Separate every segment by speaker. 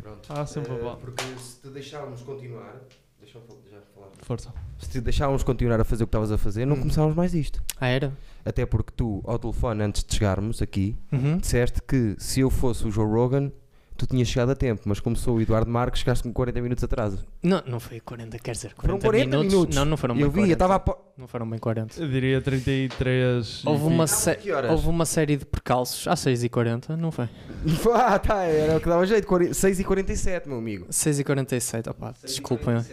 Speaker 1: Pronto.
Speaker 2: Ah,
Speaker 3: Há sempre
Speaker 1: Eh,
Speaker 3: a bola.
Speaker 1: Porque se te deixarmos continuar. Deixa-me fal- já falar.
Speaker 3: Força.
Speaker 1: Se te deixarmos continuar a fazer o que estavas a fazer, não
Speaker 3: Hum.
Speaker 1: começávamos mais isto.
Speaker 3: Ah, era?
Speaker 1: Até porque tu, ao telefone, antes de chegarmos aqui,
Speaker 3: Uhum.
Speaker 1: disseste que se eu fosse o Joe Rogan, tu tinhas chegado a tempo, mas como sou o Eduardo Marques, chegaste com 40 minutos atraso.
Speaker 2: Não, não foi 40, quer dizer,
Speaker 1: Foram
Speaker 2: 40,
Speaker 1: 40 minutos.
Speaker 2: Não, não foram bem
Speaker 1: eu vi,
Speaker 2: 40.
Speaker 1: eu estava a. po-
Speaker 2: Não foram bem 40.
Speaker 3: Eu diria 33. e
Speaker 2: Houve uma,
Speaker 3: pico.
Speaker 2: sé-
Speaker 1: Que horas?
Speaker 2: houve uma série de percalços Ah, às 6h40, não foi?
Speaker 1: Ah, tá, era o que dava jeito. 6h47, meu amigo.
Speaker 2: 6h47, opá, desculpem.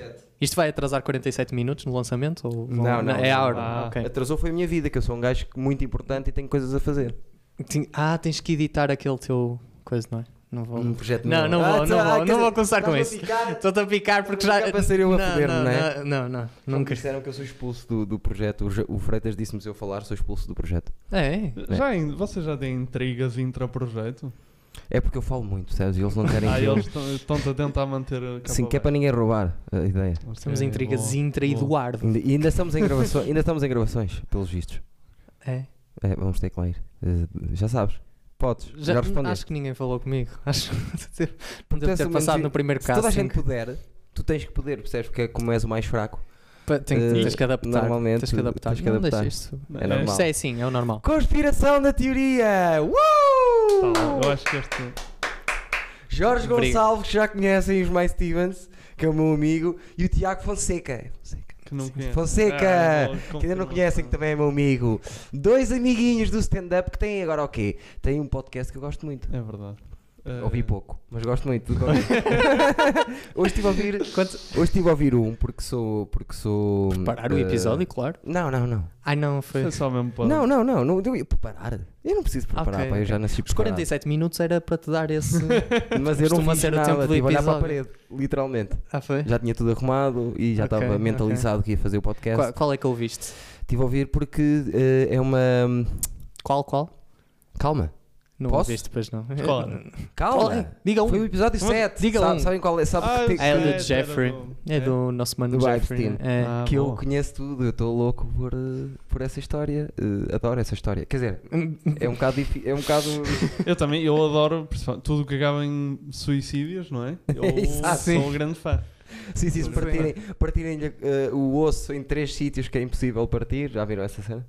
Speaker 2: Isto vai atrasar 47 minutos no lançamento? Ou vão-
Speaker 1: Não, não,
Speaker 2: É a
Speaker 1: não.
Speaker 2: hora,
Speaker 3: Ah.
Speaker 2: ok.
Speaker 1: Atrasou foi a minha vida, que eu sou um gajo muito importante e tenho coisas a fazer.
Speaker 2: Tin- Ah, tens que editar aquele teu coisa, não é? Não vou.
Speaker 1: Um projeto
Speaker 2: Não,
Speaker 1: novo.
Speaker 2: não vou,
Speaker 1: Ah,
Speaker 2: não
Speaker 1: tá,
Speaker 2: vou,
Speaker 1: ah,
Speaker 2: não
Speaker 1: quer
Speaker 2: vou
Speaker 1: dizer,
Speaker 2: começar com
Speaker 1: estás-me a
Speaker 2: isso.
Speaker 1: picar.
Speaker 2: Estou-te a picar porque
Speaker 1: Estás-me
Speaker 2: já.
Speaker 1: a picar para ser eu a
Speaker 2: não,
Speaker 1: foder-me,
Speaker 2: não,
Speaker 1: não é?
Speaker 2: Não, não, não.
Speaker 1: Não
Speaker 2: Nunca.
Speaker 1: disseram que eu sou expulso do, do projeto. O, Jo- o Freitas disse-me se eu falar, sou expulso do projeto.
Speaker 2: É,
Speaker 3: Já, in- vocês já têm intrigas intra-projeto?
Speaker 1: É porque eu falo muito, sabes? E eles não querem
Speaker 3: Ah,
Speaker 1: que eu-
Speaker 3: eles estão-te a tentar manter a capa
Speaker 1: Sim, que é para
Speaker 3: baixa.
Speaker 1: ninguém roubar a ideia.
Speaker 3: Ok,
Speaker 2: Estamos intrigas
Speaker 3: boa,
Speaker 2: intra
Speaker 3: boa.
Speaker 2: Eduardo.
Speaker 1: Ainda- E ainda estamos em gravações, ainda estamos em gravações, pelos vistos.
Speaker 2: É.
Speaker 1: É, vamos ter que lá ir. Eh, já sabes. Podes, já,
Speaker 2: Já,
Speaker 1: respondeste.
Speaker 2: acho que ninguém falou comigo. Acho que não
Speaker 1: és
Speaker 2: devo ter
Speaker 1: uma
Speaker 2: passado
Speaker 1: indiví-
Speaker 2: no primeiro
Speaker 1: assim, Se toda a
Speaker 2: caso.
Speaker 1: gente puder, tu tens que poder, percebes? Porque é como és o mais fraco. eh,
Speaker 2: Tens que adaptar.
Speaker 1: normalmente,
Speaker 2: tens que adaptar.
Speaker 1: tens que
Speaker 2: Não
Speaker 1: adaptar.
Speaker 2: deixa isto.
Speaker 1: É normal.
Speaker 2: Isto é assim, é o normal.
Speaker 1: Conspiração da teoria!
Speaker 3: Tá, eu
Speaker 1: Uh!
Speaker 3: acho que este.
Speaker 1: Jorge
Speaker 2: Obrigado.
Speaker 1: Gonçalves, que já conhecem os mais Stevens, que é o meu amigo, e o Tiago Fonseca. Fonseca.
Speaker 3: Que não conhece.
Speaker 1: Fonseca,
Speaker 3: Ah, vou
Speaker 1: que ainda não
Speaker 3: confirmar.
Speaker 1: conhecem, que também é meu amigo. Dois amiguinhos do stand-up que têm agora o quê? Têm um podcast que eu gosto muito.
Speaker 3: É verdade. Eh,
Speaker 1: Ouvi pouco, mas gosto muito. do que ouvi. hoje estive a ouvir, hoje estive a ouvir um porque sou, porque sou.
Speaker 2: Parar o
Speaker 1: eh,
Speaker 2: episódio, claro.
Speaker 1: Não, não, não.
Speaker 2: Ai Ah, não, foi.
Speaker 3: É só mesmo para.
Speaker 1: Não, não, não, não. Eu ia preparar. Eu não preciso
Speaker 2: Ah,
Speaker 1: preparar,
Speaker 2: ok,
Speaker 1: pá, eu
Speaker 2: ok.
Speaker 1: já nasci
Speaker 2: Os 47 minutos era para te dar esse.
Speaker 1: preparado. Mas eu não
Speaker 2: costuma
Speaker 1: fiz
Speaker 2: ser o
Speaker 1: nada,
Speaker 2: tempo do
Speaker 1: estive a olhar para a
Speaker 2: episódio.
Speaker 1: parede, literalmente.
Speaker 2: ah, foi?
Speaker 1: Já tinha tudo arrumado e já
Speaker 2: Ok,
Speaker 1: estava
Speaker 2: ok.
Speaker 1: mentalizado que ia fazer o podcast.
Speaker 2: Qual, qual é que ouviste?
Speaker 1: Estive a ouvir porque eh, é uma.
Speaker 2: Qual, qual?
Speaker 1: Calma,
Speaker 2: Não
Speaker 1: Posso?
Speaker 2: ouviste, pois não.
Speaker 3: Qual?
Speaker 2: Qual
Speaker 1: calma.
Speaker 2: é? Diga um.
Speaker 1: Foi o episódio
Speaker 2: Um,
Speaker 1: 7.
Speaker 2: diga
Speaker 1: Sabe-
Speaker 2: um.
Speaker 1: Sabem qual é? Sabe
Speaker 3: Ah,
Speaker 1: que,
Speaker 3: eu
Speaker 1: te-
Speaker 2: É
Speaker 3: sei.
Speaker 2: do
Speaker 3: era
Speaker 2: Jeffrey.
Speaker 3: do-
Speaker 2: É do nosso mano
Speaker 1: Do
Speaker 2: Jeffrey.
Speaker 1: Weinstein.
Speaker 2: É.
Speaker 3: Ah,
Speaker 1: que eu
Speaker 3: boa.
Speaker 1: conheço tudo. Eu estou louco por, eh, por essa história. Eh, adoro essa história. Quer dizer, é um bocado difícil. É um bocado.
Speaker 3: Eu também, eu adoro principalmente, tudo o que acaba em suicídios, não é? Eu
Speaker 1: Exato.
Speaker 3: sou um grande fã.
Speaker 1: sim, sim, se
Speaker 2: Tudo bem.
Speaker 1: partirem, partirem o osso em três sítios que é impossível partir. Já viram essa cena?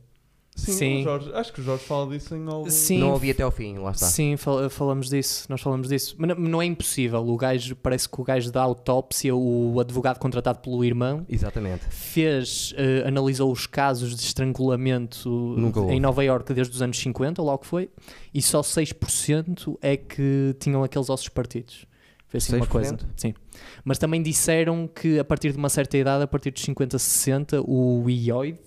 Speaker 3: Sim,
Speaker 2: Sim.
Speaker 3: o Jorge, acho que o Jorge fala disso em algum.
Speaker 2: Sim.
Speaker 1: Não ouvi até ao fim, lá está.
Speaker 2: Sim, fal- falamos disso, nós falamos disso. Mas não, não é impossível, o gajo, parece que o gajo da autópsia, o advogado contratado pelo irmão,
Speaker 1: Exatamente.
Speaker 2: fez, eh, analisou os casos de estrangulamento
Speaker 1: Nunca houve.
Speaker 2: em Nova Iorque desde os anos 50, ou lá o que foi, e só 6% é que tinham aqueles ossos partidos. Foi assim uma coisa.
Speaker 1: 6%?
Speaker 2: Sim. Mas também disseram que a partir de uma certa idade, a partir dos 50, 60, o ioide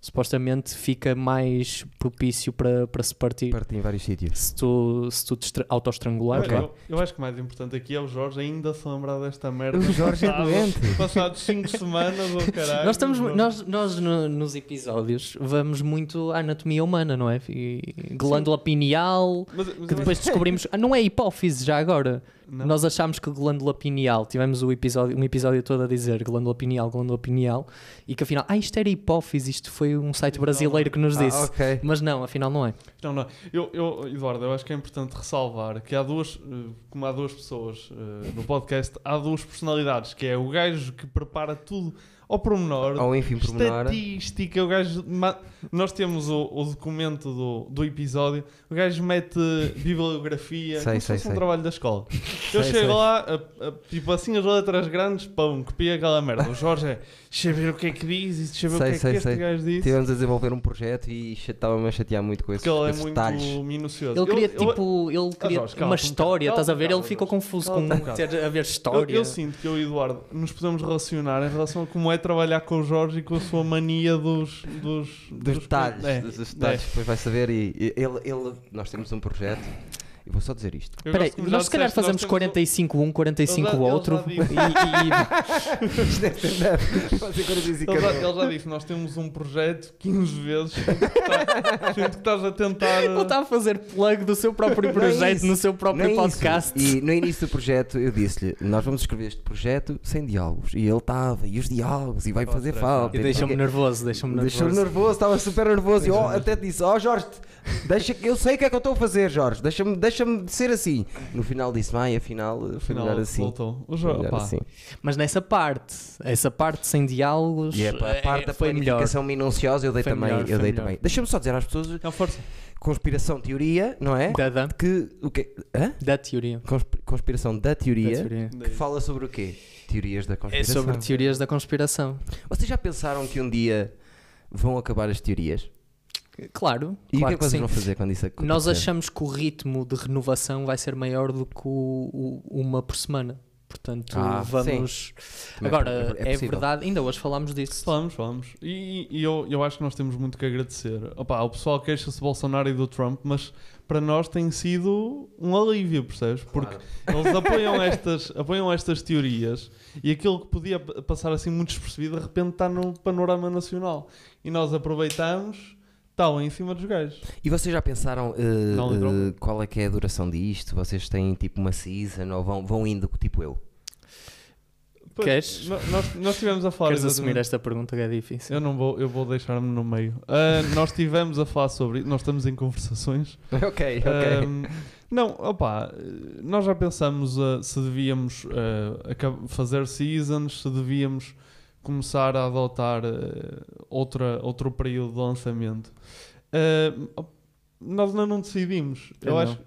Speaker 2: supostamente fica mais propício para, para se partir.
Speaker 1: Parti em vários sítios.
Speaker 2: Se tu, se tu te estra- auto-estrangular,
Speaker 3: Mas
Speaker 2: né?
Speaker 1: Ok.
Speaker 2: claro.
Speaker 3: Eu, eu acho que o mais importante aqui é o Jorge ainda se lembrar desta merda.
Speaker 1: O Jorge é
Speaker 3: Passado-
Speaker 1: doente.
Speaker 3: Passados 5 semanas, ou caralho.
Speaker 2: Nós, estamos,
Speaker 3: o Jorge-
Speaker 2: nós, nós no- nos episódios vamos muito à anatomia humana, não é? E glândula pineal,
Speaker 3: Mas- mas
Speaker 2: que
Speaker 3: eu
Speaker 2: depois descobrimos. Ah, não é hipófise já agora.
Speaker 3: acho- não.
Speaker 2: Nós achámos que glândula pineal, tivemos o episódio, um episódio todo a dizer glândula pineal, glândula pineal, e que afinal, ah, isto era hipófise, isto foi um site
Speaker 3: Não.
Speaker 2: brasileiro que nos
Speaker 1: Ah,
Speaker 2: disse.
Speaker 1: ok.
Speaker 2: Mas não, afinal não é.
Speaker 3: Não, não. Eu, eu, Eduardo, eu acho que é importante ressalvar que há duas, eh, como há duas pessoas eh, no podcast, há duas personalidades, que é o gajo que prepara tudo ao pormenor,
Speaker 1: Ao enfim, pormenor.
Speaker 3: estatística, o gajo... ma- Nós temos o, o documento do, do episódio, o gajo mete bibliografia,
Speaker 1: Sei,
Speaker 3: como se
Speaker 1: sei,
Speaker 3: fosse um
Speaker 1: sei.
Speaker 3: trabalho da escola. Eu
Speaker 1: Sei,
Speaker 3: chego
Speaker 1: sei.
Speaker 3: lá, a- a- tipo assim as letras grandes, pão, copia aquela merda. O Jorge é, deixa eu ver o que é que diz, e deixa eu ver
Speaker 1: Sei,
Speaker 3: o que é
Speaker 1: sei,
Speaker 3: que este
Speaker 1: sei.
Speaker 3: gajo disse.
Speaker 1: Estivemos a desenvolver um projeto e cha- estava-me a chatear muito com esses,
Speaker 3: Porque ele é
Speaker 1: esses
Speaker 3: muito
Speaker 1: detalhes.
Speaker 3: minucioso.
Speaker 2: Ele queria
Speaker 3: Eu- eu-
Speaker 2: tipo, ele queria
Speaker 3: Jorge,
Speaker 2: uma
Speaker 3: cala-te um
Speaker 2: história,
Speaker 3: bocado.
Speaker 2: estás a ver?
Speaker 3: Cala-te,
Speaker 2: ele ficou
Speaker 3: Jorge.
Speaker 2: confuso
Speaker 3: Cala-te um
Speaker 2: com
Speaker 3: bocado.
Speaker 2: ter a ver
Speaker 3: Eu,
Speaker 2: história.
Speaker 3: eu sinto que eu e o Eduardo nos podemos relacionar em relação a como é trabalhar com o Jorge e com a sua mania dos. dos,
Speaker 1: Dos detalhes,
Speaker 3: É,
Speaker 1: dos, dos detalhes,
Speaker 3: é.
Speaker 1: depois vai saber e, e ele, ele- nós temos um projeto, e vou só dizer isto,
Speaker 3: Eu gosto
Speaker 2: Peraí,
Speaker 3: como já
Speaker 2: nós se calhar
Speaker 3: disseste,
Speaker 2: fazemos
Speaker 3: nós temos
Speaker 2: 45 um,
Speaker 3: Ele
Speaker 2: 45
Speaker 3: já- um. ele
Speaker 2: outro
Speaker 3: já
Speaker 2: e,
Speaker 3: disse.
Speaker 2: e-
Speaker 1: isto é stand-up, fazer coisas e
Speaker 3: um- Ele já,
Speaker 1: cada um.
Speaker 3: ele já disse, nós temos um projeto 15 vezes. Sinto que tá- sinto que estás a tentar.
Speaker 2: ele está a fazer plug do seu próprio
Speaker 1: Nem
Speaker 2: projeto
Speaker 1: isso,
Speaker 2: no seu próprio
Speaker 1: Nem
Speaker 2: podcast.
Speaker 1: isso. E no início do projeto eu disse-lhe: Nós vamos escrever este projeto sem diálogos. E ele estava, e os diálogos, e vai
Speaker 3: Oh,
Speaker 1: fazer
Speaker 3: será,
Speaker 1: falta.
Speaker 2: E deixou-me nervoso, deixou-me nervoso.
Speaker 1: Deixou-me oh, nervoso, estava super nervoso. E eu até disse: Ó Jorge, deixa que eu sei o que é que eu estou a fazer, Jorge. Deixa-me deixa deixa-me de ser assim. No final disse, mãe, afinal, foi
Speaker 3: eh, Afinal,
Speaker 1: melhor assim.
Speaker 3: voltou.
Speaker 1: Foi
Speaker 3: O jogo,
Speaker 1: melhor
Speaker 3: pá,
Speaker 1: assim.
Speaker 2: Mas nessa parte, essa parte sem diálogos,
Speaker 1: E é, pá, a parte
Speaker 2: é,
Speaker 1: da
Speaker 2: foi melhor.
Speaker 1: planificação minuciosa eu dei
Speaker 2: Foi
Speaker 1: também.
Speaker 2: melhor,
Speaker 1: eu
Speaker 2: foi
Speaker 1: dei
Speaker 2: melhor.
Speaker 1: também. Deixa-me só dizer às pessoas:
Speaker 3: Não, força.
Speaker 1: conspiração, teoria, não é?
Speaker 2: Da, da,
Speaker 1: Que. O quê? Hã?
Speaker 2: da teoria.
Speaker 1: Consp- Conspiração da
Speaker 2: Da
Speaker 1: teoria,
Speaker 2: teoria.
Speaker 1: Que fala sobre o quê? Teorias da
Speaker 2: É
Speaker 1: conspiração.
Speaker 2: sobre teorias da conspiração.
Speaker 1: Vocês já pensaram que um dia vão acabar as teorias?
Speaker 2: Claro,
Speaker 1: E o que é
Speaker 2: claro
Speaker 1: que
Speaker 2: que
Speaker 1: vocês
Speaker 2: sim.
Speaker 1: vão fazer quando isso acontecer?
Speaker 2: Nós achamos que o ritmo de renovação vai ser maior do que o- o- uma por semana. Portanto,
Speaker 1: Ah,
Speaker 2: vamos.
Speaker 1: Também
Speaker 2: Agora, é,
Speaker 1: possível.
Speaker 2: verdade, ainda hoje falámos disso.
Speaker 3: Falamos, falamos. E, e eu, eu acho que nós temos muito que agradecer. Opa, o pessoal queixa-se do Bolsonaro e do Trump, mas para nós tem sido um alívio, percebes? Porque eles apoiam estas, apoiam estas teorias e aquilo que podia p- passar assim muito despercebido, de repente está no panorama nacional. E nós aproveitamos, estão em cima dos gajos.
Speaker 1: E vocês já pensaram eh,
Speaker 3: Não lembrou?
Speaker 1: eh, qual é que é a duração disto? Vocês têm tipo uma season ou vão, vão indo tipo eu?
Speaker 3: Pois,
Speaker 2: Queres?
Speaker 3: no- Nós, nós estivemos a falar.
Speaker 2: Queres
Speaker 3: exatamente-
Speaker 2: assumir esta pergunta que é difícil?
Speaker 3: Eu não vou, eu vou deixar-me no meio. Ah, nós estivemos a falar sobre. Nós estamos em conversações.
Speaker 1: ok,
Speaker 3: Ahm, não, opá, eh, nós já pensamos eh, se devíamos eh, acab- fazer seasons, se devíamos começar a adotar eh, outra, outro período de lançamento. Ahm, op- nós ainda não decidimos.
Speaker 2: Eu
Speaker 3: Eu
Speaker 2: não.
Speaker 3: acho.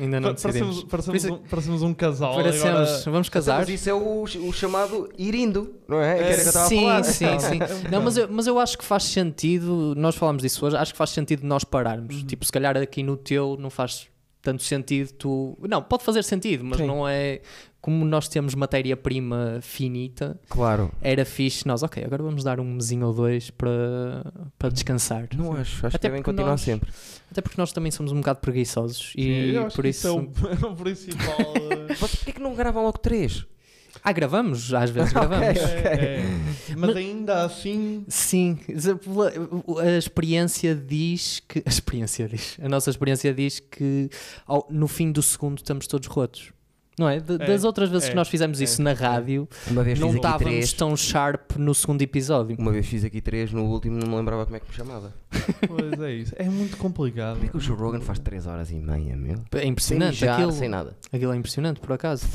Speaker 2: Ainda não
Speaker 3: parecemos,
Speaker 2: decidimos.
Speaker 3: parecemos
Speaker 2: Por isso-
Speaker 3: um, parecemos um casal.
Speaker 2: Parecemos, um-
Speaker 3: agora-
Speaker 2: vamos casar.
Speaker 1: Mas isso é o, o chamado ir indo, não é?
Speaker 3: É,
Speaker 1: Que era o que eu estava a
Speaker 2: sim,
Speaker 1: falar.
Speaker 2: sim, sim. Não, mas eu, mas eu acho que faz sentido, nós falámos disso hoje, acho que faz sentido nós pararmos.
Speaker 3: Uhum.
Speaker 2: Tipo, se calhar aqui no teu não faz tanto sentido tu. Não, pode fazer sentido, mas
Speaker 1: Sim.
Speaker 2: não é. Como nós temos matéria-prima finita,
Speaker 1: Claro.
Speaker 2: era fixe nós, ok, agora vamos dar um mesinho ou dois para, para descansar.
Speaker 1: Não acho, acho
Speaker 2: Até
Speaker 1: que devem
Speaker 2: porque
Speaker 1: continuar
Speaker 2: nós-
Speaker 1: sempre.
Speaker 2: Até porque nós também somos um bocado preguiçosos
Speaker 3: Sim,
Speaker 2: e
Speaker 3: eu acho
Speaker 2: por
Speaker 3: que
Speaker 2: isso.
Speaker 3: é o, o principal. eh,
Speaker 1: Vocês porquê que não gravam logo três?
Speaker 2: Ah, gravamos, às vezes gravamos.
Speaker 3: é, é. Mas ainda assim.
Speaker 2: Sim, eh, a, a experiência diz que. A experiência diz. A nossa experiência diz que ao- no fim do segundo estamos todos rotos. Não é? De-
Speaker 3: É,
Speaker 2: das outras vezes
Speaker 3: é,
Speaker 2: que nós fizemos
Speaker 3: é,
Speaker 2: isso na rádio,
Speaker 1: Uma vez
Speaker 2: não
Speaker 1: fiz aqui
Speaker 2: estávamos
Speaker 1: três.
Speaker 2: tão sharp no segundo episódio.
Speaker 1: Uma vez fiz aqui três, no último não me lembrava como é que me chamava.
Speaker 3: Pois é isso. É muito complicado.
Speaker 1: Como é que o Joe Rogan faz três horas e meia, meu?
Speaker 2: É
Speaker 1: Sem
Speaker 2: impressionante.
Speaker 1: mijar,
Speaker 2: aquilo,
Speaker 1: sem nada.
Speaker 2: aquilo é impressionante, por acaso.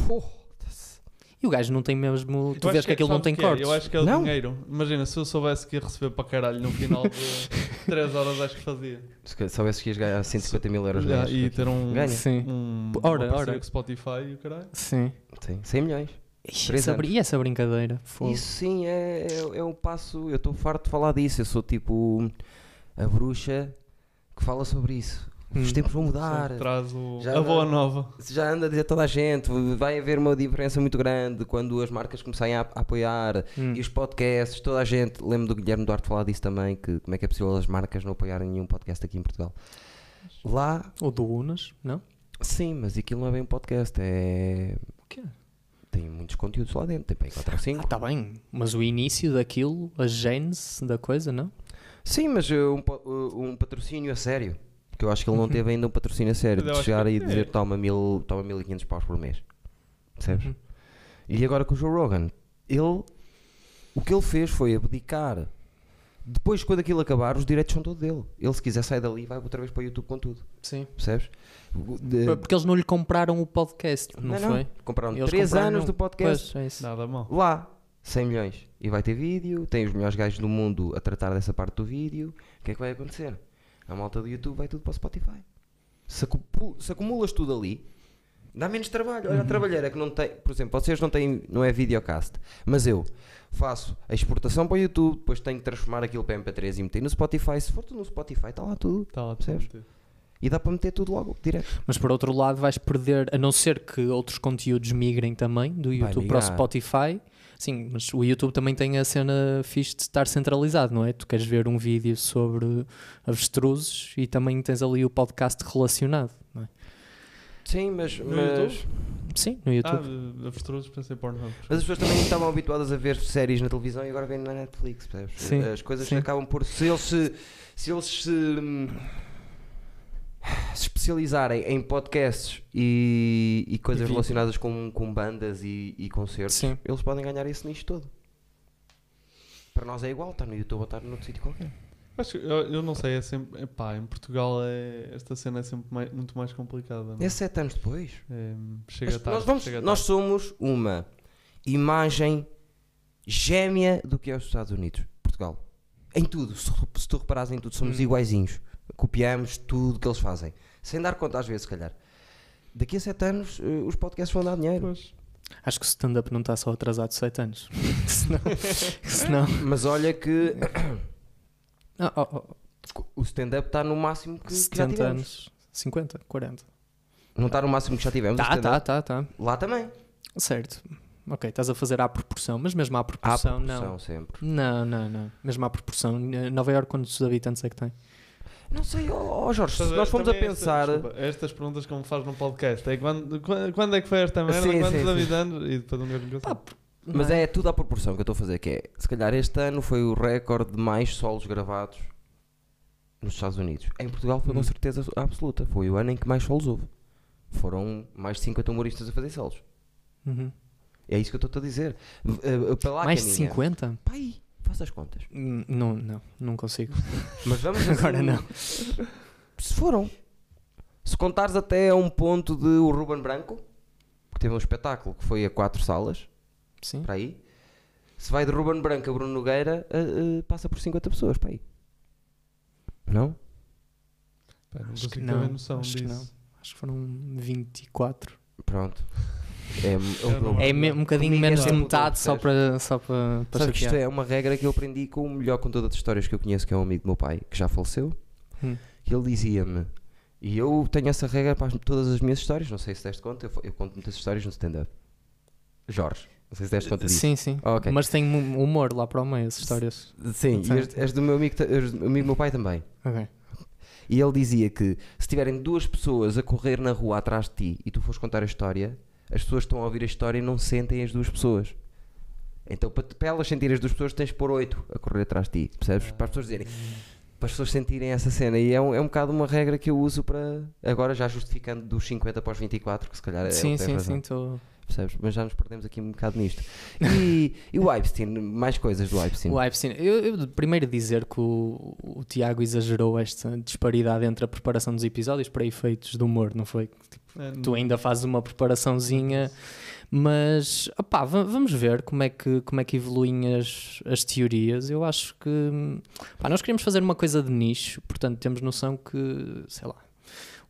Speaker 2: E o gajo não tem mesmo. Tu
Speaker 3: Eu
Speaker 2: vês
Speaker 3: acho
Speaker 2: que aquilo não
Speaker 3: sabes
Speaker 2: tem
Speaker 3: o que é?
Speaker 2: cortes.
Speaker 3: Eu acho que é o
Speaker 1: Não.
Speaker 3: dinheiro. Imagina, se eu soubesse que ia receber para caralho no final de 3 horas, acho que fazia.
Speaker 1: Se ca- soubesse que ias ganhar 150 mil euros
Speaker 3: Já,
Speaker 1: ganhas.
Speaker 3: e ter um.
Speaker 1: Ganha.
Speaker 2: Sim.
Speaker 3: um
Speaker 2: Ora,
Speaker 3: uma parceria
Speaker 2: ora.
Speaker 3: com Spotify e o caralho.
Speaker 2: Sim.
Speaker 1: Sim, 100 milhões.
Speaker 2: Ixi,
Speaker 1: Três
Speaker 2: essa br-
Speaker 1: anos.
Speaker 2: e essa brincadeira? Fogo.
Speaker 1: Isso sim é, é, é um passo. Eu estou farto de falar disso. Eu sou tipo a bruxa que fala sobre isso. Os
Speaker 2: Hum.
Speaker 1: tempos vão
Speaker 3: Sim,
Speaker 1: mudar.
Speaker 3: Traz o,
Speaker 1: Já
Speaker 3: a boa
Speaker 1: dá.
Speaker 3: nova.
Speaker 1: Já anda a dizer toda a gente. Vai haver uma diferença muito grande quando as marcas começarem a, a apoiar.
Speaker 2: Hum.
Speaker 1: E os podcasts, toda a gente. Lembro do Guilherme Duarte falar disso também. Que como é que é possível as marcas não apoiarem nenhum podcast aqui em Portugal? Lá,
Speaker 2: Ou do Unas, não?
Speaker 1: sim, mas aquilo não é bem um podcast. É.
Speaker 2: O quê?
Speaker 1: Tem muitos conteúdos lá dentro. Tem para aí 4 ou 5.
Speaker 2: Ah, tá bem. Mas o início daquilo, a gênese da coisa, não?
Speaker 1: Sim, mas uh, um, po- uh, um patrocínio a sério. Porque eu acho que ele não teve ainda um patrocínio a sério.
Speaker 3: Uhum. Eu
Speaker 1: De
Speaker 3: acho
Speaker 1: chegar
Speaker 3: que
Speaker 1: e
Speaker 3: é.
Speaker 1: dizer toma, mil, toma 1500 paus por mês. Percebes?
Speaker 2: Uhum.
Speaker 1: E agora com o Joe Rogan, ele. O que ele fez foi abdicar. Depois, quando aquilo acabar, os direitos são todos dele. Ele, se quiser, sai dali e vai outra vez para o YouTube com tudo.
Speaker 2: Sim.
Speaker 1: Percebes? De-
Speaker 2: Porque eles não lhe compraram o podcast, não, foi?
Speaker 1: Compraram
Speaker 2: Eles
Speaker 1: 3
Speaker 2: compraram-
Speaker 1: anos do podcast
Speaker 2: Pois, é isso.
Speaker 3: Nada mal.
Speaker 1: lá 100 milhões e vai ter vídeo, tem os melhores gajos do mundo a tratar dessa parte do vídeo, o que é que vai acontecer? A malta do YouTube vai tudo para o Spotify. Se, acupu- se acumulas tudo ali, dá menos trabalho. Olha a trabalheira que não tem, por exemplo, vocês não têm, não é videocast, mas eu faço a exportação para o YouTube, depois tenho que transformar aquilo para MP3 e meter no Spotify. Se for tudo no Spotify, está lá tudo.
Speaker 3: Está Tá lá,
Speaker 1: Percebes?
Speaker 3: tudo.
Speaker 1: E dá para meter tudo logo, direto.
Speaker 2: Mas por outro lado, vais perder, a não ser que outros conteúdos migrem também do YouTube para
Speaker 1: migrar.
Speaker 2: o Spotify. Sim, mas o YouTube também tem a cena fixe de estar centralizado, não é? Tu queres ver um vídeo sobre avestruzes e também tens ali o podcast relacionado, não é?
Speaker 1: Sim, mas,
Speaker 3: No
Speaker 1: mas,
Speaker 3: YouTube?
Speaker 2: Sim, no YouTube.
Speaker 3: Ah, avestruzes, pensei Pornhub.
Speaker 1: mas as pessoas também estavam habituadas a ver séries na televisão e agora vêm na Netflix, percebes?
Speaker 2: Sim,
Speaker 1: As coisas
Speaker 2: sim.
Speaker 1: acabam por. Se eles se, se eles se, hum, se especializarem em podcasts e, e coisas
Speaker 2: E vídeo.
Speaker 1: relacionadas com, com bandas e, e concertos,
Speaker 2: Sim.
Speaker 1: eles podem ganhar esse nicho todo. Para nós é igual, está no YouTube ou está noutro sítio qualquer.
Speaker 3: Acho, que- eu, eu não sei, é sempre. Epá, em Portugal é, esta cena é sempre mai- muito mais complicada. Não?
Speaker 1: É sete anos depois.
Speaker 3: É, chega
Speaker 1: Mas
Speaker 3: tarde.
Speaker 1: nós, vamos-
Speaker 3: chega
Speaker 1: nós
Speaker 3: tarde.
Speaker 1: somos uma imagem gêmea do que é os Estados Unidos, Portugal. Em tudo, se, tu- se tu reparares em tudo, somos
Speaker 2: Hum.
Speaker 1: iguaizinhos. Copiamos tudo que eles fazem. Sem dar conta às vezes, se calhar. Daqui a sete anos, eh, os podcasts vão dar dinheiro.
Speaker 3: Pois.
Speaker 2: Acho que o stand-up não está só atrasado 7 anos. senão. senão
Speaker 1: Mas olha que
Speaker 2: Ah, oh, oh,
Speaker 1: o stand-up está no máximo que, que já
Speaker 2: 70
Speaker 1: tivemos.
Speaker 2: anos. 50, 40.
Speaker 1: Não está no máximo que já tivemos. o
Speaker 2: Tá, tá,
Speaker 1: stand-up.
Speaker 2: tá, tá.
Speaker 1: Lá também.
Speaker 2: Certo. Ok, estás a fazer à proporção, mas mesmo à
Speaker 1: Há
Speaker 2: proporção,
Speaker 1: proporção
Speaker 2: não.
Speaker 1: sempre.
Speaker 2: Não, não, não. Mesmo à proporção. eh, Nova Iorque, quantos habitantes é que tem?
Speaker 1: Não sei, ó ó, Jorge, se
Speaker 3: Estás a-
Speaker 1: nós fomos a
Speaker 3: também esta-
Speaker 1: pensar.
Speaker 3: desculpa, estas perguntas que me faz no podcast é quando, quando, quando é que foi esta merda?
Speaker 1: Sim, Ah,
Speaker 3: quantos
Speaker 1: sim, sim.
Speaker 3: habitantes? E depois um gajo nunca
Speaker 2: Pá,
Speaker 3: sabe.
Speaker 1: Mas
Speaker 2: Não
Speaker 1: é tudo à proporção que eu estou a fazer, que é, se calhar este ano foi o recorde de mais solos gravados nos Estados Unidos. Em Portugal foi
Speaker 2: Hum.
Speaker 1: com certeza absoluta, foi o ano em que mais solos houve. Foram mais de 50 humoristas a fazer solos.
Speaker 2: Uhum.
Speaker 1: É isso que eu estou a dizer. Eh, eh, Para lá
Speaker 2: Mais de
Speaker 1: caminha.
Speaker 2: 50?
Speaker 1: Pá, aí, faz as contas.
Speaker 2: Hum, Não, não, não consigo.
Speaker 1: Mas vamos assim,
Speaker 2: Agora não.
Speaker 1: Se foram. Se contares até a um ponto de o Ruben Branco, que teve um espetáculo que foi a quatro salas,
Speaker 2: Sim.
Speaker 1: para aí. Se vai de Ruben Branco a Bruno Nogueira, eh, eh, passa por 50 pessoas, para aí. Não?
Speaker 3: Pá, não
Speaker 2: acho que
Speaker 3: consigo
Speaker 2: não,
Speaker 3: ter noção
Speaker 2: acho que
Speaker 3: disso.
Speaker 2: Acho que foram 24.
Speaker 1: Pronto. É,
Speaker 3: Eu não
Speaker 1: é,
Speaker 2: É
Speaker 3: Olha,
Speaker 2: me- um bocadinho
Speaker 1: comigo
Speaker 2: menos
Speaker 1: é
Speaker 2: de
Speaker 1: sempre
Speaker 2: metade,
Speaker 1: tudo,
Speaker 2: só para. Só para, para
Speaker 1: Sabe que isto
Speaker 2: chatear.
Speaker 1: é uma regra que eu aprendi com o melhor contador de histórias que eu conheço, que é um amigo do meu pai, que já faleceu.
Speaker 2: Hum.
Speaker 1: Que ele dizia-me, e eu tenho essa regra para as- todas as minhas histórias, não sei se deste conta, eu, fa- eu conto muitas histórias no stand-up. Jorge, não sei se deste conta disso.
Speaker 2: Sim, sim.
Speaker 1: Ah, ok.
Speaker 2: Mas tem mu- humor lá para o meio, as histórias.
Speaker 1: Sim, e és, és do meu amigo, ta- és do amigo do meu pai também.
Speaker 2: Ok.
Speaker 1: E ele dizia que se tiverem duas pessoas a correr na rua atrás de ti e tu fores contar a história, as pessoas que estão a ouvir a história e não sentem as duas pessoas. Então, para, para elas sentirem as duas pessoas, tens de pôr oito a correr atrás de ti, percebes? Para as pessoas dizerem, para as pessoas sentirem essa cena. E é um, é um bocado uma regra que eu uso para. Agora, já justificando dos 50 para os 24, que se calhar é
Speaker 2: sim,
Speaker 1: o que tem
Speaker 2: sim,
Speaker 1: razão,
Speaker 2: sim. Tô...
Speaker 1: percebes? Mas já nos perdemos aqui um bocado nisto. E, e o Epstein, mais coisas do Epstein.
Speaker 2: O Epstein. Eu, eu primeiro dizer que o, o Tiago exagerou esta disparidade entre a preparação dos episódios para efeitos de humor, não foi?
Speaker 3: É,
Speaker 2: Tu ainda fazes uma preparaçãozinha, mas opá, va- vamos ver como é que, como é que evoluem as, as teorias. Eu acho que hum, pá, nós queremos fazer uma coisa de nicho, portanto temos noção que, sei lá,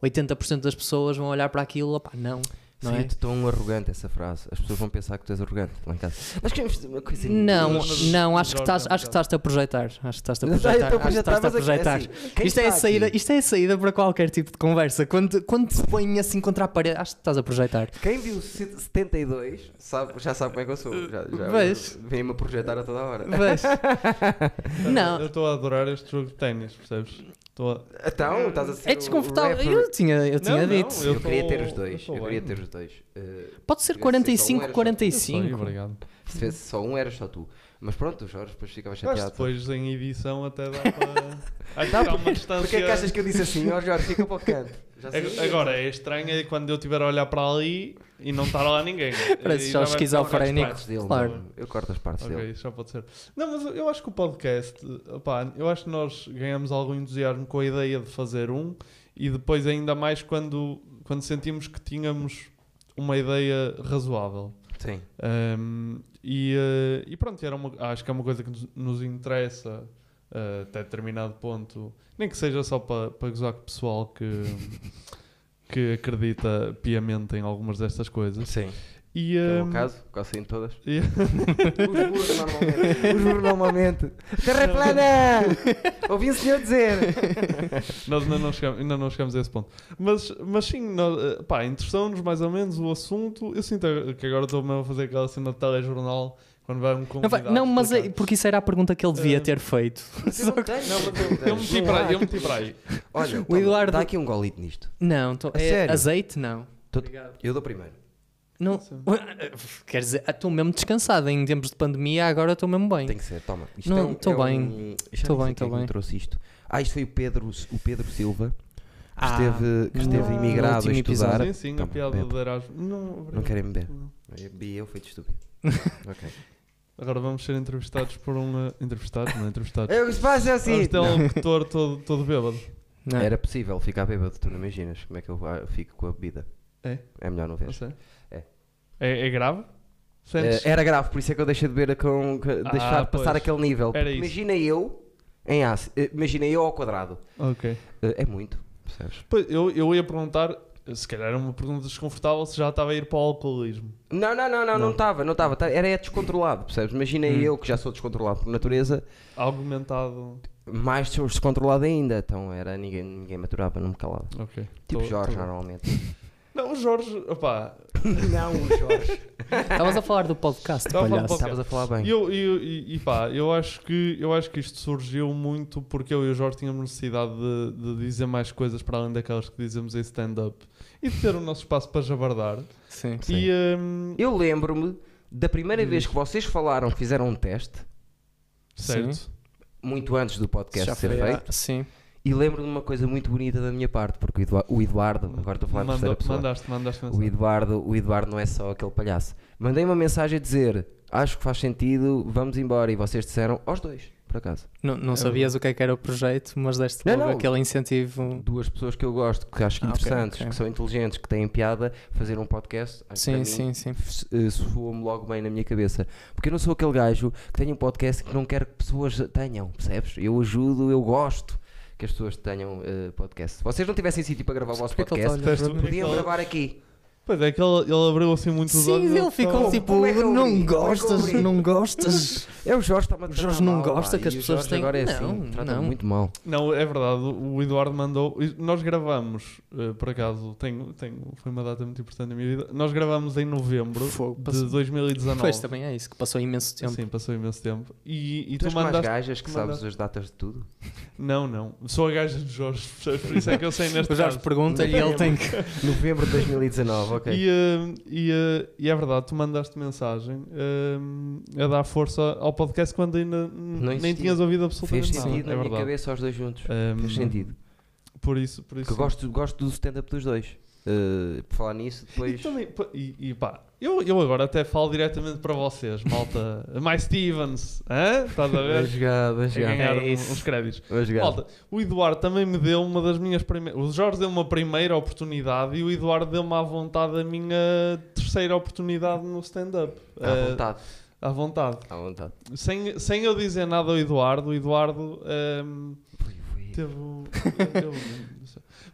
Speaker 2: 80% das pessoas vão olhar para aquilo, opá, não, não é?
Speaker 1: Sinto tão arrogante essa frase. As pessoas vão pensar que tu és arrogante lá em casa. Nós queremos fazer uma coisa
Speaker 2: Não,
Speaker 3: Mas-
Speaker 2: não, acho que
Speaker 3: Jorge,
Speaker 2: estás,
Speaker 3: não,
Speaker 2: acho que
Speaker 3: Jorge.
Speaker 2: estás-te a projetar. Acho que estás-te a
Speaker 1: Não sei,
Speaker 2: projetar.
Speaker 1: estou a
Speaker 2: acho que
Speaker 1: projetar, mas
Speaker 2: estás-te a
Speaker 1: é que- é
Speaker 2: projetar.
Speaker 1: assim, quem
Speaker 2: Isto é, a
Speaker 1: está aqui-
Speaker 2: saída, isto é a saída para qualquer tipo de conversa. Quando, quando te põem assim contra a parede, acho que estás a projetar.
Speaker 1: Quem viu 72 sabe, já sabe como é que eu sou.
Speaker 2: Uh,
Speaker 1: Já, já
Speaker 2: Vês?
Speaker 1: Vem-me a projetar a toda hora.
Speaker 2: Vês? não.
Speaker 3: Eu estou a adorar este jogo de ténis, percebes? Estou a...
Speaker 1: Então, estás a ser
Speaker 2: É
Speaker 1: o
Speaker 2: desconfortável.
Speaker 1: rapper.
Speaker 2: Eu tinha, eu
Speaker 3: Não,
Speaker 2: tinha
Speaker 3: não,
Speaker 2: dito.
Speaker 1: Eu,
Speaker 3: Eu
Speaker 1: queria
Speaker 3: tô-
Speaker 1: ter os
Speaker 3: eu
Speaker 1: dois.
Speaker 3: tô
Speaker 1: Eu, queria
Speaker 3: bem.
Speaker 1: ter os dois. Eh,
Speaker 2: Pode ser
Speaker 1: Eu sei,
Speaker 2: 45,
Speaker 3: Sorry,
Speaker 2: 45.
Speaker 3: obrigado.
Speaker 1: se fosse só um, eras só tu. Mas pronto, o Jorge depois ficava
Speaker 3: Mas
Speaker 1: chateado.
Speaker 3: depois em edição até dá para. Acho
Speaker 1: Dá
Speaker 3: que há uma distância.
Speaker 1: Porquê é que achas que eu disse assim? Ó Jorge, fica para o canto. Já sei.
Speaker 3: Ag- Agora, é estranho é quando eu estiver a olhar para ali e não estar lá ninguém.
Speaker 2: Parece
Speaker 3: E já vai ficar um gajo
Speaker 2: só
Speaker 1: As
Speaker 2: esquizofrénico.
Speaker 1: partes dele,
Speaker 2: Claro.
Speaker 1: mano. Eu corto as partes
Speaker 3: Ok,
Speaker 1: dele.
Speaker 3: isso já pode ser. Não, mas eu acho que o podcast, opá, eu acho que nós ganhamos algum entusiasmo com a ideia de fazer um e depois ainda mais quando, quando sentimos que tínhamos uma ideia razoável.
Speaker 1: Sim.
Speaker 3: Um, e, eh, e pronto, era uma- acho que é uma coisa que nos, nos interessa eh, até determinado ponto, nem que seja só para pa gozar com o pessoal que, que acredita piamente em algumas destas coisas.
Speaker 1: Sim.
Speaker 3: E,
Speaker 1: Que é o
Speaker 3: ehm,
Speaker 2: Hum.
Speaker 1: meu caso, quase em todas.
Speaker 3: e-
Speaker 1: Os burros normalmente. Os burros normalmente. Terra é plana!
Speaker 2: um
Speaker 1: Ouvi o senhor dizer.
Speaker 3: Nós ainda não chegamos, ainda não chegamos a esse ponto. Mas, mas sim, nós, eh, pá, interessou-nos mais ou menos o assunto. Eu sinto que agora estou mesmo a fazer aquela cena de telejornal quando vai um
Speaker 2: Não, vai-
Speaker 3: convidado.
Speaker 2: não, mas é-
Speaker 3: explicar.
Speaker 2: porque isso era a pergunta que ele
Speaker 1: É.
Speaker 2: devia
Speaker 3: Ah.
Speaker 2: ter feito.
Speaker 1: Não, mas
Speaker 3: Eu meti para aí, eu meti para aí.
Speaker 1: Olha,
Speaker 2: O Eduardo-
Speaker 1: dá aqui um golito nisto.
Speaker 2: Não, tô-
Speaker 1: A
Speaker 2: é
Speaker 1: sério?
Speaker 2: azeite não.
Speaker 1: Tô- Eu dou primeiro.
Speaker 2: Não,
Speaker 3: Sim.
Speaker 2: quer dizer, ah, estou mesmo descansado. Em tempos de pandemia, agora estou mesmo bem.
Speaker 1: Tem que ser, toma. Isto
Speaker 2: Não,
Speaker 1: é um-
Speaker 2: tô
Speaker 1: é um-
Speaker 2: bem.
Speaker 1: já
Speaker 2: Tô
Speaker 1: nem sei quem
Speaker 2: bem, tô
Speaker 1: é que me
Speaker 2: bem.
Speaker 1: trouxe isto. Ah, isto foi o Pedro, o Pedro Silva, que
Speaker 2: Ah,
Speaker 1: esteve, que
Speaker 2: no
Speaker 1: esteve
Speaker 2: último
Speaker 1: imigrado a estudar. Então,
Speaker 2: episódio.
Speaker 3: Sim, sim, a
Speaker 1: Toma,
Speaker 3: piada
Speaker 1: bebe.
Speaker 3: de Erasmus. Não,
Speaker 1: Não querem beber.
Speaker 3: Não.
Speaker 1: E eu fui de estúpido. ok.
Speaker 3: Agora vamos ser entrevistados por um. eh, Entrevistados? Não, entrevistados.
Speaker 1: É o que se passa assim.
Speaker 3: Vamos ter um locutor todo, todo bêbado.
Speaker 2: Não.
Speaker 1: Era possível ficar bêbado, tu não imaginas como é que eu ah, fico com a bebida.
Speaker 3: É?
Speaker 1: É melhor não ver.
Speaker 3: Não sei.
Speaker 1: É.
Speaker 3: É, é grave? Sentes?
Speaker 1: Eh, era grave, por isso é que eu deixei de beber com. com- deixar de passar
Speaker 3: Ah, pois.
Speaker 1: aquele nível.
Speaker 3: Era
Speaker 1: Porque
Speaker 3: isso.
Speaker 1: Imagina eu em ácido. eh, Imagina eu ao quadrado.
Speaker 3: Ok.
Speaker 1: Eh, é muito, percebes?
Speaker 3: Pois, eu, eu ia perguntar, se calhar era uma pergunta desconfortável, se já estava a ir para o alcoolismo.
Speaker 1: Não, não, não, não, não
Speaker 3: Não. Hum.
Speaker 1: estava, não estava. Era é descontrolado, percebes? Imagina eu que já sou descontrolado por natureza,
Speaker 3: Argumentado.
Speaker 1: mais sou descontrolado ainda. Então era ninguém, ninguém maturava, não me calava.
Speaker 3: Ok.
Speaker 1: Tipo
Speaker 3: Tô-
Speaker 1: Jorge,
Speaker 3: tô-
Speaker 1: normalmente.
Speaker 3: Não, o Jorge, opá,
Speaker 1: não, o Jorge.
Speaker 2: Estavas a falar do podcast,
Speaker 3: Estava a falar do
Speaker 2: palhaço.
Speaker 1: Estavas a falar bem.
Speaker 3: E eu, e eu- e- e pá, eu acho, que, eu acho que isto surgiu muito porque eu e o Jorge tínhamos necessidade de, de dizer mais coisas para além daquelas que dizemos em stand-up e de ter o nosso espaço para jabardar.
Speaker 2: Sim.
Speaker 1: Sim.
Speaker 3: E, hum,
Speaker 1: Eu lembro-me da primeira
Speaker 3: Diz.
Speaker 1: vez que vocês falaram, fizeram um teste,
Speaker 3: certo.
Speaker 1: muito antes do
Speaker 2: Isso
Speaker 1: podcast
Speaker 2: já
Speaker 1: ser
Speaker 2: foi há-
Speaker 1: feito,
Speaker 3: é.
Speaker 2: Sim.
Speaker 1: e lembro-me de uma coisa muito bonita da minha parte, porque o Eduardo, o Eduardo agora estou a falar em
Speaker 3: Manda-
Speaker 1: terceira pessoa,
Speaker 3: Mandaste, mandaste
Speaker 1: o,
Speaker 3: mensagem.
Speaker 1: Eduardo, o Eduardo não é só aquele palhaço. Mandei uma mensagem a dizer, acho que faz sentido, vamos embora, e vocês disseram, aos dois, por acaso.
Speaker 2: Não, não
Speaker 3: É
Speaker 2: sabias o que é que era o projeto, mas deste
Speaker 1: Não,
Speaker 2: logo
Speaker 1: não.
Speaker 2: aquele incentivo.
Speaker 1: Duas pessoas que eu gosto, que acho
Speaker 2: Ah, ok,
Speaker 1: interessantes,
Speaker 2: ok.
Speaker 1: que são inteligentes, que têm piada, fazer um podcast, acho que para
Speaker 2: Sim,
Speaker 1: mim
Speaker 2: sim, sim.
Speaker 1: f- eh, soou-me logo bem na minha cabeça. Porque eu não sou aquele gajo que tem um podcast que não quero que pessoas tenham, percebes? Eu ajudo, eu gosto que as pessoas tenham eh, podcast. Se vocês não tivessem sítio para gravar o vosso
Speaker 2: Porquê que ele
Speaker 1: podcast,
Speaker 2: está a olhar para
Speaker 3: Teste-
Speaker 2: mim?
Speaker 1: podiam gravar aqui.
Speaker 3: Pois é, que ele, ele abriu assim muito os olhos. então,
Speaker 2: Sim, ele
Speaker 3: eu-
Speaker 2: ficou
Speaker 1: Como-
Speaker 2: tipo,
Speaker 1: como é que eu
Speaker 2: não
Speaker 1: vi? Como é que eu
Speaker 2: gostas,
Speaker 1: vi?"
Speaker 2: não gostas.
Speaker 1: É o Jorge está-me a
Speaker 2: O
Speaker 1: tratar
Speaker 2: Jorge não
Speaker 1: mal, pá,
Speaker 2: gosta que
Speaker 1: e
Speaker 2: as
Speaker 1: o
Speaker 2: pessoas
Speaker 1: Jorge
Speaker 2: têm-
Speaker 1: Agora é
Speaker 2: Não,
Speaker 1: assim, trata-me
Speaker 2: não.
Speaker 1: muito mal.
Speaker 3: Não, é verdade. O o Eduardo mandou. Nós gravamos, eh, por acaso, tenho, tenho, foi uma data muito importante na minha vida. Nós gravamos em novembro
Speaker 2: Fogo,
Speaker 3: de
Speaker 2: passou-
Speaker 3: 2019.
Speaker 2: Pois também é isso, que passou imenso tempo.
Speaker 3: Sim, passou imenso tempo. E, e
Speaker 1: tu
Speaker 3: tu
Speaker 1: és como as
Speaker 3: mandaste.
Speaker 1: gajas que
Speaker 3: tu
Speaker 1: sabes
Speaker 3: mandaste-
Speaker 1: as datas de tudo?
Speaker 3: Não, não. Sou a gaja de Jorge, percebes? por isso é que eu sei neste
Speaker 2: O Jorge
Speaker 3: caso.
Speaker 2: pergunta e ele tem que.
Speaker 1: Novembro de 2019, ok.
Speaker 3: E, eh, e, eh, e é verdade, tu mandaste mensagem eh, a dar força ao podcast quando ainda n- nem
Speaker 1: existia.
Speaker 3: tinhas ouvido
Speaker 1: Fez
Speaker 3: absolutamente nada.
Speaker 1: sentido
Speaker 3: é
Speaker 1: na minha
Speaker 3: verdade.
Speaker 1: cabeça aos dois juntos.
Speaker 3: Eh,
Speaker 1: Fez sentido.
Speaker 3: Por isso, por isso.
Speaker 1: Porque eu gosto, gosto do stand-up dos dois. Eh, por falar nisso, depois.
Speaker 3: E, também, pá, e- e pá, eu, eu agora até falo diretamente para vocês, malta. Mais Stevens, hã? Estás a
Speaker 1: Vai
Speaker 3: ver?
Speaker 1: jogar, vai
Speaker 3: A
Speaker 1: jogar.
Speaker 3: ganhar
Speaker 2: É
Speaker 3: um-
Speaker 2: isso.
Speaker 3: uns créditos.
Speaker 1: Vai jogar.
Speaker 3: Malta, o Eduardo também me deu uma das minhas primeiras. O Jorge deu uma primeira oportunidade e o Eduardo deu-me à vontade a minha terceira oportunidade no stand-up.
Speaker 1: Tá À vontade. tá
Speaker 3: Eh, à vontade.
Speaker 1: À vontade.
Speaker 3: Sem, sem eu dizer nada ao Eduardo, o Eduardo. ehm, Teve. o- eu- eu-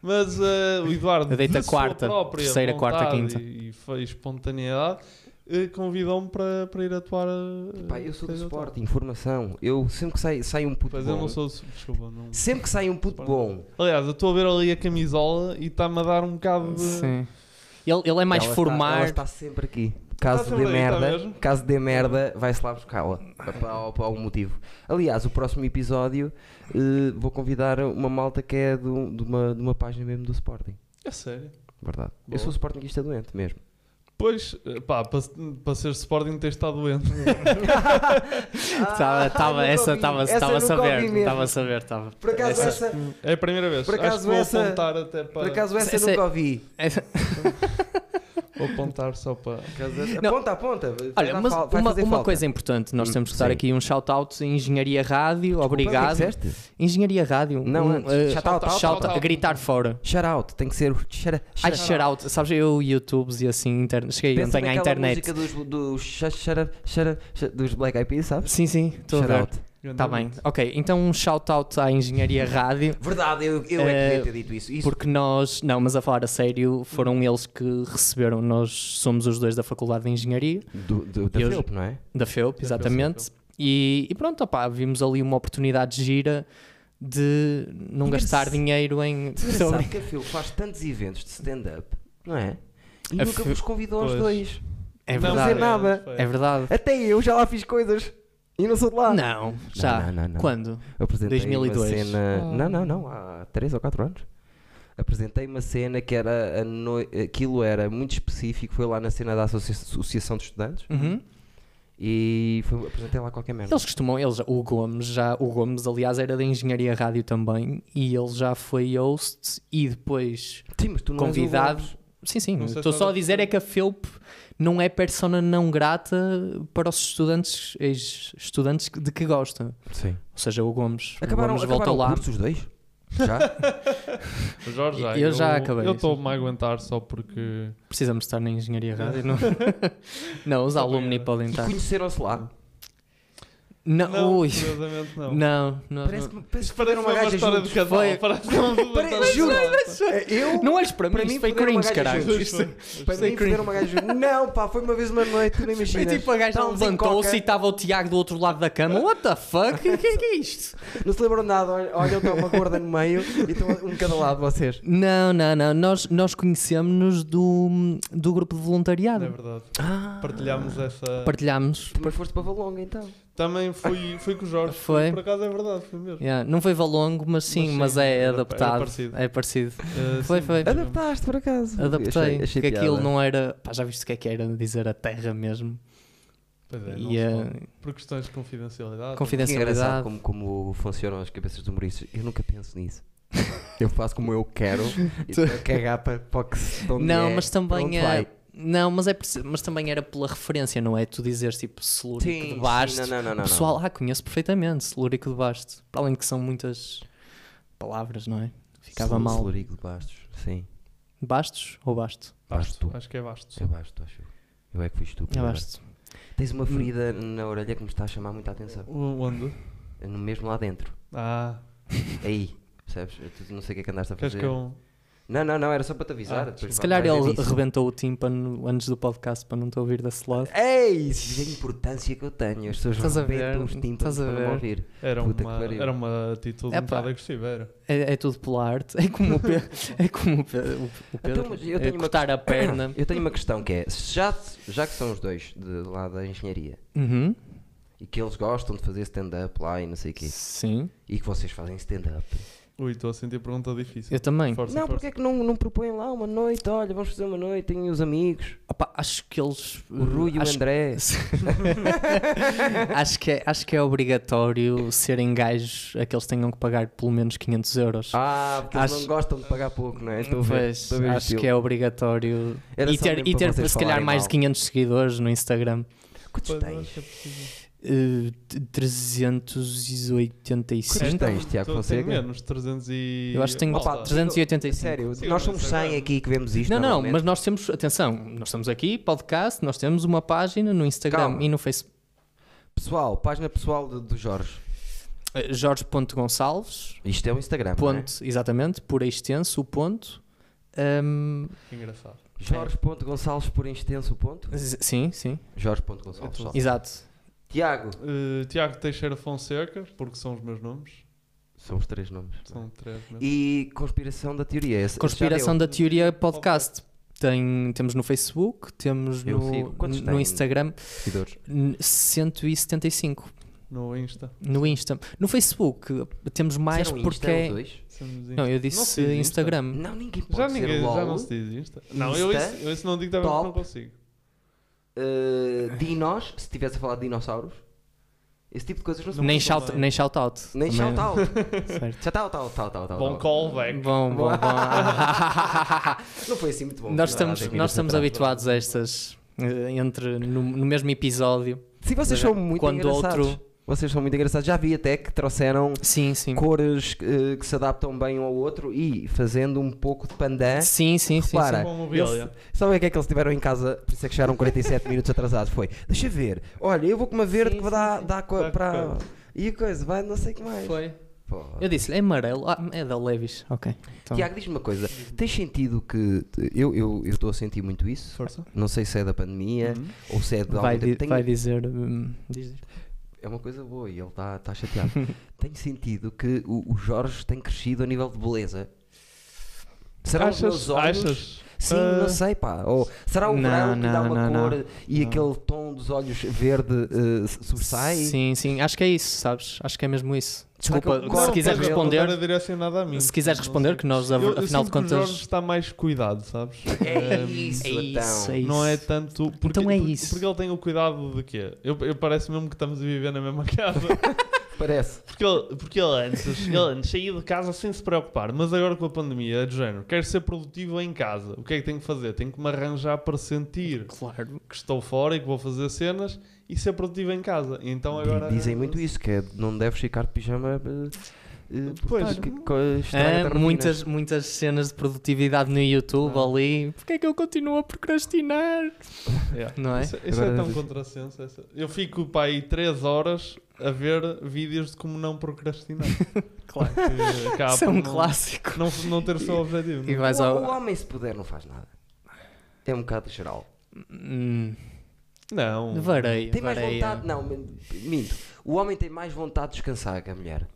Speaker 3: Mas eh, o Eduardo.
Speaker 2: Eu deito
Speaker 3: de
Speaker 2: a
Speaker 3: sua
Speaker 2: quarta,
Speaker 3: própria
Speaker 2: terceira, quarta,
Speaker 3: vontade
Speaker 2: quinta.
Speaker 3: E, e foi espontaneidade. eh, Convidou-me para, para ir atuar. eh,
Speaker 1: Pá, eu sou do
Speaker 3: para ir atuar.
Speaker 1: esporte, informação. Eu sempre que sai, sai um puto
Speaker 3: Pois eu
Speaker 1: bom.
Speaker 3: não sou. de- Desculpa, não.
Speaker 1: Sempre que sai um puto bom.
Speaker 3: Aliás, eu estou a ver ali a camisola e está-me a dar um bocado de.
Speaker 2: Sim. Ele, ele é mais
Speaker 1: ela Está,
Speaker 2: formar.
Speaker 1: ela está sempre aqui. Caso
Speaker 3: sempre
Speaker 1: dê
Speaker 3: aí, está mesmo?
Speaker 1: merda, caso dê merda, vai-se lá buscá-la. Para, para, para algum motivo. Aliás, o próximo episódio eh, vou convidar uma malta que é do- de, uma, de uma página mesmo do Sporting.
Speaker 3: É sério.
Speaker 1: Verdade.
Speaker 3: Boa.
Speaker 1: Eu sou um Sportingista doente mesmo.
Speaker 3: Pois, eh, pá, para, para ser Sporting tens estado doente.
Speaker 2: Tava-
Speaker 1: Ah,
Speaker 2: tava-
Speaker 1: nunca
Speaker 2: essa
Speaker 1: ouvi.
Speaker 2: estava
Speaker 1: Essa
Speaker 2: a
Speaker 1: nunca ouvi
Speaker 2: saber.
Speaker 1: mesmo.
Speaker 2: Estava a saber, estava.
Speaker 1: Por acaso
Speaker 3: Essa-
Speaker 1: essa,
Speaker 3: É a primeira vez.
Speaker 1: Por
Speaker 3: Acho que
Speaker 1: acaso
Speaker 3: vou
Speaker 1: essa-
Speaker 3: apontar até para.
Speaker 1: por acaso essa,
Speaker 2: Essa-
Speaker 1: nunca ouvi.
Speaker 3: Vou apontar só para.
Speaker 2: Não.
Speaker 1: Aponta, aponta. vai
Speaker 2: Olha,
Speaker 1: dar
Speaker 2: mas
Speaker 1: fal- vai
Speaker 2: uma,
Speaker 1: fazer
Speaker 2: uma
Speaker 1: falta.
Speaker 2: coisa importante, nós
Speaker 1: Hum,
Speaker 2: temos que dar
Speaker 1: sim.
Speaker 2: aqui um shout-out em Engenharia Rádio, obrigado.
Speaker 1: Como é que disseste?
Speaker 2: Engenharia Rádio,
Speaker 1: Não,
Speaker 2: um,
Speaker 1: antes.
Speaker 2: eh,
Speaker 1: Shout-out,
Speaker 2: shout-out,
Speaker 3: shout-out.
Speaker 2: a gritar fora.
Speaker 1: Shout out, tem que ser. Shout
Speaker 2: Ai, shout out. Sabes, eu, YouTubes e assim, internet. Cheguei
Speaker 1: Pensa
Speaker 2: ontem à
Speaker 1: naquela música
Speaker 2: internet.
Speaker 1: dos, dos, shut- shut up, shut up, shut- dos Black Eyed Peas, sabes?
Speaker 2: Sim, sim, estou a
Speaker 1: Shout
Speaker 2: ver.
Speaker 1: out.
Speaker 2: Está bem. Ok, então um shout out à Engenharia Rádio.
Speaker 1: Verdade, eu, eu é que
Speaker 2: Eh,
Speaker 1: devia ter dito isso. isso
Speaker 2: Porque nós, não, mas a falar a sério, foram eles que receberam. Nós somos os dois da Faculdade de Engenharia,
Speaker 1: do, do, da
Speaker 2: eu-
Speaker 1: Philp, não é?
Speaker 2: da FEUP,
Speaker 3: Da FEUP,
Speaker 2: exatamente. E, e pronto, opá, vimos ali uma oportunidade gira de não
Speaker 1: Engraçado.
Speaker 2: gastar dinheiro em.
Speaker 1: Engraçado que a Philp faz tantos eventos de stand-up, não é? E
Speaker 2: A
Speaker 1: nunca
Speaker 2: Phil-
Speaker 1: vos convidou aos
Speaker 3: Pois.
Speaker 1: dois.
Speaker 2: É
Speaker 1: Não
Speaker 2: verdade.
Speaker 1: dizer nada.
Speaker 2: É verdade.
Speaker 1: Até eu já lá fiz coisas. E não sou de lá.
Speaker 2: Não, já.
Speaker 1: Não, não, não, não.
Speaker 2: Quando?
Speaker 1: Eu apresentei
Speaker 2: 2002.
Speaker 1: uma cena.
Speaker 3: Ah.
Speaker 1: Não, não, não, há 3 ou 4 anos. Apresentei uma cena que era. a no- Aquilo era muito específico, foi lá na cena da associa- Associação de Estudantes
Speaker 2: Uhum.
Speaker 1: e foi- apresentei lá qualquer merda.
Speaker 2: Eles costumam, eles, o Gomes já, o Gomes aliás era da engenharia rádio também e ele já foi host e depois
Speaker 1: Sim, mas tu não és o
Speaker 2: convidado.
Speaker 1: Gomes.
Speaker 2: Sim, sim.
Speaker 3: Não sei se
Speaker 2: Estou
Speaker 3: estás
Speaker 2: só
Speaker 3: a
Speaker 2: a dizer é que a FEUP não é persona não grata para os estudantes, ex-estudantes de que gosta.
Speaker 1: Sim.
Speaker 2: Ou seja, o Gomes,
Speaker 1: Acabaram,
Speaker 2: o Gomes volta
Speaker 1: acabaram
Speaker 2: lá.
Speaker 1: o curso os dois? Já?
Speaker 3: O Jorge,
Speaker 2: Eu- eu já acabei
Speaker 3: Eu
Speaker 2: isso.
Speaker 3: estou-me a aguentar só porque.
Speaker 2: Precisamos estar na
Speaker 3: É.
Speaker 2: engenharia rádio, não? não, os alumni podem
Speaker 1: e
Speaker 2: estar.
Speaker 1: conheceram-se lá.
Speaker 2: Não, ui.
Speaker 3: curiosamente não.
Speaker 2: Não, não.
Speaker 1: Parece que parece que
Speaker 3: Parece
Speaker 1: tiveram
Speaker 3: uma,
Speaker 1: uma gaja
Speaker 3: história
Speaker 1: juntos.
Speaker 3: de casal.
Speaker 2: Foi-
Speaker 3: Parece é uma
Speaker 1: Pare-
Speaker 3: história de
Speaker 1: Juro.
Speaker 3: casal.
Speaker 1: Eu?
Speaker 2: Não olhes para,
Speaker 1: Para
Speaker 2: mim,
Speaker 1: mim
Speaker 2: isso foi
Speaker 1: fuderam uma
Speaker 2: cringe,
Speaker 1: gaja
Speaker 2: caralho.
Speaker 1: juntos.
Speaker 3: Isto-
Speaker 1: Para mim, fizeram uma gaja juntos. Não, pá, foi uma vez uma noite, tu nem
Speaker 2: Foi
Speaker 1: imaginas.
Speaker 2: tipo a gaja
Speaker 1: Tão
Speaker 2: levantou-se e
Speaker 1: zincoca.
Speaker 2: estava o Tiago do outro lado da cama. What the fuck? O que, que- que é isto?
Speaker 1: Não se lembram nada, olha, olha, eu estou uma gorda no meio e estão um de cada lado vocês.
Speaker 2: Não, não, não. Nós, nós conhecemos-nos do, do grupo de
Speaker 3: Não é
Speaker 2: voluntariado.
Speaker 3: verdade.
Speaker 1: Ah,
Speaker 3: Partilhámos essa.
Speaker 2: Partilhámos.
Speaker 1: também foste para Valonga então.
Speaker 3: Também fui, fui com o Jorge.
Speaker 2: Foi.
Speaker 3: Por acaso é verdade, foi mesmo.
Speaker 2: Yeah, Não foi valongo, mas sim,
Speaker 3: Mas sim,
Speaker 2: mas, é
Speaker 3: era-
Speaker 2: adaptado.
Speaker 3: era parecido.
Speaker 2: É parecido.
Speaker 3: Eh,
Speaker 2: Foi,
Speaker 3: sim,
Speaker 2: foi.
Speaker 3: tivemos-
Speaker 1: Adaptaste por acaso.
Speaker 2: Adaptei.
Speaker 1: Achei- achei
Speaker 2: que aquilo
Speaker 1: piada.
Speaker 2: não era. Pá, já viste o que é que era dizer a terra mesmo?
Speaker 3: Pois é, não
Speaker 2: e
Speaker 3: se
Speaker 2: a
Speaker 3: pode. Por questões de confidencialidade.
Speaker 2: é
Speaker 1: Que engraçado
Speaker 2: confidencialidade.
Speaker 1: como, como funcionam as cabeças dos humoristas. Eu nunca penso nisso. Eu faço como eu quero e estou a cagar para, para o que se- onde
Speaker 2: Não,
Speaker 1: é,
Speaker 2: mas
Speaker 1: para onde
Speaker 2: também é.
Speaker 1: vai.
Speaker 2: Não, mas, é, preci- mas também era pela referência, não é? Tu dizeres tipo celúrico
Speaker 1: Sim,
Speaker 2: de
Speaker 1: sim,
Speaker 2: basto.
Speaker 1: não, não, não, não,
Speaker 2: o pessoal, ah, conheço perfeitamente celúrico de basto. Para além que são muitas palavras, não é? Ficava
Speaker 1: Sol-
Speaker 2: mal.
Speaker 1: Solurico de Bastos, sim.
Speaker 2: Bastos ou basto?
Speaker 3: Basto.
Speaker 1: Basto.
Speaker 3: Acho que é basto.
Speaker 1: É Basto, acho eu. Eu é que fui estúpido.
Speaker 2: É
Speaker 1: agora.
Speaker 2: basto.
Speaker 1: Tens
Speaker 2: hum.
Speaker 1: uma ferida na orelha que me está a chamar muita atenção. É
Speaker 3: O- Onde?
Speaker 1: No mesmo lá dentro.
Speaker 3: Ah,
Speaker 1: Aí. Percebes? Eu te- não sei o que é que andaste a
Speaker 3: queres
Speaker 1: fazer.
Speaker 3: que eu.
Speaker 1: Não, não, não, era só para te avisar.
Speaker 3: Ah,
Speaker 1: depois
Speaker 2: Se
Speaker 1: vai-
Speaker 2: calhar
Speaker 1: vai ver
Speaker 2: ele
Speaker 1: isso.
Speaker 2: rebentou o tímpano antes do podcast para não te ouvir da slot.
Speaker 1: Ei, isso é a importância que eu tenho. As pessoas
Speaker 2: Estás a ver?
Speaker 1: rebentam os tímpanos
Speaker 2: Estás a
Speaker 1: para não me
Speaker 2: ver?
Speaker 1: ouvir.
Speaker 3: Era
Speaker 1: Puta que
Speaker 3: uma,
Speaker 1: pariu.
Speaker 3: era uma atitude
Speaker 2: É
Speaker 3: um bocado
Speaker 2: pá.
Speaker 3: agressiva, era.
Speaker 2: É, é tudo pela arte. É como o Pedro. é como o Pe- o- o Pedro.
Speaker 1: Então, mas eu
Speaker 2: é
Speaker 1: tenho uma
Speaker 2: cortar a perna.
Speaker 1: Eu tenho uma questão que é, se já, já que são os dois de lá da engenharia
Speaker 2: Uhum.
Speaker 1: e que eles gostam de fazer stand-up lá e não sei o quê,
Speaker 2: Sim.
Speaker 1: e que vocês fazem stand-up,
Speaker 3: Ui, estou a sentir pergunta difícil.
Speaker 2: Eu também.
Speaker 3: Força,
Speaker 1: não,
Speaker 3: força.
Speaker 1: porque é que não, não propõem lá uma noite? Olha, vamos fazer uma noite, tenho os amigos,
Speaker 2: Opa, acho que eles.
Speaker 1: o Rui e o
Speaker 2: Hum, acho,
Speaker 1: André.
Speaker 2: acho, que é, acho que é obrigatório serem gajos a que eles tenham que pagar pelo menos 500 euros.
Speaker 1: Ah, porque eles
Speaker 2: Acho-
Speaker 1: não gostam de pagar pouco, não é? Estou a ver,
Speaker 2: Pois,
Speaker 1: estou a ver o
Speaker 2: acho
Speaker 1: estilo.
Speaker 2: que é obrigatório.
Speaker 1: Era
Speaker 2: e
Speaker 1: só
Speaker 2: ter,
Speaker 1: mesmo
Speaker 2: e
Speaker 1: para
Speaker 2: ter
Speaker 1: vocês
Speaker 2: se calhar
Speaker 1: falarem
Speaker 2: mais
Speaker 1: mal.
Speaker 2: de 500 seguidores no Instagram.
Speaker 1: Quantos
Speaker 3: Pois, eu
Speaker 1: tens?
Speaker 3: acho que é possível.
Speaker 2: Eh, t-
Speaker 1: Quantos
Speaker 2: 385.
Speaker 1: tens, Tiago
Speaker 3: Então,
Speaker 1: Fonseca?
Speaker 3: Tenho menos, 300 e...
Speaker 2: Eu acho que tenho
Speaker 3: Opa,
Speaker 1: Opa,
Speaker 2: 385.
Speaker 1: Sério,
Speaker 3: Sim,
Speaker 1: nós
Speaker 3: mas
Speaker 1: somos
Speaker 3: agora-
Speaker 1: 100 aqui que vemos isto.
Speaker 2: Não, não,
Speaker 1: normalmente.
Speaker 2: mas nós temos, atenção, nós estamos aqui, podcast, nós temos uma página no Instagram
Speaker 1: Calma.
Speaker 2: e no Facebook.
Speaker 1: Pessoal, página pessoal do, do Jorge.
Speaker 2: Eh, Jorge.gonçalves,
Speaker 1: Isto é o Instagram, não é?
Speaker 2: ponto, exatamente, por extenso, o ponto. ehm, Ahm,
Speaker 3: que engraçado.
Speaker 1: Jorge.Gonçalves por extenso ponto?
Speaker 2: z- sim, sim,
Speaker 1: Jorge.Gonçalves. só.
Speaker 2: exato.
Speaker 1: Tiago.
Speaker 3: Eh, Tiago Teixeira Fonseca, porque são os meus nomes.
Speaker 1: São os três nomes.
Speaker 3: São três mesmo.
Speaker 1: E conspiração da teoria. esse- esse já
Speaker 2: Conspiração
Speaker 1: deu.
Speaker 2: da Teoria Podcast. Tem, temos no Facebook, temos
Speaker 1: Eu
Speaker 2: no,
Speaker 1: sigo. Quantos
Speaker 2: no
Speaker 1: tem?
Speaker 2: Instagram,
Speaker 1: Seguidores.
Speaker 2: n- 175
Speaker 3: No Insta.
Speaker 2: no Insta. No Facebook temos mais
Speaker 1: Disseram
Speaker 2: porque Hum.
Speaker 1: Insta,
Speaker 2: é-
Speaker 1: os dois?
Speaker 3: Somos
Speaker 2: Não,
Speaker 3: Insta.
Speaker 2: eu
Speaker 3: se
Speaker 2: disse
Speaker 3: diz Insta.
Speaker 2: Instagram.
Speaker 1: Não, ninguém pode
Speaker 3: Já
Speaker 1: dizer
Speaker 3: ninguém,
Speaker 1: LOL.
Speaker 3: já não se diz Insta. Não, eu
Speaker 1: Insta,
Speaker 3: isso, eu isso não digo também porque não
Speaker 1: top.
Speaker 3: consigo.
Speaker 1: Eh, dinos, se estivesse a falar de dinossauros. Esse tipo de coisas não se
Speaker 2: nem,
Speaker 1: pode
Speaker 2: shout,
Speaker 1: falar.
Speaker 2: nem shout out.
Speaker 1: Nem
Speaker 2: Também-
Speaker 1: shout out.
Speaker 2: Certo.
Speaker 1: Shout out, out, out, out, out,
Speaker 3: Bom
Speaker 1: out.
Speaker 3: callback.
Speaker 2: Bom, bom, bom.
Speaker 1: Não foi assim muito bom.
Speaker 2: nós
Speaker 1: Não, não,
Speaker 2: estamos,
Speaker 1: não, não,
Speaker 2: nós
Speaker 1: não, não,
Speaker 2: estamos
Speaker 1: não, não.
Speaker 2: habituados a estas. eh, Entre no, no mesmo episódio,
Speaker 1: Sim, vocês são muito
Speaker 2: quando
Speaker 1: engraçados.
Speaker 2: outro.
Speaker 1: Vocês são muito engraçados. Já vi até que trouxeram
Speaker 2: Sim, sim.
Speaker 1: cores eh, que se adaptam bem um ao outro e fazendo um pouco de pandan.
Speaker 2: Sim, sim, sim.
Speaker 1: Repara,
Speaker 3: Bom mobília.
Speaker 1: Sabe o que é que eles tiveram em casa? Por isso é que chegaram 47 minutos atrasados. Foi, deixa ver, olha, eu vou com uma verde
Speaker 2: Sim,
Speaker 1: que
Speaker 2: sim,
Speaker 1: dá,
Speaker 2: sim.
Speaker 1: dá co-
Speaker 3: Dá
Speaker 1: para.
Speaker 3: cor.
Speaker 1: E a coisa, vai não sei o que
Speaker 2: sim.
Speaker 1: mais.
Speaker 2: Foi.
Speaker 1: Pô.
Speaker 2: Eu disse é amarelo. Ah, é da Levis. Ok. Então,
Speaker 1: Tiago, diz-me uma coisa, tens sentido que. Eu estou eu, estou a sentir muito isso.
Speaker 3: Força.
Speaker 1: Não sei se é da pandemia
Speaker 3: Uhum.
Speaker 1: ou se é de algum
Speaker 2: vai,
Speaker 1: tempo.
Speaker 2: di-
Speaker 1: Tenho-
Speaker 2: vai dizer. hum, diz- diz.
Speaker 1: É uma coisa boa e ele está tá chateado. tenho sentido que o, o Jorge tem crescido a nível de beleza. Será os meus
Speaker 3: Achas?
Speaker 1: olhos?
Speaker 3: Achas?
Speaker 1: Sim,
Speaker 3: Ah,
Speaker 1: não sei, pá. Ou será o
Speaker 2: Não,
Speaker 1: verão que dá
Speaker 2: não,
Speaker 1: uma
Speaker 2: não,
Speaker 1: cor
Speaker 2: não.
Speaker 1: e
Speaker 2: Não.
Speaker 1: aquele tom dos olhos verde eh, s- sobressai?
Speaker 2: Sim, sim. Acho que é isso, sabes? Acho que é mesmo isso.
Speaker 1: Será que
Speaker 2: Desculpa,
Speaker 1: eu
Speaker 2: se
Speaker 1: corto
Speaker 2: quiseres
Speaker 1: cabelo?
Speaker 2: responder,
Speaker 3: Era direcionada a mim.
Speaker 2: se quiseres
Speaker 3: Não sei.
Speaker 2: responder, que nós,
Speaker 3: Eu- eu
Speaker 2: afinal de
Speaker 3: sinto que O Jorge
Speaker 2: contas.
Speaker 3: está mais cuidado, sabes?
Speaker 1: É
Speaker 3: Ah,
Speaker 1: isso,
Speaker 2: é isso,
Speaker 1: então.
Speaker 2: é isso.
Speaker 3: Não é tanto. Porque,
Speaker 2: Então é
Speaker 3: porque-
Speaker 2: isso.
Speaker 3: Porque ele tem o cuidado de quê? Eu, eu parece mesmo que estamos a viver na mesma casa.
Speaker 1: Parece.
Speaker 3: Porque ele, porque ele antes, ele antes saía de casa sem se preocupar, mas agora com a pandemia é de género. Quero ser produtivo em casa. O que é que tenho que fazer? Tenho que me arranjar para sentir
Speaker 2: Claro.
Speaker 3: que estou fora e que vou fazer cenas e ser produtivo em casa. E Então agora.
Speaker 1: Dizem muito isso, que é, não deves ficar de pijama. eh, eh, porque
Speaker 3: Pois.
Speaker 1: que- que estraga-te a
Speaker 2: Ah,
Speaker 1: rotina.
Speaker 2: muitas, muitas cenas de produtividade no YouTube ali. Porquê é que eu continuo a procrastinar?
Speaker 3: Yeah.
Speaker 2: Não é?
Speaker 3: Isso, isso é
Speaker 1: Agora
Speaker 3: tão
Speaker 1: diz-
Speaker 3: contrassenso. essa- Eu fico para aí 3 horas a ver vídeos de como não procrastinar.
Speaker 2: Claro.
Speaker 3: Que acaba
Speaker 2: Isso é um
Speaker 3: por
Speaker 2: clássico.
Speaker 3: não, não, não ter o seu objetivo.
Speaker 2: E
Speaker 3: não é?
Speaker 2: vais
Speaker 1: o,
Speaker 2: ao.
Speaker 1: o homem, se puder, não faz nada. É um bocado geral.
Speaker 2: Hum,
Speaker 3: Não.
Speaker 2: vareia.
Speaker 1: Tem mais
Speaker 2: vareia.
Speaker 1: vontade. Não, men- minto. O homem tem mais vontade de descansar que a mulher.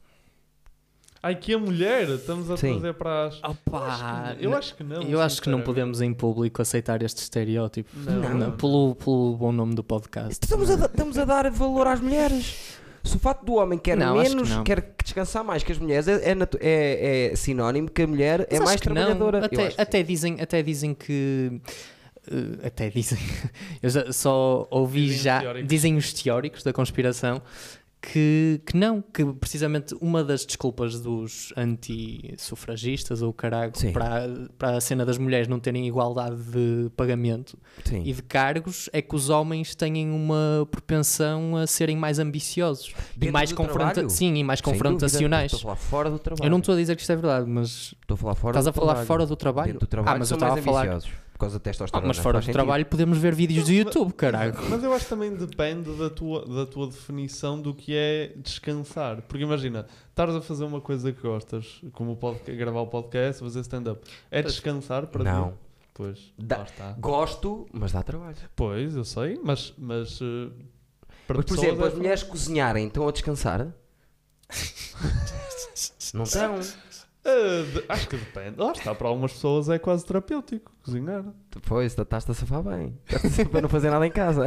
Speaker 3: Ai, que a mulher estamos a
Speaker 1: Sim.
Speaker 3: trazer para as.
Speaker 2: Opa,
Speaker 3: eu acho que não.
Speaker 2: Ah, Eu acho que não
Speaker 3: sinceramente.
Speaker 2: podemos em público aceitar este estereótipo.
Speaker 3: Não,
Speaker 2: Não,
Speaker 3: não.
Speaker 2: Pelo, pelo bom nome do podcast.
Speaker 1: Estamos a, da- estamos a dar valor às mulheres. Se o facto do homem quer
Speaker 2: Não, acho que
Speaker 1: menos,
Speaker 2: não.
Speaker 1: quer descansar mais que as mulheres, é, é natu- é- é sinónimo que a mulher
Speaker 2: Mas
Speaker 1: é
Speaker 2: acho
Speaker 1: mais
Speaker 2: que não.
Speaker 1: trabalhadora. Eu
Speaker 2: Até,
Speaker 1: acho que
Speaker 2: até dizem, até dizem que. eh, até dizem. Eu já- só ouvi
Speaker 3: Dizem os
Speaker 2: já.
Speaker 3: teóricos.
Speaker 2: Dizem os teóricos da conspiração que, que não. Que precisamente uma das desculpas dos anti-sufragistas ou carago
Speaker 1: Sim.
Speaker 2: para, a- para a cena das mulheres não terem igualdade de pagamento
Speaker 1: sim.
Speaker 2: e de cargos é que os homens têm uma propensão a serem mais ambiciosos e
Speaker 1: Dentro
Speaker 2: mais,
Speaker 1: do
Speaker 2: confronta-
Speaker 1: trabalho?
Speaker 2: sim, e mais
Speaker 1: Sem dúvida,
Speaker 2: confrontacionais.
Speaker 1: Estou a falar fora do trabalho.
Speaker 2: Eu não estou a dizer que isto é verdade, mas
Speaker 1: Estou a falar fora
Speaker 2: estás
Speaker 1: do
Speaker 2: a falar
Speaker 1: trabalho.
Speaker 2: fora do trabalho.
Speaker 1: Dentro do trabalho
Speaker 2: ah, mas
Speaker 1: são
Speaker 2: eu estava a
Speaker 1: mais
Speaker 2: falar.
Speaker 1: ambiciosos, Por causa da
Speaker 2: Ah,
Speaker 1: testosterona.
Speaker 2: mas fora
Speaker 1: Faz
Speaker 2: do
Speaker 1: sentido.
Speaker 2: trabalho podemos ver vídeos do YouTube, caralho.
Speaker 3: Mas eu acho que também depende da tua, da tua definição do que é descansar. Porque imagina, estás a fazer uma coisa que gostas, como o podca- gravar o podcast, fazer stand-up. É descansar para ti?
Speaker 1: Não.
Speaker 3: Pois,
Speaker 1: Dá-
Speaker 3: lá está.
Speaker 1: Gosto, mas dá trabalho.
Speaker 3: Pois, eu sei, mas. mas eh, para
Speaker 1: Mas, por
Speaker 3: pessoas
Speaker 1: exemplo,
Speaker 3: é-
Speaker 1: as mulheres cozinharem estão a descansar? não estão.
Speaker 3: Eh, de- acho que depende. Lá está, para algumas pessoas é quase terapêutico cozinhar.
Speaker 1: Pois, estás-te a safar bem. Estás-te para não fazer nada em casa.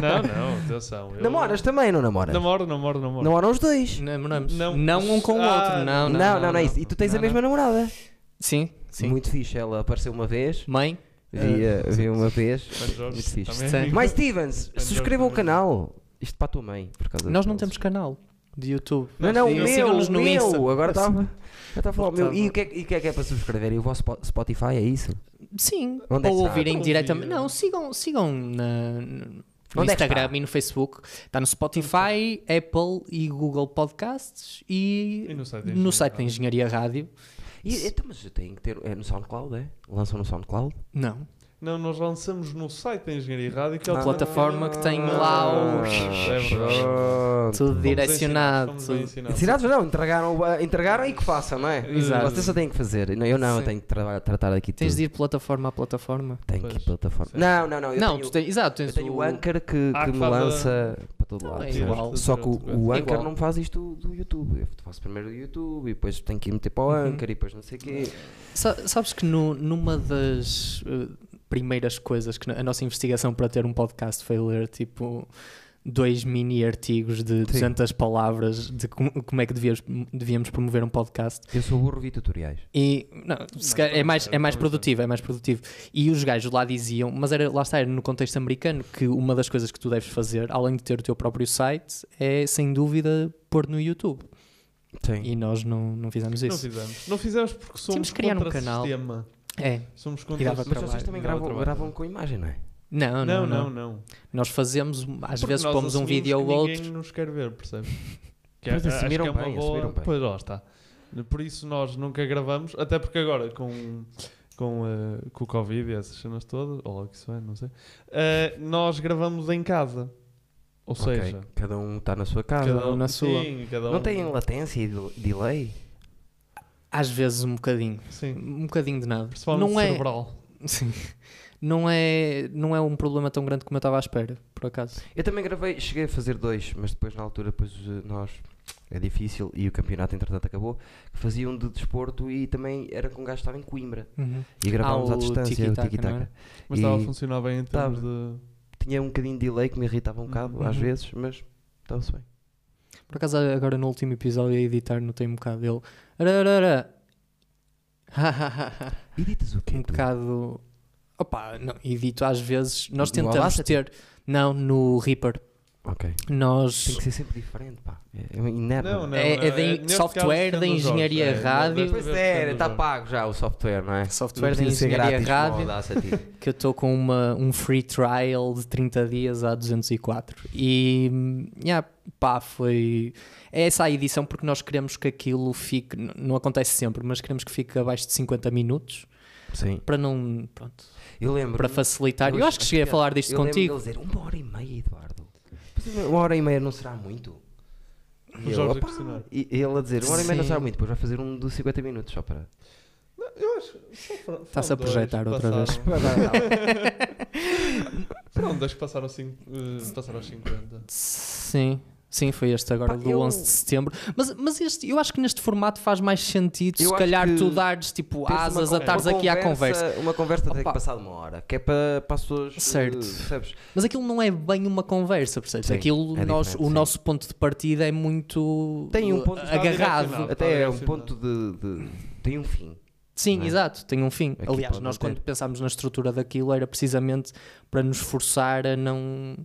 Speaker 3: Não, não, atenção. eu-
Speaker 1: Namoras também, não namoras?
Speaker 3: Namoro, namoro, namoro.
Speaker 1: Namoram os dois.
Speaker 2: Namoramos.
Speaker 3: Não.
Speaker 2: Não, um com o
Speaker 3: Ah,
Speaker 2: outro. Não, não, não,
Speaker 1: não, é isso. E tu tens
Speaker 2: Não,
Speaker 1: a mesma namorada.
Speaker 2: Sim, sim.
Speaker 1: Muito fixe. Ela apareceu uma vez.
Speaker 2: Mãe,
Speaker 1: Vi, eh, vi uma vez.
Speaker 3: Mas Jorge
Speaker 1: Muito fixe.
Speaker 3: também é
Speaker 2: Sim.
Speaker 3: amigo.
Speaker 1: Mais Stevens,
Speaker 3: Jorge
Speaker 1: subscreva o
Speaker 3: também.
Speaker 1: canal. Isto para a tua mãe. Por causa
Speaker 2: nós
Speaker 1: de-
Speaker 2: não temos canal de YouTube.
Speaker 1: Não, não, o
Speaker 3: Sigam-
Speaker 1: meu,
Speaker 2: sigam-nos
Speaker 1: o
Speaker 2: no
Speaker 1: meu.
Speaker 2: Insta.
Speaker 1: Agora estava. Já está a falar o meu. E
Speaker 2: Tava.
Speaker 1: o que, é, que- e o que é que é para subscrever? E o vosso po- Spotify é isso?
Speaker 2: Sim,
Speaker 1: Onde é que
Speaker 2: ou
Speaker 1: está?
Speaker 3: Ah,
Speaker 2: ouvirem
Speaker 3: não
Speaker 2: diretamente.
Speaker 3: ouvia.
Speaker 2: Não, sigam, sigam na- no
Speaker 1: Onde é que
Speaker 2: Instagram
Speaker 1: está?
Speaker 2: e no Facebook. Está no Spotify, Apple e Google Podcasts e,
Speaker 3: E no site da
Speaker 2: no site da
Speaker 3: Engenharia
Speaker 2: Engenharia Rádio.
Speaker 1: E, então, mas tem que ter. É no SoundCloud, é? Lançam no SoundCloud?
Speaker 2: Não,
Speaker 3: Não, nós lançamos no site da Engenharia Rádio que é
Speaker 2: a
Speaker 1: Ah.
Speaker 3: o
Speaker 2: plataforma que tem lá o.
Speaker 3: É verdade.
Speaker 2: Tudo direcionado.
Speaker 3: Fomos
Speaker 2: tudo-
Speaker 3: ensinados.
Speaker 1: Ensinados não, entregaram, ah, entregaram e que façam, não é?
Speaker 2: Exato.
Speaker 1: Vocês só têm que fazer. Não, eu não, eu
Speaker 2: Sim.
Speaker 1: tenho que tra- tratar aqui tudo.
Speaker 2: Tens de ir plataforma a plataforma.
Speaker 1: Tenho que
Speaker 3: Pois.
Speaker 1: ir plataforma.
Speaker 3: Sim.
Speaker 1: Não, não, não. Eu
Speaker 2: não,
Speaker 1: tenho,
Speaker 2: tu tens. Exato,
Speaker 1: eu
Speaker 2: tens
Speaker 1: tenho um
Speaker 2: o.
Speaker 1: o Anchor que,
Speaker 3: Ah,
Speaker 1: que
Speaker 3: que
Speaker 1: me
Speaker 3: faz a-
Speaker 1: lança para todo lado.
Speaker 2: é
Speaker 1: certo?
Speaker 2: igual.
Speaker 1: Só que o, o
Speaker 2: É
Speaker 1: Anchor
Speaker 2: igual.
Speaker 1: não me faz isto do YouTube. Eu faço primeiro o YouTube e depois tenho que ir meter para o
Speaker 2: Uhum.
Speaker 1: Anchor e depois não sei o quê.
Speaker 2: Sa- Sabes que no- numa das eh, primeiras coisas que na- a nossa investigação para ter um podcast foi ler tipo dois mini artigos de 200 palavras de com- como é que devias- devíamos promover um podcast.
Speaker 1: Eu sou burro, vi tutoriais.
Speaker 2: E não, se
Speaker 3: Não,
Speaker 2: calhar é
Speaker 3: tá
Speaker 2: mais,
Speaker 3: certo,
Speaker 2: é mais
Speaker 3: tá
Speaker 2: produtivo, é mais produtivo. E os gajos lá diziam, mas era, lá está, era no contexto americano, que uma das coisas que tu deves fazer, além de ter o teu próprio site, é sem dúvida pôr no YouTube.
Speaker 1: Sim.
Speaker 2: E nós não, não fizemos
Speaker 3: Não
Speaker 2: isso.
Speaker 3: fizemos. Não fizemos porque somos
Speaker 2: Temos que criar um
Speaker 3: contra
Speaker 2: canal.
Speaker 3: sistema.
Speaker 2: É.
Speaker 3: Somos
Speaker 2: E
Speaker 3: contra
Speaker 2: dava
Speaker 1: Mas vocês
Speaker 2: trabalho,
Speaker 1: também
Speaker 3: dava
Speaker 1: gravam,
Speaker 3: trabalho.
Speaker 1: gravam com imagem, não é?
Speaker 3: Não,
Speaker 2: Não, não, não.
Speaker 3: não, não.
Speaker 2: Nós fazemos, às
Speaker 3: Porque
Speaker 2: vezes
Speaker 3: nós
Speaker 2: pomos um
Speaker 3: assumimos
Speaker 2: vídeo ou
Speaker 3: que
Speaker 2: outro.
Speaker 3: Ninguém nos quer ver, percebes? é, ah,
Speaker 1: Pois,
Speaker 3: acho
Speaker 1: assumiram
Speaker 3: uma
Speaker 1: bem, assumiram bem.
Speaker 3: Pois, lá está. Por isso nós nunca gravamos, até porque agora com, com, eh, com o Covid e essas cenas todas, ou lá o que isso é, não sei, eh, nós gravamos em casa. Ou
Speaker 1: Ok,
Speaker 3: seja,
Speaker 1: Cada um está na sua casa.
Speaker 2: Cada um tá na sua.
Speaker 3: Sim, cada um.
Speaker 1: Não têm latência e del- delay?
Speaker 2: Às vezes um bocadinho.
Speaker 3: Sim.
Speaker 2: Um bocadinho de nada.
Speaker 3: Principalmente
Speaker 2: Não é,
Speaker 3: cerebral.
Speaker 2: sim. não é não é um problema tão grande como eu estava à espera, por acaso.
Speaker 1: Eu também gravei, cheguei a fazer dois, mas depois na altura depois eh, nós é difícil e o campeonato entretanto acabou. que Fazia um de desporto e também era com um gajo que estava em Coimbra
Speaker 3: Uhum.
Speaker 1: e gravávamos
Speaker 2: Ah,
Speaker 1: à
Speaker 2: o
Speaker 1: distância o
Speaker 2: tiki-taka, não
Speaker 1: tiki-taka.
Speaker 2: é?
Speaker 3: Mas estava a
Speaker 1: E-
Speaker 3: funcionar bem
Speaker 2: tá
Speaker 3: em termos de.
Speaker 1: Tinha um bocadinho de delay que me irritava um bocado às
Speaker 2: Uhum.
Speaker 1: vezes, mas estava-se bem.
Speaker 2: Por acaso agora no último episódio a editar notei um bocado dele. Ararara.
Speaker 1: Editas o quê?
Speaker 2: um
Speaker 1: tu?
Speaker 2: bocado. Opa, não, edito às vezes. Nós
Speaker 1: No
Speaker 2: tentamos
Speaker 1: Audacity?
Speaker 2: ter. Não, no Reaper.
Speaker 1: Ok. Tem
Speaker 2: Nós.
Speaker 1: que ser sempre diferente, pá. É é inerte.
Speaker 3: Não, não,
Speaker 2: É-
Speaker 3: não,
Speaker 2: é de
Speaker 3: neste caso depende
Speaker 2: software, de
Speaker 3: dos jogos,
Speaker 2: engenharia
Speaker 3: é, desta
Speaker 2: rádio.
Speaker 3: vez
Speaker 1: Pois
Speaker 3: depende
Speaker 1: é,
Speaker 3: dos
Speaker 1: está
Speaker 3: jogos.
Speaker 1: pago já o software, não é?
Speaker 2: Software de engenharia rádio. que eu estou com uma, um free trial de 30 dias a 204. E hum, yeah, pá, foi. É essa a edição porque nós queremos que aquilo fique. n- Não acontece sempre, mas queremos que fique abaixo de 50 minutos
Speaker 1: Sim.
Speaker 2: para não. Pronto,
Speaker 1: Eu lembro.
Speaker 2: para facilitar.
Speaker 1: eu
Speaker 2: Eu acho que cheguei a falar disto
Speaker 1: eu lembro
Speaker 2: contigo.
Speaker 1: dele dizer uma hora e meia, Eduardo. Mas uma- Uma hora e meia não será muito. E
Speaker 3: Os
Speaker 1: eu,
Speaker 3: jogos a
Speaker 1: "Opá",
Speaker 3: questionar.
Speaker 1: e ele a dizer, uma hora e meia não
Speaker 2: Sim.
Speaker 1: será muito, depois vai fazer um de 50 minutos só para.
Speaker 3: Eu acho. só foram-
Speaker 2: Está-se
Speaker 3: foram
Speaker 2: a projetar
Speaker 3: dois que
Speaker 2: outra vez.
Speaker 3: passaram- Foram dois que passaram, cinco, eh, passaram aos 50.
Speaker 2: Sim. Sim, foi este agora
Speaker 1: Pá,
Speaker 2: do
Speaker 1: eu-
Speaker 2: 11 de setembro. Mas, mas este, eu acho que neste formato faz mais sentido
Speaker 1: Eu
Speaker 2: se
Speaker 1: acho
Speaker 2: calhar
Speaker 1: que
Speaker 2: tu dares tipo
Speaker 1: Ter-se uma
Speaker 2: asas
Speaker 1: con-
Speaker 2: a estares
Speaker 1: uma
Speaker 2: aqui à conversa.
Speaker 1: Uma conversa tem que
Speaker 2: Opa.
Speaker 1: passar de uma hora, que é para, para as pessoas. eh,
Speaker 2: Certo.
Speaker 1: percebes?
Speaker 2: Mas aquilo não é bem uma conversa, percebes?
Speaker 1: Sim,
Speaker 2: aquilo
Speaker 1: é
Speaker 2: nós,
Speaker 1: diferente,
Speaker 2: o
Speaker 1: sim.
Speaker 2: nosso ponto de partida é muito eh,
Speaker 1: Tem um ponto de
Speaker 3: Não, assim,
Speaker 2: agarrado.
Speaker 3: partida.
Speaker 1: Até é um
Speaker 3: parece,
Speaker 1: ponto de, de- Tem um fim.
Speaker 2: Sim,
Speaker 1: não é?
Speaker 2: exato, tem um fim.
Speaker 1: Aqui
Speaker 2: Aliás,
Speaker 1: pode não ter.
Speaker 2: nós quando pensámos na estrutura daquilo era precisamente para nos forçar a não.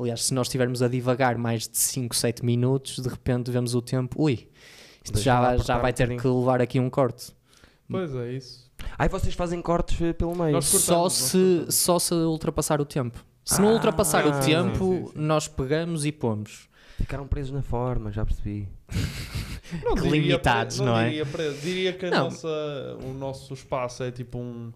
Speaker 2: Aliás, se nós estivermos a divagar mais de 5, 7 minutos, de repente vemos o tempo, ui, isto
Speaker 1: Deixa lá
Speaker 2: já,
Speaker 1: apertar
Speaker 2: já vai
Speaker 1: um
Speaker 2: ter
Speaker 1: bocadinho.
Speaker 2: que levar aqui um corte.
Speaker 3: Pois é, isso.
Speaker 1: Aí vocês fazem cortes eh, pelo meio.
Speaker 3: Nós- cortamos,
Speaker 2: Só
Speaker 3: nós
Speaker 2: se,
Speaker 3: cortamos.
Speaker 2: só se ultrapassar o tempo. Se não
Speaker 1: Ah,
Speaker 2: ultrapassar
Speaker 1: sim,
Speaker 2: o
Speaker 1: sim,
Speaker 2: tempo,
Speaker 3: sim, sim.
Speaker 2: nós pegamos e pomos.
Speaker 1: Ficaram presos na forma, já percebi.
Speaker 3: Não
Speaker 2: Que
Speaker 3: diria
Speaker 2: limitados,
Speaker 3: pre-
Speaker 2: não é?
Speaker 3: Diria, pre- diria que a
Speaker 2: Não.
Speaker 3: nossa- o nosso espaço é tipo um,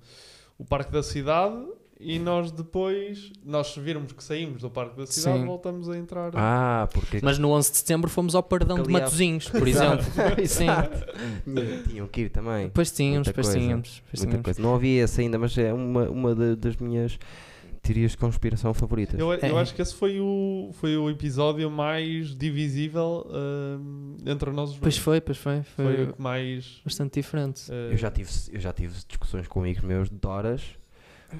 Speaker 3: o parque da cidade e nós depois, nós se virmos que saímos do parque da cidade,
Speaker 2: Sim.
Speaker 3: voltamos a entrar.
Speaker 1: Ah, porque.
Speaker 2: Mas no 11 de setembro fomos ao Perdão de
Speaker 1: Ali há-
Speaker 2: Matozinhos, por exemplo. Sim,
Speaker 1: Tinham que ir também.
Speaker 2: depois Ah, tínhamos,
Speaker 1: Muita
Speaker 2: depois
Speaker 1: coisa.
Speaker 2: tínhamos. Depois
Speaker 1: Muita
Speaker 2: tínhamos.
Speaker 1: coisa. Não ouvi essa ainda, mas é uma, uma da- das minhas teorias de conspiração favoritas.
Speaker 3: Eu, eu
Speaker 2: É.
Speaker 3: acho que esse foi o, foi o episódio mais divisível hum, entre nós os
Speaker 2: Pois
Speaker 3: dois.
Speaker 2: foi, pois foi. Foi,
Speaker 3: Foi o que mais. eh,
Speaker 2: bastante diferente.
Speaker 1: Eu já tive, eu já tive discussões com amigos meus de horas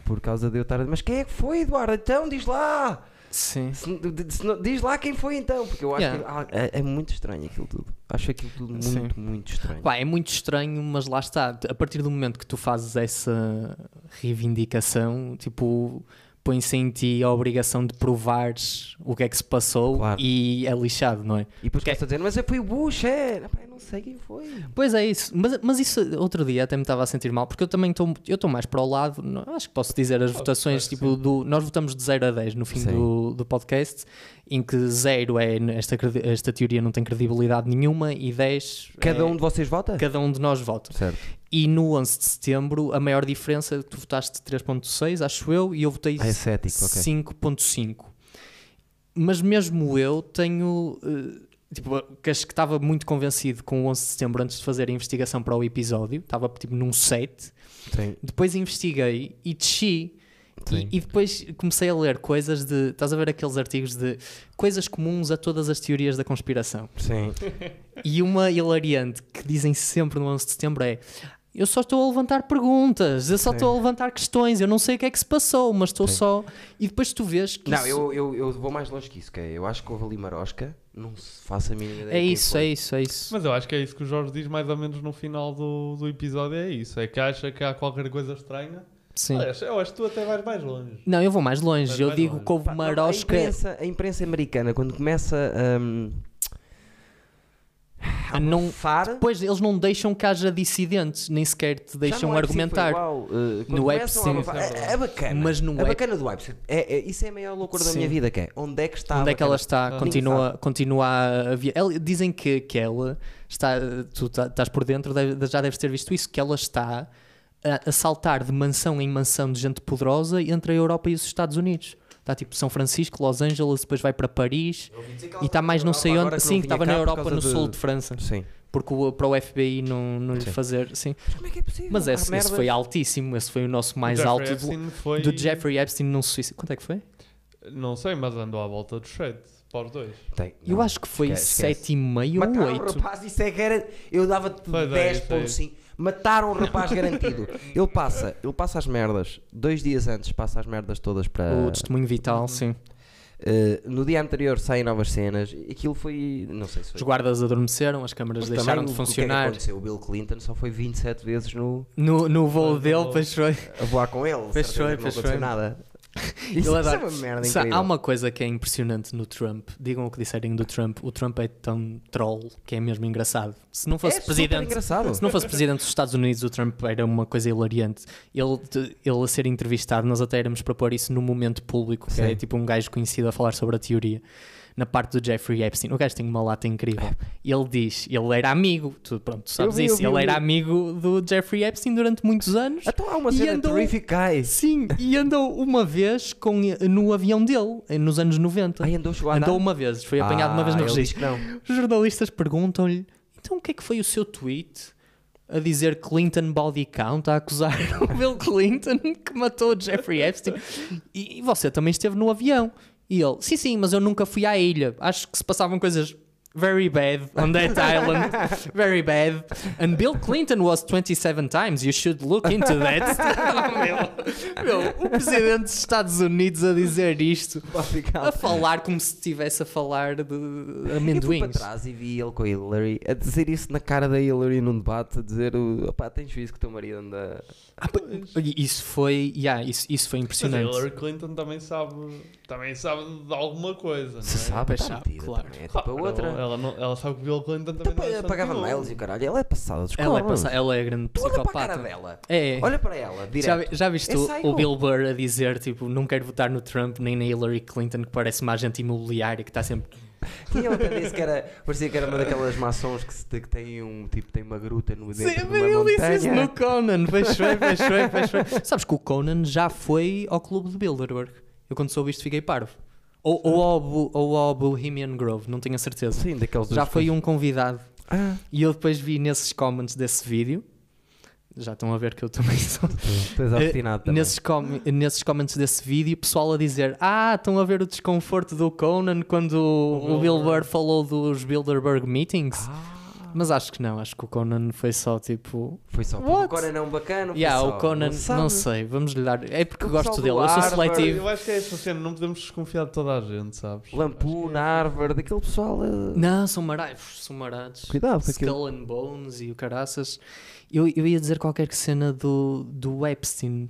Speaker 1: por causa de eu estar a dizer, mas quem é que foi, Eduardo? Então diz lá!
Speaker 2: Sim.
Speaker 1: Se- de- de- se não- diz lá quem foi então, porque eu acho
Speaker 2: Yeah.
Speaker 1: que ah, é, é muito estranho aquilo tudo. Acho aquilo tudo muito,
Speaker 2: Sim.
Speaker 1: muito estranho.
Speaker 2: Pá, é muito estranho, mas lá está. A partir do momento que tu fazes essa reivindicação, tipo, põe-se em ti a obrigação de provares o que é que se passou
Speaker 1: Claro.
Speaker 2: e é lixado, não é?
Speaker 1: E depois
Speaker 2: porque-
Speaker 1: começa a dizer, mas eu fui o Bush, é! Não, pá, eu não sei quem foi.
Speaker 2: Pois é isso, mas, mas isso outro dia até me estava a sentir mal, porque eu também estou eu estou mais para o lado, não- acho que posso dizer as votações,
Speaker 3: claro que
Speaker 2: tipo, do, nós votamos de 0 a 10 no fim
Speaker 1: Sim.
Speaker 2: do, do podcast, em que 0 é n- esta, credi- esta teoria não tem credibilidade nenhuma e 10
Speaker 1: Cada
Speaker 2: é,
Speaker 1: um de vocês vota?
Speaker 2: cada um de nós vota.
Speaker 1: Certo.
Speaker 2: E no 11 de setembro a maior diferença, tu votaste 3.6, acho eu, e eu votei
Speaker 1: Ah, é cético, ok.
Speaker 2: 5.5. Mas mesmo eu tenho. eh, tipo, que acho que estava muito convencido com o 11 de setembro antes de fazer a investigação para o episódio. Estava tipo num 7.
Speaker 1: Sim.
Speaker 2: Depois investiguei e desci.
Speaker 1: Sim.
Speaker 2: E, e depois comecei a ler coisas de. Estás a ver aqueles artigos de coisas comuns a todas as teorias da conspiração.
Speaker 1: Sim.
Speaker 2: E uma hilariante que dizem sempre no 11 de setembro é: Eu só estou a levantar perguntas, eu só
Speaker 1: Sim.
Speaker 2: estou a levantar questões, eu não sei o que é que se passou, mas estou
Speaker 1: Sim.
Speaker 2: só. E depois tu vês que.
Speaker 1: Não,
Speaker 2: isso-
Speaker 1: eu, eu, eu vou mais longe que isso, que é, eu acho que houve ali marosca, não se faça a mínima ideia.
Speaker 2: É
Speaker 1: quem
Speaker 2: isso,
Speaker 1: foi.
Speaker 2: é isso, é isso.
Speaker 3: Mas eu acho que é isso que o Jorge diz mais ou menos no final do, do episódio. É isso. É que acha que há qualquer coisa estranha.
Speaker 2: Sim.
Speaker 3: Aliás, eu acho que tu até vais mais longe.
Speaker 2: Não, eu vou mais longe,
Speaker 3: Mas
Speaker 2: eu
Speaker 3: mais
Speaker 2: digo
Speaker 3: longe.
Speaker 2: que houve
Speaker 1: Pá, não, é A
Speaker 2: marosca.
Speaker 1: imprensa, a imprensa americana, quando começa hum,
Speaker 2: A Ah, não-
Speaker 1: far,
Speaker 2: Pois eles não deixam que haja dissidentes, nem sequer te
Speaker 1: já
Speaker 2: deixam um
Speaker 1: não é preciso, foi
Speaker 2: argumentar.
Speaker 1: igual, eh, quando
Speaker 2: No
Speaker 1: começam a
Speaker 2: Epstein-
Speaker 1: abafar- é, é bacana.
Speaker 2: Mas no
Speaker 1: a
Speaker 2: Ep-
Speaker 1: bacana do Epstein. É, é- isso é a maior loucura da
Speaker 2: Sim.
Speaker 1: minha vida, que é onde é que está a
Speaker 2: Onde é que ela
Speaker 1: bacana?
Speaker 2: está?
Speaker 3: Ah.
Speaker 2: Continua, continua a via... ela- Dizem que, que ela está. Tu tá- estás por dentro, deve- já deves ter visto isso, que ela está a, a saltar de mansão em mansão de gente poderosa entre a Europa e os Estados Unidos. Está tipo São Francisco, Los Angeles, depois vai para Paris
Speaker 1: Eu ouvi dizer que ela
Speaker 2: e está
Speaker 1: estava
Speaker 2: mais
Speaker 1: na
Speaker 2: não sei
Speaker 1: Europa agora
Speaker 2: onde.
Speaker 1: que não
Speaker 2: Sim,
Speaker 1: vinha
Speaker 2: que
Speaker 1: cá
Speaker 2: estava na
Speaker 1: por
Speaker 2: Europa,
Speaker 1: causa
Speaker 2: no
Speaker 1: de-
Speaker 2: sul de França,
Speaker 1: Sim.
Speaker 2: porque o, para o FBI não, não lhe
Speaker 1: Sim.
Speaker 2: fazer. Sim.
Speaker 1: Mas como é que é possível?
Speaker 2: Mas
Speaker 1: Há
Speaker 2: esse, esse
Speaker 1: merdas.
Speaker 2: foi altíssimo, esse foi o nosso mais
Speaker 3: O Jeffrey
Speaker 2: alto. Do,
Speaker 3: Epstein foi...
Speaker 2: do Jeffrey Epstein não se suicidou. Quanto é que foi?
Speaker 3: Não sei, mas andou à volta dos 7 para os dois.
Speaker 1: Tem,
Speaker 2: Eu
Speaker 1: não.
Speaker 2: acho que foi
Speaker 1: esquece, esquece.
Speaker 2: 7,5 ou
Speaker 1: Mataram
Speaker 2: 8.
Speaker 1: o rapaz, isso é que era. Eu dava-te
Speaker 3: Pois é,
Speaker 1: 10.5. Mataram o rapaz garantido. Ele passa, ele passa as merdas, dois dias antes, passa as merdas todas para.
Speaker 2: O testemunho vital, sim.
Speaker 1: Eh, no dia anterior saem novas cenas. Aquilo foi. Não sei se foi.
Speaker 2: Os guardas adormeceram, as câmaras
Speaker 1: Mas
Speaker 2: deixaram
Speaker 1: também
Speaker 2: de
Speaker 1: o- o que é que
Speaker 2: funcionar.
Speaker 1: aconteceu? O Bill Clinton só foi 27 vezes no,
Speaker 2: no, no
Speaker 3: Ah,
Speaker 2: voo dele,
Speaker 3: não.
Speaker 2: pois foi.
Speaker 1: a voar com ele.
Speaker 2: Pois
Speaker 1: certeza
Speaker 2: foi,
Speaker 1: que
Speaker 2: pois
Speaker 1: não aconteceu
Speaker 2: foi.
Speaker 1: nada. Isso,
Speaker 2: Eu
Speaker 1: isso é
Speaker 2: adoro.
Speaker 1: uma merda
Speaker 2: Sa-
Speaker 1: incrível.
Speaker 2: Há uma coisa que é impressionante no Trump. Digam o que disserem do Trump. O Trump é tão troll que é mesmo engraçado. Se não fosse
Speaker 1: é super
Speaker 2: presidente.
Speaker 1: engraçado.
Speaker 2: Se não fosse presidente dos Estados Unidos, o Trump era uma coisa hilariante. Ele, de- ele a ser entrevistado, nós até éramos para pôr isso no momento público, que
Speaker 1: Sim.
Speaker 2: é tipo um gajo conhecido a falar sobre a teoria. Na parte do Jeffrey Epstein, o gajo tem uma lata incrível. Ele diz, ele era amigo, tu, pronto, tu sabes
Speaker 1: vi, eu
Speaker 2: isso,
Speaker 1: vi,
Speaker 2: ele
Speaker 1: eu vi.
Speaker 2: era amigo do Jeffrey Epstein durante muitos anos.
Speaker 1: Então há uma
Speaker 2: E
Speaker 1: cena
Speaker 2: andou-
Speaker 1: terrific guys.
Speaker 2: Sim, e andou uma vez com, no avião dele, nos anos 90.
Speaker 1: Ai, andou chegou a andar.
Speaker 2: andou uma vez, foi apanhado uma vez
Speaker 1: Ah,
Speaker 2: no
Speaker 1: ele
Speaker 2: registro.
Speaker 1: diz que Não.
Speaker 2: Os jornalistas perguntam-lhe: então o que é que foi o seu tweet a dizer Clinton body count, a acusar o Bill Clinton que matou o Jeffrey Epstein? E, e você também esteve no avião. E ele: sim, sim, mas eu nunca fui à ilha. Acho que se passavam coisas. Very bad on that island. Very bad. And Bill Clinton was 27 times. You should look into that. meu, meu, o presidente dos Estados Unidos a dizer isto.
Speaker 1: Body count.
Speaker 2: A falar como se estivesse a falar de
Speaker 1: Eu fui
Speaker 2: amendoins.
Speaker 1: para trás e vi ele com a Hillary a dizer isso na cara da Hillary num debate, a dizer o opá, tens juízo que o teu marido anda.
Speaker 2: Ah, pá, isso foi, yeah, isso, isso foi
Speaker 3: Mas a
Speaker 2: impressionante.
Speaker 1: é
Speaker 3: Hillary Clinton também sabe, também sabe de alguma coisa, não é?
Speaker 1: Se sabe,
Speaker 2: Pois
Speaker 1: está
Speaker 2: sabe,
Speaker 1: metida
Speaker 2: claro.
Speaker 1: também. É
Speaker 3: Ah,
Speaker 1: tipo a
Speaker 3: não,
Speaker 1: outra.
Speaker 3: Ela, não- ela sabe que o Bill Clinton também não é
Speaker 1: Depois pagava
Speaker 3: santinho.
Speaker 1: mails e o caralho, ela é passada dos
Speaker 2: Ela é,
Speaker 1: cornos.
Speaker 2: passa- ela é grande
Speaker 1: Tu olha para a cara
Speaker 2: psicopata.
Speaker 1: dela.
Speaker 2: É,
Speaker 1: Olha para ela, direto.
Speaker 2: já, vi- já viste
Speaker 1: É
Speaker 2: o-
Speaker 1: psycho.
Speaker 2: o Bill Burr a dizer, tipo, não quero votar no Trump nem na Hillary Clinton, que parece uma agente imobiliária que está sempre...
Speaker 1: E ele até disse é que era, parecia que era uma daquelas mações que, se, que tem um tipo, tem uma gruta no dentro de uma montanha.
Speaker 2: Conan, fechou, fechou, fechou. Sabes que o Conan já foi ao clube de Bilderberg. Eu quando soube isto fiquei parvo. Ou, ou, ao, Bo- ou ao Bohemian Grove, não tenho a certeza.
Speaker 1: Sim, daqueles
Speaker 2: Já
Speaker 1: dos-
Speaker 2: foi um convidado.
Speaker 1: Ah,
Speaker 2: E eu depois vi nesses comments desse vídeo. Já estão a ver que eu também sou.
Speaker 1: Tá tu és
Speaker 2: Eh,
Speaker 1: obstinado também.
Speaker 2: Nesses, com- nesses comments desse vídeo, pessoal a dizer: Ah, estão a ver o desconforto do Conan quando o, o Bill Burr falou dos Bilderberg Meetings.
Speaker 1: Uhum. Ah,
Speaker 2: Mas acho que não, acho que o Conan foi só tipo.
Speaker 1: foi só porque
Speaker 2: What?
Speaker 1: o Conan é um bacana. foi
Speaker 2: Yeah,
Speaker 1: só,
Speaker 2: o Conan,
Speaker 1: se
Speaker 2: não,
Speaker 1: sabe.
Speaker 2: sei, vamos lhe dar. É porque
Speaker 1: O pessoal
Speaker 2: gosto
Speaker 1: do
Speaker 2: dele, eu sou
Speaker 1: Harvard,
Speaker 2: seletivo.
Speaker 3: Ah, Eu acho que é essa cena, não podemos desconfiar de toda a gente,
Speaker 1: Tipo,
Speaker 3: sabes?
Speaker 1: Lampuna, árvore, daquele pessoal. eh,
Speaker 2: é assim. Não, são marados, são marados.
Speaker 1: Cuidado com aquilo.
Speaker 2: Skull and Bones e o caraças. Eu, eu ia dizer qualquer cena do, do Epstein.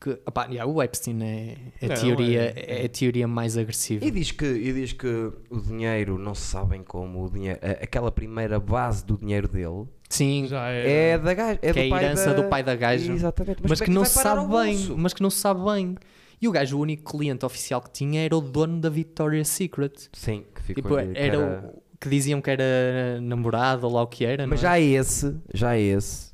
Speaker 2: Que, opá, yeah, o Epstein é, é,
Speaker 3: Não,
Speaker 2: teoria,
Speaker 3: é-
Speaker 2: é, a teoria mais agressiva.
Speaker 1: E diz, que, e diz que o dinheiro, não se sabem como, o dinheiro, a- aquela primeira base do dinheiro dele
Speaker 2: Sim,
Speaker 3: Já
Speaker 1: é,
Speaker 3: é.
Speaker 1: da gaja. É
Speaker 2: que
Speaker 1: do
Speaker 2: é a
Speaker 1: pai
Speaker 2: herança
Speaker 1: da...
Speaker 2: do pai da gaja.
Speaker 1: Exatamente.
Speaker 2: Mas,
Speaker 1: como é
Speaker 2: que não
Speaker 1: isso
Speaker 2: se
Speaker 1: vai parar ao
Speaker 2: sabe bem.
Speaker 1: bolso?
Speaker 2: Mas que não se sabe bem. E o gajo, o único cliente oficial que tinha era o dono da Victoria's Secret.
Speaker 1: Sim, que ficou
Speaker 2: Tipo,
Speaker 1: ali,
Speaker 2: era,
Speaker 1: é que
Speaker 2: o. Que diziam que era namorado ou lá o que era.
Speaker 1: Mas
Speaker 2: não é?
Speaker 1: já esse, já esse,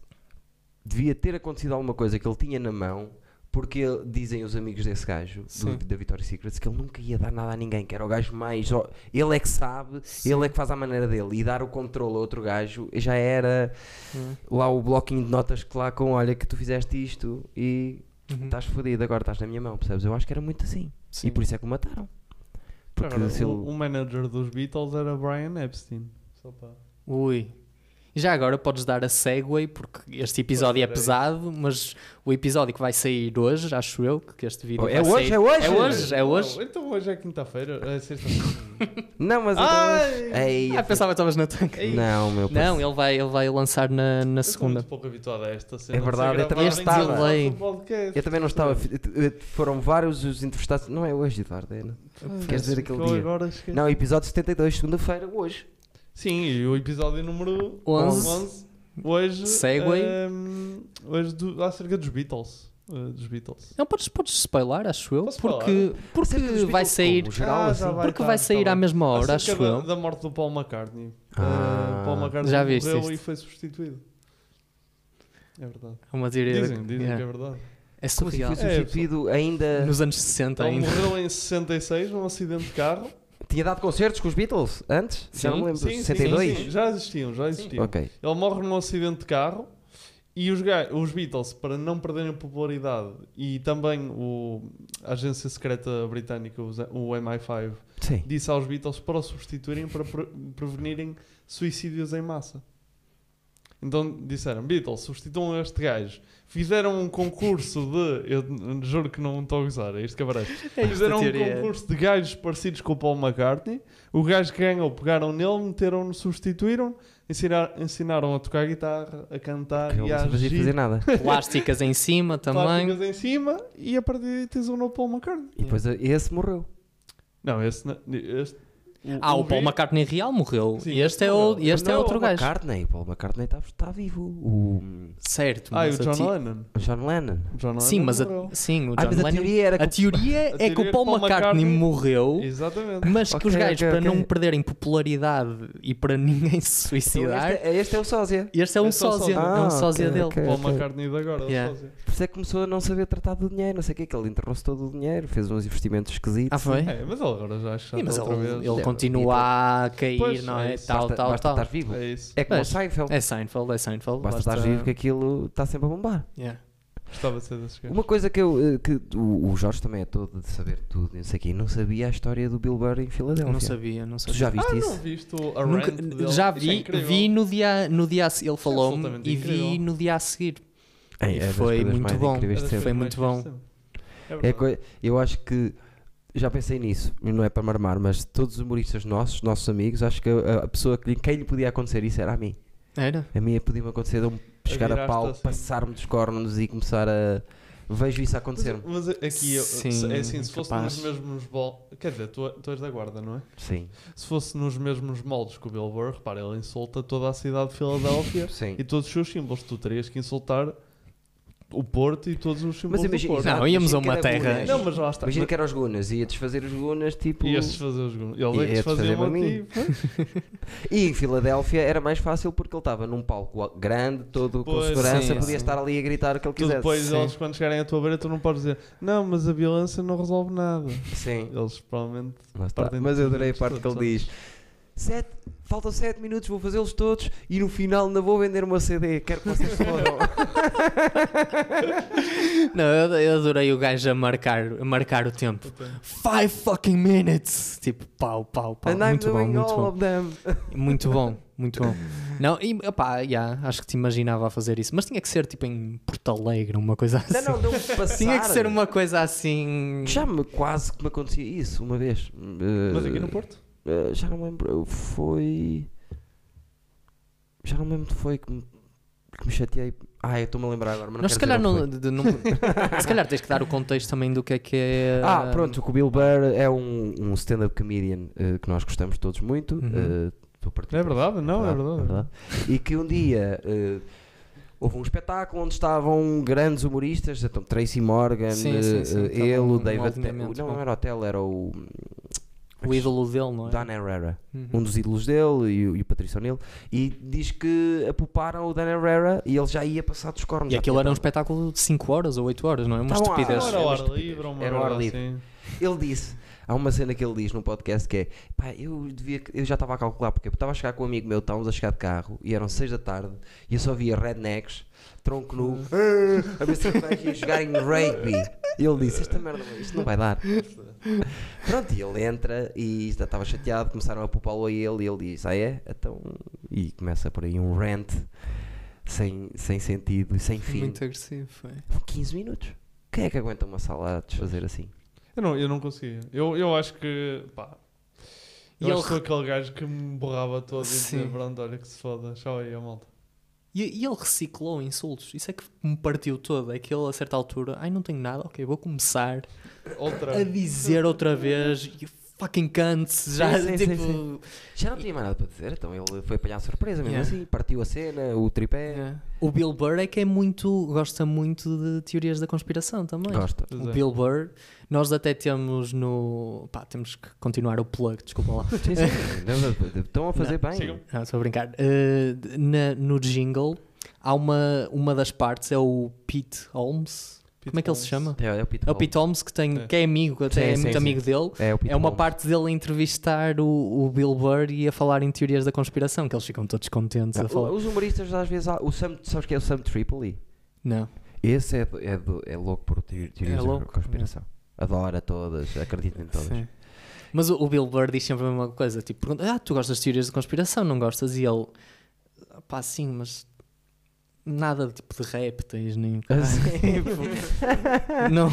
Speaker 1: devia ter acontecido alguma coisa que ele tinha na mão, porque ele- dizem os amigos desse gajo, do-
Speaker 2: Sim.
Speaker 1: da Victoria's Secrets, que ele nunca ia dar nada a ninguém, que era o gajo mais. ó, Ele é que sabe, ele é que faz a maneira dele. E dar o controle a outro gajo já era
Speaker 2: Hum.
Speaker 1: lá o bloquinho de notas que lá com: olha, que tu fizeste isto e
Speaker 2: Uhum.
Speaker 1: estás fodido, agora estás na minha mão, percebes? Eu acho que era muito assim.
Speaker 2: Sim.
Speaker 1: E por isso é que o mataram. Porque
Speaker 3: Agora,
Speaker 1: se ele-
Speaker 3: o, o manager dos Beatles era Brian Epstein. Só para.
Speaker 2: Ui. E Já agora podes dar a segue, porque este episódio é
Speaker 3: Pois,
Speaker 2: pesado, mas o episódio que vai sair hoje, acho eu, que este
Speaker 3: Oh,
Speaker 2: vídeo
Speaker 1: É
Speaker 2: vai
Speaker 1: hoje,
Speaker 2: sair-
Speaker 1: é hoje!
Speaker 2: É hoje, é
Speaker 3: Não,
Speaker 2: hoje.
Speaker 3: então hoje é quinta-feira, é sexta-feira.
Speaker 1: Não, mas.
Speaker 3: Ai!
Speaker 1: então- Ei,
Speaker 2: Ah, pensava que estavas na tanca.
Speaker 1: Não, meu
Speaker 2: Não, ele vai, ele vai lançar na, na
Speaker 3: Eu estou
Speaker 2: segunda.
Speaker 3: Então, muito pouco habituado a esta cena.
Speaker 1: É verdade, eu também é?
Speaker 2: estava.
Speaker 3: um
Speaker 1: Eu também não estava. Foram vários os entrevistados. Não é hoje, Eduardo. É, não. Queres dizer aquele dia? não, episódio 72, segunda-feira, hoje.
Speaker 3: Sim, e o episódio número
Speaker 2: 11.
Speaker 3: 11, hoje.
Speaker 2: Segue.
Speaker 3: ehm, hoje do, acerca dos Beatles. eh, dos Beatles.
Speaker 2: Não, podes, podes spoiler, acho eu,
Speaker 3: Posso
Speaker 2: porque, porque
Speaker 1: Acerca dos
Speaker 2: vai
Speaker 1: Beatles
Speaker 2: sair.
Speaker 1: como? Geral,
Speaker 3: Ah,
Speaker 1: assim.
Speaker 3: já vai.
Speaker 2: Porque
Speaker 3: tá,
Speaker 2: vai sair
Speaker 3: tá
Speaker 2: à
Speaker 3: bem.
Speaker 2: mesma hora,
Speaker 3: Acerca
Speaker 2: acho
Speaker 3: da,
Speaker 2: eu.
Speaker 3: da morte do Paul McCartney.
Speaker 1: Ah.
Speaker 3: Eh, Paul Mccartney
Speaker 2: Já viste
Speaker 3: morreu
Speaker 2: isto?
Speaker 3: e foi substituído. É verdade.
Speaker 2: É uma teoria.
Speaker 3: Dizem, dizem
Speaker 2: yeah.
Speaker 3: que é verdade.
Speaker 2: É
Speaker 1: Como assim
Speaker 2: surreal.
Speaker 1: foi
Speaker 3: É,
Speaker 1: substituído ainda.
Speaker 2: Nos anos 60
Speaker 3: Ele
Speaker 2: ainda.
Speaker 3: morreu em 66 num acidente de carro.
Speaker 1: Tinha dado concertos com os Beatles antes? Já não
Speaker 2: Sim,
Speaker 1: me lembro.
Speaker 3: Sim, sim,
Speaker 1: 62?
Speaker 3: sim, sim, já existiam, já existiam.
Speaker 1: Ok.
Speaker 3: Ele morre num acidente de carro e os, ga- os Beatles, para não perderem popularidade e também o, a agência secreta britânica, os- o MI5,
Speaker 1: Sim.
Speaker 3: disse aos Beatles para o substituírem para pre- prevenirem suicídios em massa. Então disseram, Beatles, substituam este gajo. Fizeram um concurso de. Eu n- juro que não estou a gozar, é isto que aparece.
Speaker 2: É isto a
Speaker 3: Fizeram um
Speaker 2: teoria.
Speaker 3: concurso de gajos parecidos com o Paul McCartney. O gajo que ganhou, pegaram nele, meteram-no, substituíram, ensina- ensinaram a tocar guitarra, a cantar
Speaker 1: Porque ele
Speaker 3: e
Speaker 1: não
Speaker 3: a
Speaker 1: sabia
Speaker 3: agir.
Speaker 1: fazer nada.
Speaker 2: Plásticas em cima um também.
Speaker 3: Plásticas em cima e a partir daí tens um novo Paul McCartney.
Speaker 1: E depois esse morreu.
Speaker 3: Não, esse. na- este
Speaker 2: Ah, o Paul
Speaker 3: Beat-
Speaker 2: McCartney real morreu.
Speaker 3: Sim,
Speaker 2: e este é,
Speaker 3: morreu.
Speaker 2: o, e este é
Speaker 1: Não,
Speaker 2: outro
Speaker 1: o
Speaker 2: gajo.
Speaker 1: McCartney. O Paul McCartney está está vivo. O hum,
Speaker 2: Certo,
Speaker 3: Ah, e o
Speaker 2: mas a
Speaker 3: John
Speaker 2: ti-
Speaker 3: Lennon.
Speaker 1: John Lennon.
Speaker 3: O John Lennon
Speaker 2: Sim, mas
Speaker 3: morreu.
Speaker 2: a, sim, o
Speaker 1: Ah,
Speaker 2: John
Speaker 1: mas a
Speaker 2: Lennon-
Speaker 1: teoria era
Speaker 2: A
Speaker 1: que-
Speaker 2: teoria é que o Paul McCartney morreu,
Speaker 3: Exatamente.
Speaker 2: mas que os
Speaker 1: Ok,
Speaker 2: gajos,
Speaker 1: ok,
Speaker 2: para
Speaker 1: ok.
Speaker 2: não perderem popularidade e para ninguém se
Speaker 1: Então
Speaker 2: suicidar,
Speaker 1: Este, este é o sósia.
Speaker 2: este é um
Speaker 3: Este é o
Speaker 1: sósia.
Speaker 2: sósia. É um
Speaker 1: Ah,
Speaker 2: sósia
Speaker 1: ok,
Speaker 2: dele.
Speaker 1: ok.
Speaker 3: Paul McCartney de agora.
Speaker 2: Yeah.
Speaker 3: sósia.
Speaker 1: Por isso é que começou a não saber tratar do dinheiro, não sei o que é que ele enterrou-se todo o dinheiro, fez uns investimentos esquisitos.
Speaker 2: Ah, foi?
Speaker 3: É, mas ele agora já acha
Speaker 2: Sim, mas
Speaker 3: outra vez.
Speaker 2: ele, ele
Speaker 1: É,
Speaker 2: continua a cair,
Speaker 3: Pois,
Speaker 2: não
Speaker 3: é
Speaker 2: é?
Speaker 3: isso.
Speaker 2: Tal,
Speaker 1: basta,
Speaker 2: tal,
Speaker 1: basta
Speaker 2: tal.
Speaker 1: estar vivo.
Speaker 3: É isso.
Speaker 1: É como o
Speaker 2: Mas-
Speaker 1: Seinfeld.
Speaker 2: É Seinfeld, é Seinfeld.
Speaker 1: Basta estar vivo que aquilo está sempre a bombar.
Speaker 2: Yeah.
Speaker 3: Gostava de ser desse gajo.
Speaker 1: Uma coisa que eu. eh, que o, o Jorge também é todo de saber tudo, e não sei o quê. Não sabia a história do Bill Burr em Filadélfia.
Speaker 2: Não sabia, não
Speaker 1: é um Tu
Speaker 2: sabia.
Speaker 1: já viste
Speaker 3: Ah, não
Speaker 1: isso?
Speaker 3: viste o a
Speaker 2: Nunca-
Speaker 3: rant dele?
Speaker 2: já
Speaker 3: Isso é
Speaker 2: vi,
Speaker 3: incrível.
Speaker 2: vi no dia, no dia a se- ele falou-me
Speaker 3: absolutamente
Speaker 2: e vi
Speaker 3: incrível.
Speaker 2: no dia a seguir.
Speaker 1: Ei, é das
Speaker 2: Foi
Speaker 1: coisas
Speaker 2: muito
Speaker 1: mais
Speaker 2: bom.
Speaker 1: incríveis
Speaker 3: Era
Speaker 1: de
Speaker 3: das
Speaker 1: sempre.
Speaker 3: coisas
Speaker 2: Foi muito
Speaker 3: mais
Speaker 2: bom.
Speaker 3: É
Speaker 1: É
Speaker 3: verdade.
Speaker 1: coi- eu acho que já pensei nisso, e não é para marmar, mas todos os humoristas nossos, nossos amigos, acho que a, a pessoa que lhe- quem lhe podia acontecer isso era a mim.
Speaker 2: Era?
Speaker 1: A mim podia-me acontecer de eu me chegar a
Speaker 3: virar-te
Speaker 1: pau,
Speaker 3: assim.
Speaker 1: passar-me dos cornos e começar a. Vejo isso a acontecer.
Speaker 3: Mas é aqui eu- se-
Speaker 2: Sim,
Speaker 3: é assim, se fosse
Speaker 2: capaz.
Speaker 3: nos mesmos bol... Quer dizer, tu, tu és da guarda, não é?
Speaker 1: Sim,
Speaker 3: Se fosse nos mesmos moldes que o Bill Burr, repara, ele insulta toda a cidade de Filadélfia
Speaker 1: sim.
Speaker 3: e todos os seus símbolos. Tu terias que insultar o Porto e todos os símbolos do
Speaker 1: imagina-
Speaker 3: Porto.
Speaker 1: Exato,
Speaker 2: Não, íamos a
Speaker 1: imagina
Speaker 2: uma
Speaker 1: que era
Speaker 2: terra.
Speaker 1: bullying.
Speaker 3: Não, mas lá está.
Speaker 1: Imagina que eram os Gunas, ia desfazer os Gunas, tipo.
Speaker 3: E estes fazer os gols. Eles é que
Speaker 1: Ia-te
Speaker 3: se faziam
Speaker 1: fazer
Speaker 3: a
Speaker 1: para mim.
Speaker 3: ti. pois.
Speaker 1: E em Filadélfia era mais fácil porque ele estava num palco grande, todo com
Speaker 3: Pois,
Speaker 1: segurança,
Speaker 2: sim,
Speaker 1: podia
Speaker 2: sim.
Speaker 1: estar ali a gritar o que ele
Speaker 3: Tu
Speaker 1: quisesse.
Speaker 3: depois
Speaker 2: sim.
Speaker 3: eles quando chegarem à tua beira tu não podes dizer Não, mas a violência não resolve nada.
Speaker 1: Sim.
Speaker 3: Eles provavelmente...
Speaker 1: Lá está.
Speaker 3: Partem
Speaker 1: Mas eu adorei a
Speaker 3: todos,
Speaker 1: parte que ele
Speaker 3: todos,
Speaker 1: diz: sete, faltam 7 minutos, vou fazê-los todos e no final ainda vou vender uma CD. Quero que vocês se fodam.
Speaker 2: Não, eu, eu adorei o gajo a marcar, a marcar o tempo. Five fucking minutes! Tipo, pau, pau, pau.
Speaker 1: And I'm
Speaker 2: muito bom,
Speaker 1: doing
Speaker 2: muito
Speaker 1: all
Speaker 2: bom.
Speaker 1: of them.
Speaker 2: Muito bom, muito bom. Não, e opá, já, acho que te imaginava a fazer isso. Mas tinha que ser tipo em Porto Alegre, uma coisa assim.
Speaker 1: Não, não, deu para passar.
Speaker 2: tinha que ser uma coisa assim.
Speaker 1: Já me quase que me acontecia isso uma vez.
Speaker 3: Mas aqui no Porto?
Speaker 1: Eh, já não me lembro, foi. Já não me lembro de foi que me, que me chateei. Ah, eu estou-me a lembrar agora, mas não
Speaker 2: Nós se
Speaker 1: quero um
Speaker 2: calhar
Speaker 1: dizer onde
Speaker 2: não, de- não- Se calhar tens que dar o contexto também do que é que é.
Speaker 1: foi. Ah, pronto, o Bill Burr é um, um stand-up comedian eh, que nós gostamos todos muito.
Speaker 2: Uhum.
Speaker 1: eh, estou a partir
Speaker 3: É
Speaker 1: para-
Speaker 3: verdade, não, é verdade.
Speaker 1: E que um dia eh, houve um espetáculo onde estavam grandes humoristas, então Tracy Morgan,
Speaker 2: Sim, sim,
Speaker 1: eh,
Speaker 2: sim,
Speaker 1: eh,
Speaker 2: estava
Speaker 1: ele,
Speaker 2: um-
Speaker 1: o
Speaker 2: um
Speaker 1: David. Te-
Speaker 2: alinhamento
Speaker 1: não,
Speaker 2: bom.
Speaker 1: não era o Tell, era o.
Speaker 2: O ídolo dele, não é?
Speaker 1: Dan Herrera,
Speaker 2: Uhum.
Speaker 1: um dos ídolos dele e, o- e o Patrício O'Neill, e diz que apuparam o Dan Herrera e ele já ia passar dos cornos. Então,
Speaker 2: E
Speaker 1: já
Speaker 2: aquilo
Speaker 1: tinha
Speaker 2: era um
Speaker 1: estado.
Speaker 2: espetáculo de 5 horas ou 8 horas, não é? Uma
Speaker 1: Tá bom, ah,
Speaker 2: estupidez.
Speaker 3: Não era o
Speaker 1: Mas
Speaker 3: ar
Speaker 1: estupidez.
Speaker 3: livre, uma
Speaker 1: Era o ar
Speaker 3: merda
Speaker 1: livre.
Speaker 3: assim.
Speaker 1: Ele disse. Há uma cena que ele diz num podcast que é pá, eu, devia, eu já estava a calcular porque eu estava a chegar com um amigo meu, estávamos a chegar de carro e eram 6 da tarde e eu só via rednecks, tronco nu, a ver se eles iam jogar em rugby. E ele disse: Esta merda, isto não vai dar. Pronto, e ele entra e já estava chateado, começaram a poupá-lo a ele e ele diz: Ah, é? Então. E começa por aí um rant sem, sem sentido e sem fim.
Speaker 2: Muito agressivo, é. foi.
Speaker 1: 15 minutos. Quem é que aguenta uma sala a desfazer assim?
Speaker 3: Eu não, eu não conseguia. Eu, eu acho que... Pá, eu acho
Speaker 2: E ele
Speaker 3: que sou aquele gajo que me borrava todo e dizia,
Speaker 2: Sim.
Speaker 3: pronto, olha que se foda, tchau aí a malta.
Speaker 2: E, e ele reciclou insultos. Isso é que me partiu todo. É que ele, a certa altura, ai, não tenho nada, ok, vou começar
Speaker 3: Outra.
Speaker 2: a dizer outra vez. "You Fucking cunt, já
Speaker 1: sim, sim,
Speaker 2: tipo.
Speaker 1: sim. Já não tinha mais nada para dizer, então ele foi apanhar a surpresa mesmo
Speaker 2: Yeah.
Speaker 1: assim, partiu a cena, o tripé.
Speaker 2: é. O Bill Burr é que é muito. gosta muito de teorias da conspiração também.
Speaker 1: Gosta.
Speaker 3: Pois
Speaker 2: O
Speaker 3: é.
Speaker 2: Bill Burr, nós até temos no. pá, temos que continuar o plug, desculpa lá.
Speaker 1: Sim, sim. Não, não, não, Estão a fazer bem.
Speaker 3: Sigam.
Speaker 2: Não, estou a brincar. Eh, na- no jingle, há uma, uma das partes, é o Pete Holmes. Como é que ele se chama?
Speaker 1: É, é o Pete
Speaker 2: É o Pete Holmes que, tem,
Speaker 3: É.
Speaker 2: que é amigo, até
Speaker 1: Sim,
Speaker 2: é
Speaker 1: sim,
Speaker 2: muito
Speaker 1: sim.
Speaker 2: amigo dele.
Speaker 1: É, o Pete
Speaker 2: É uma
Speaker 1: Holmes.
Speaker 2: parte dele a entrevistar o, o Bill Burr e a falar em teorias da conspiração, que eles ficam todos contentes a falar.
Speaker 1: Os humoristas às vezes. há- O Sam, sabes que é o Sam Tripoli?
Speaker 2: Não.
Speaker 1: Esse é, do- é, do- é louco por teori- teorias da
Speaker 2: louco,
Speaker 1: conspiração. Adora todas, acredita em todas.
Speaker 2: Sim. Mas o, o Bill Burr diz sempre a mesma coisa: tipo, pergunta, ah, tu gostas de teorias de conspiração, não gostas? E ele, pá, sim, mas nada de tipo de répteis, nem. assim."
Speaker 1: Ah, sim.
Speaker 2: não.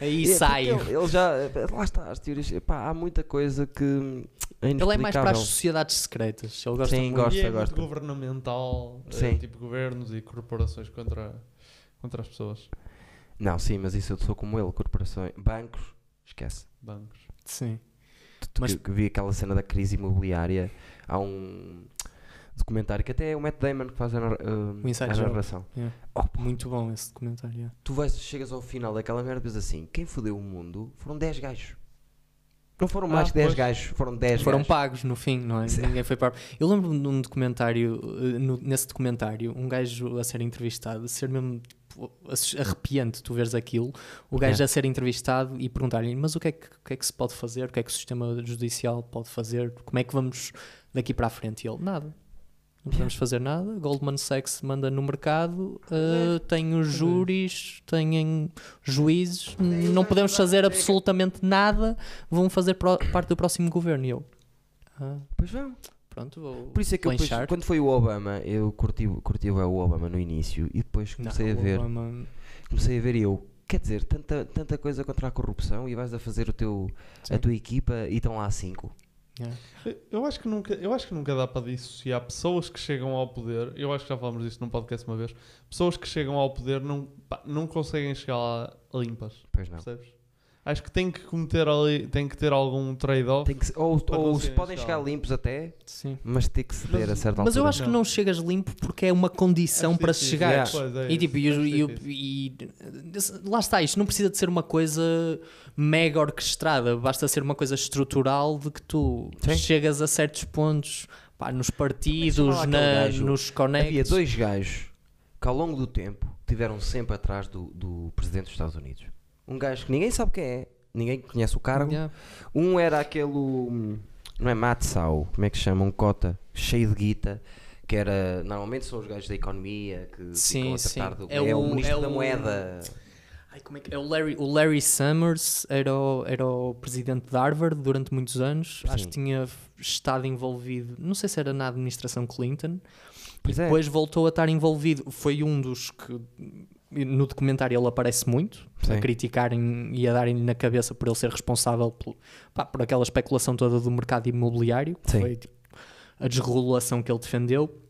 Speaker 2: Aí
Speaker 1: É, porque
Speaker 2: sai.
Speaker 1: Ele, ele já. eh, Lá está, as teorias. Epá, há muita coisa que. É
Speaker 2: Ele é mais para as
Speaker 1: inexplicável.
Speaker 2: sociedades secretas. Ele gosta
Speaker 1: Sim,
Speaker 2: muito.
Speaker 1: gosta.
Speaker 3: e é muito
Speaker 1: gosta.
Speaker 3: governamental, eh,
Speaker 1: Sim.
Speaker 3: tipo governos e corporações contra, contra as pessoas,
Speaker 1: Não, sim, mas isso eu sou como ele, corporações, bancos, esquece.
Speaker 3: bancos.
Speaker 2: Sim.
Speaker 1: Tu- tu
Speaker 2: Mas-
Speaker 1: que- que vi aquela cena da crise imobiliária, há um documentário que até é o Matt Damon que faz a, nar- eh,
Speaker 2: O Inside
Speaker 1: a
Speaker 2: Job.
Speaker 1: narração.
Speaker 2: Yeah.
Speaker 1: Opa,
Speaker 2: Muito bom esse documentário. é. yeah.
Speaker 1: tu vais, chegas ao final daquela merda e dizes assim, quem fodeu o mundo foram 10 gajos. Não foram
Speaker 3: Ah,
Speaker 1: mais que 10
Speaker 3: pois.
Speaker 1: gajos, foram 10
Speaker 2: Foram
Speaker 1: gajos.
Speaker 2: pagos no fim, não é?
Speaker 1: Sim.
Speaker 2: Ninguém foi pago. Eu lembro-me de um documentário, eh, no- nesse documentário, um gajo a ser entrevistado, a ser mesmo tipo, assus- arrepiante tu veres aquilo, o gajo
Speaker 1: Yeah.
Speaker 2: a ser entrevistado e perguntar-lhe, mas o que, é que, o que é que se pode fazer? O que é que o sistema judicial pode fazer? Como é que vamos daqui para a frente? E ele, nada. Não podemos fazer nada. Goldman Sachs manda no mercado, eh, tem os júris, têm juízes, n- não podemos fazer absolutamente nada, vão fazer pro- parte do próximo governo. E eu, ah,
Speaker 1: Pois vão.
Speaker 2: Pronto, vou.
Speaker 1: Por isso é que eu depois,
Speaker 2: Planchar.
Speaker 1: quando foi o Obama, eu curti, curti bué o Obama no início e depois comecei a ver, comecei a ver e eu, quer dizer, tanta, tanta coisa contra a corrupção e vais a fazer o teu, a tua equipa e estão lá cinco.
Speaker 2: é,
Speaker 3: Eu- Eu acho, que nunca, eu acho que nunca dá para dissociar pessoas que chegam ao poder. Eu acho que já falámos disto num podcast uma vez. Pessoas que chegam ao poder não, pá, não conseguem chegar lá limpas,
Speaker 1: Pois não.
Speaker 3: percebes? Acho que tem que cometer ali, tem que ter algum trade-off.
Speaker 1: Tem que se- ou
Speaker 3: Para
Speaker 1: ou se
Speaker 3: conseguirem
Speaker 1: podem
Speaker 3: chegar
Speaker 1: chegar
Speaker 3: lá.
Speaker 1: limpos até,
Speaker 2: Sim.
Speaker 1: mas tem que ceder
Speaker 3: Mas-
Speaker 1: a certa
Speaker 2: Mas eu
Speaker 1: altura.
Speaker 2: acho que não chegas limpo porque é uma condição para
Speaker 3: difícil.
Speaker 2: chegares.
Speaker 3: Pois, é
Speaker 2: E tipo,
Speaker 3: isso, acho
Speaker 2: e, o- e o-
Speaker 3: difícil.
Speaker 2: e- lá está, isto não precisa de ser uma coisa mega orquestrada, basta ser uma coisa estrutural de que tu
Speaker 1: Sim.
Speaker 2: chegas a certos pontos, pá, nos
Speaker 1: Mas
Speaker 2: partidos,
Speaker 1: chama lá
Speaker 2: na-
Speaker 1: aquele gajo.
Speaker 2: nos
Speaker 1: Havia
Speaker 2: conectos.
Speaker 1: dois gajos que ao longo do tempo tiveram sempre atrás do, do presidente dos Estados Unidos. Um gajo que ninguém sabe quem é, ninguém conhece o cargo.
Speaker 2: Yeah.
Speaker 1: Um era aquele. hum, Não é Matsau, como é que se chama? Um cota cheio de guita. Que era. Normalmente são os gajos da economia que ficam
Speaker 2: Sim,
Speaker 1: a tratar
Speaker 2: sim.
Speaker 1: do.
Speaker 2: É
Speaker 1: É, o,
Speaker 2: o-
Speaker 1: ministro
Speaker 2: é
Speaker 1: da
Speaker 2: o-
Speaker 1: moeda.
Speaker 2: Ai, como é que- é o, Larry, o Larry Summers era o, era o presidente de Harvard durante muitos anos.
Speaker 1: Sim.
Speaker 2: Acho que tinha f- estado envolvido, não sei se era na administração Clinton,
Speaker 1: Pois
Speaker 2: e
Speaker 1: é.
Speaker 2: depois voltou a estar envolvido. Foi um dos que no documentário ele aparece muito, a
Speaker 1: Sim.
Speaker 2: criticarem e a darem-lhe na cabeça por ele ser responsável pelo- pá, por aquela especulação toda do mercado imobiliário, que
Speaker 1: Sim.
Speaker 2: foi tipo, a desregulação que ele defendeu.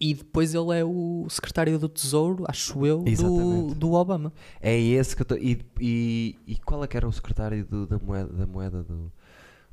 Speaker 2: E depois ele é o secretário do Tesouro, acho eu, do,
Speaker 1: Exatamente.
Speaker 2: do Obama.
Speaker 1: É esse que eu tô, e, e, e qual é que era o secretário do- da moeda, da moeda do,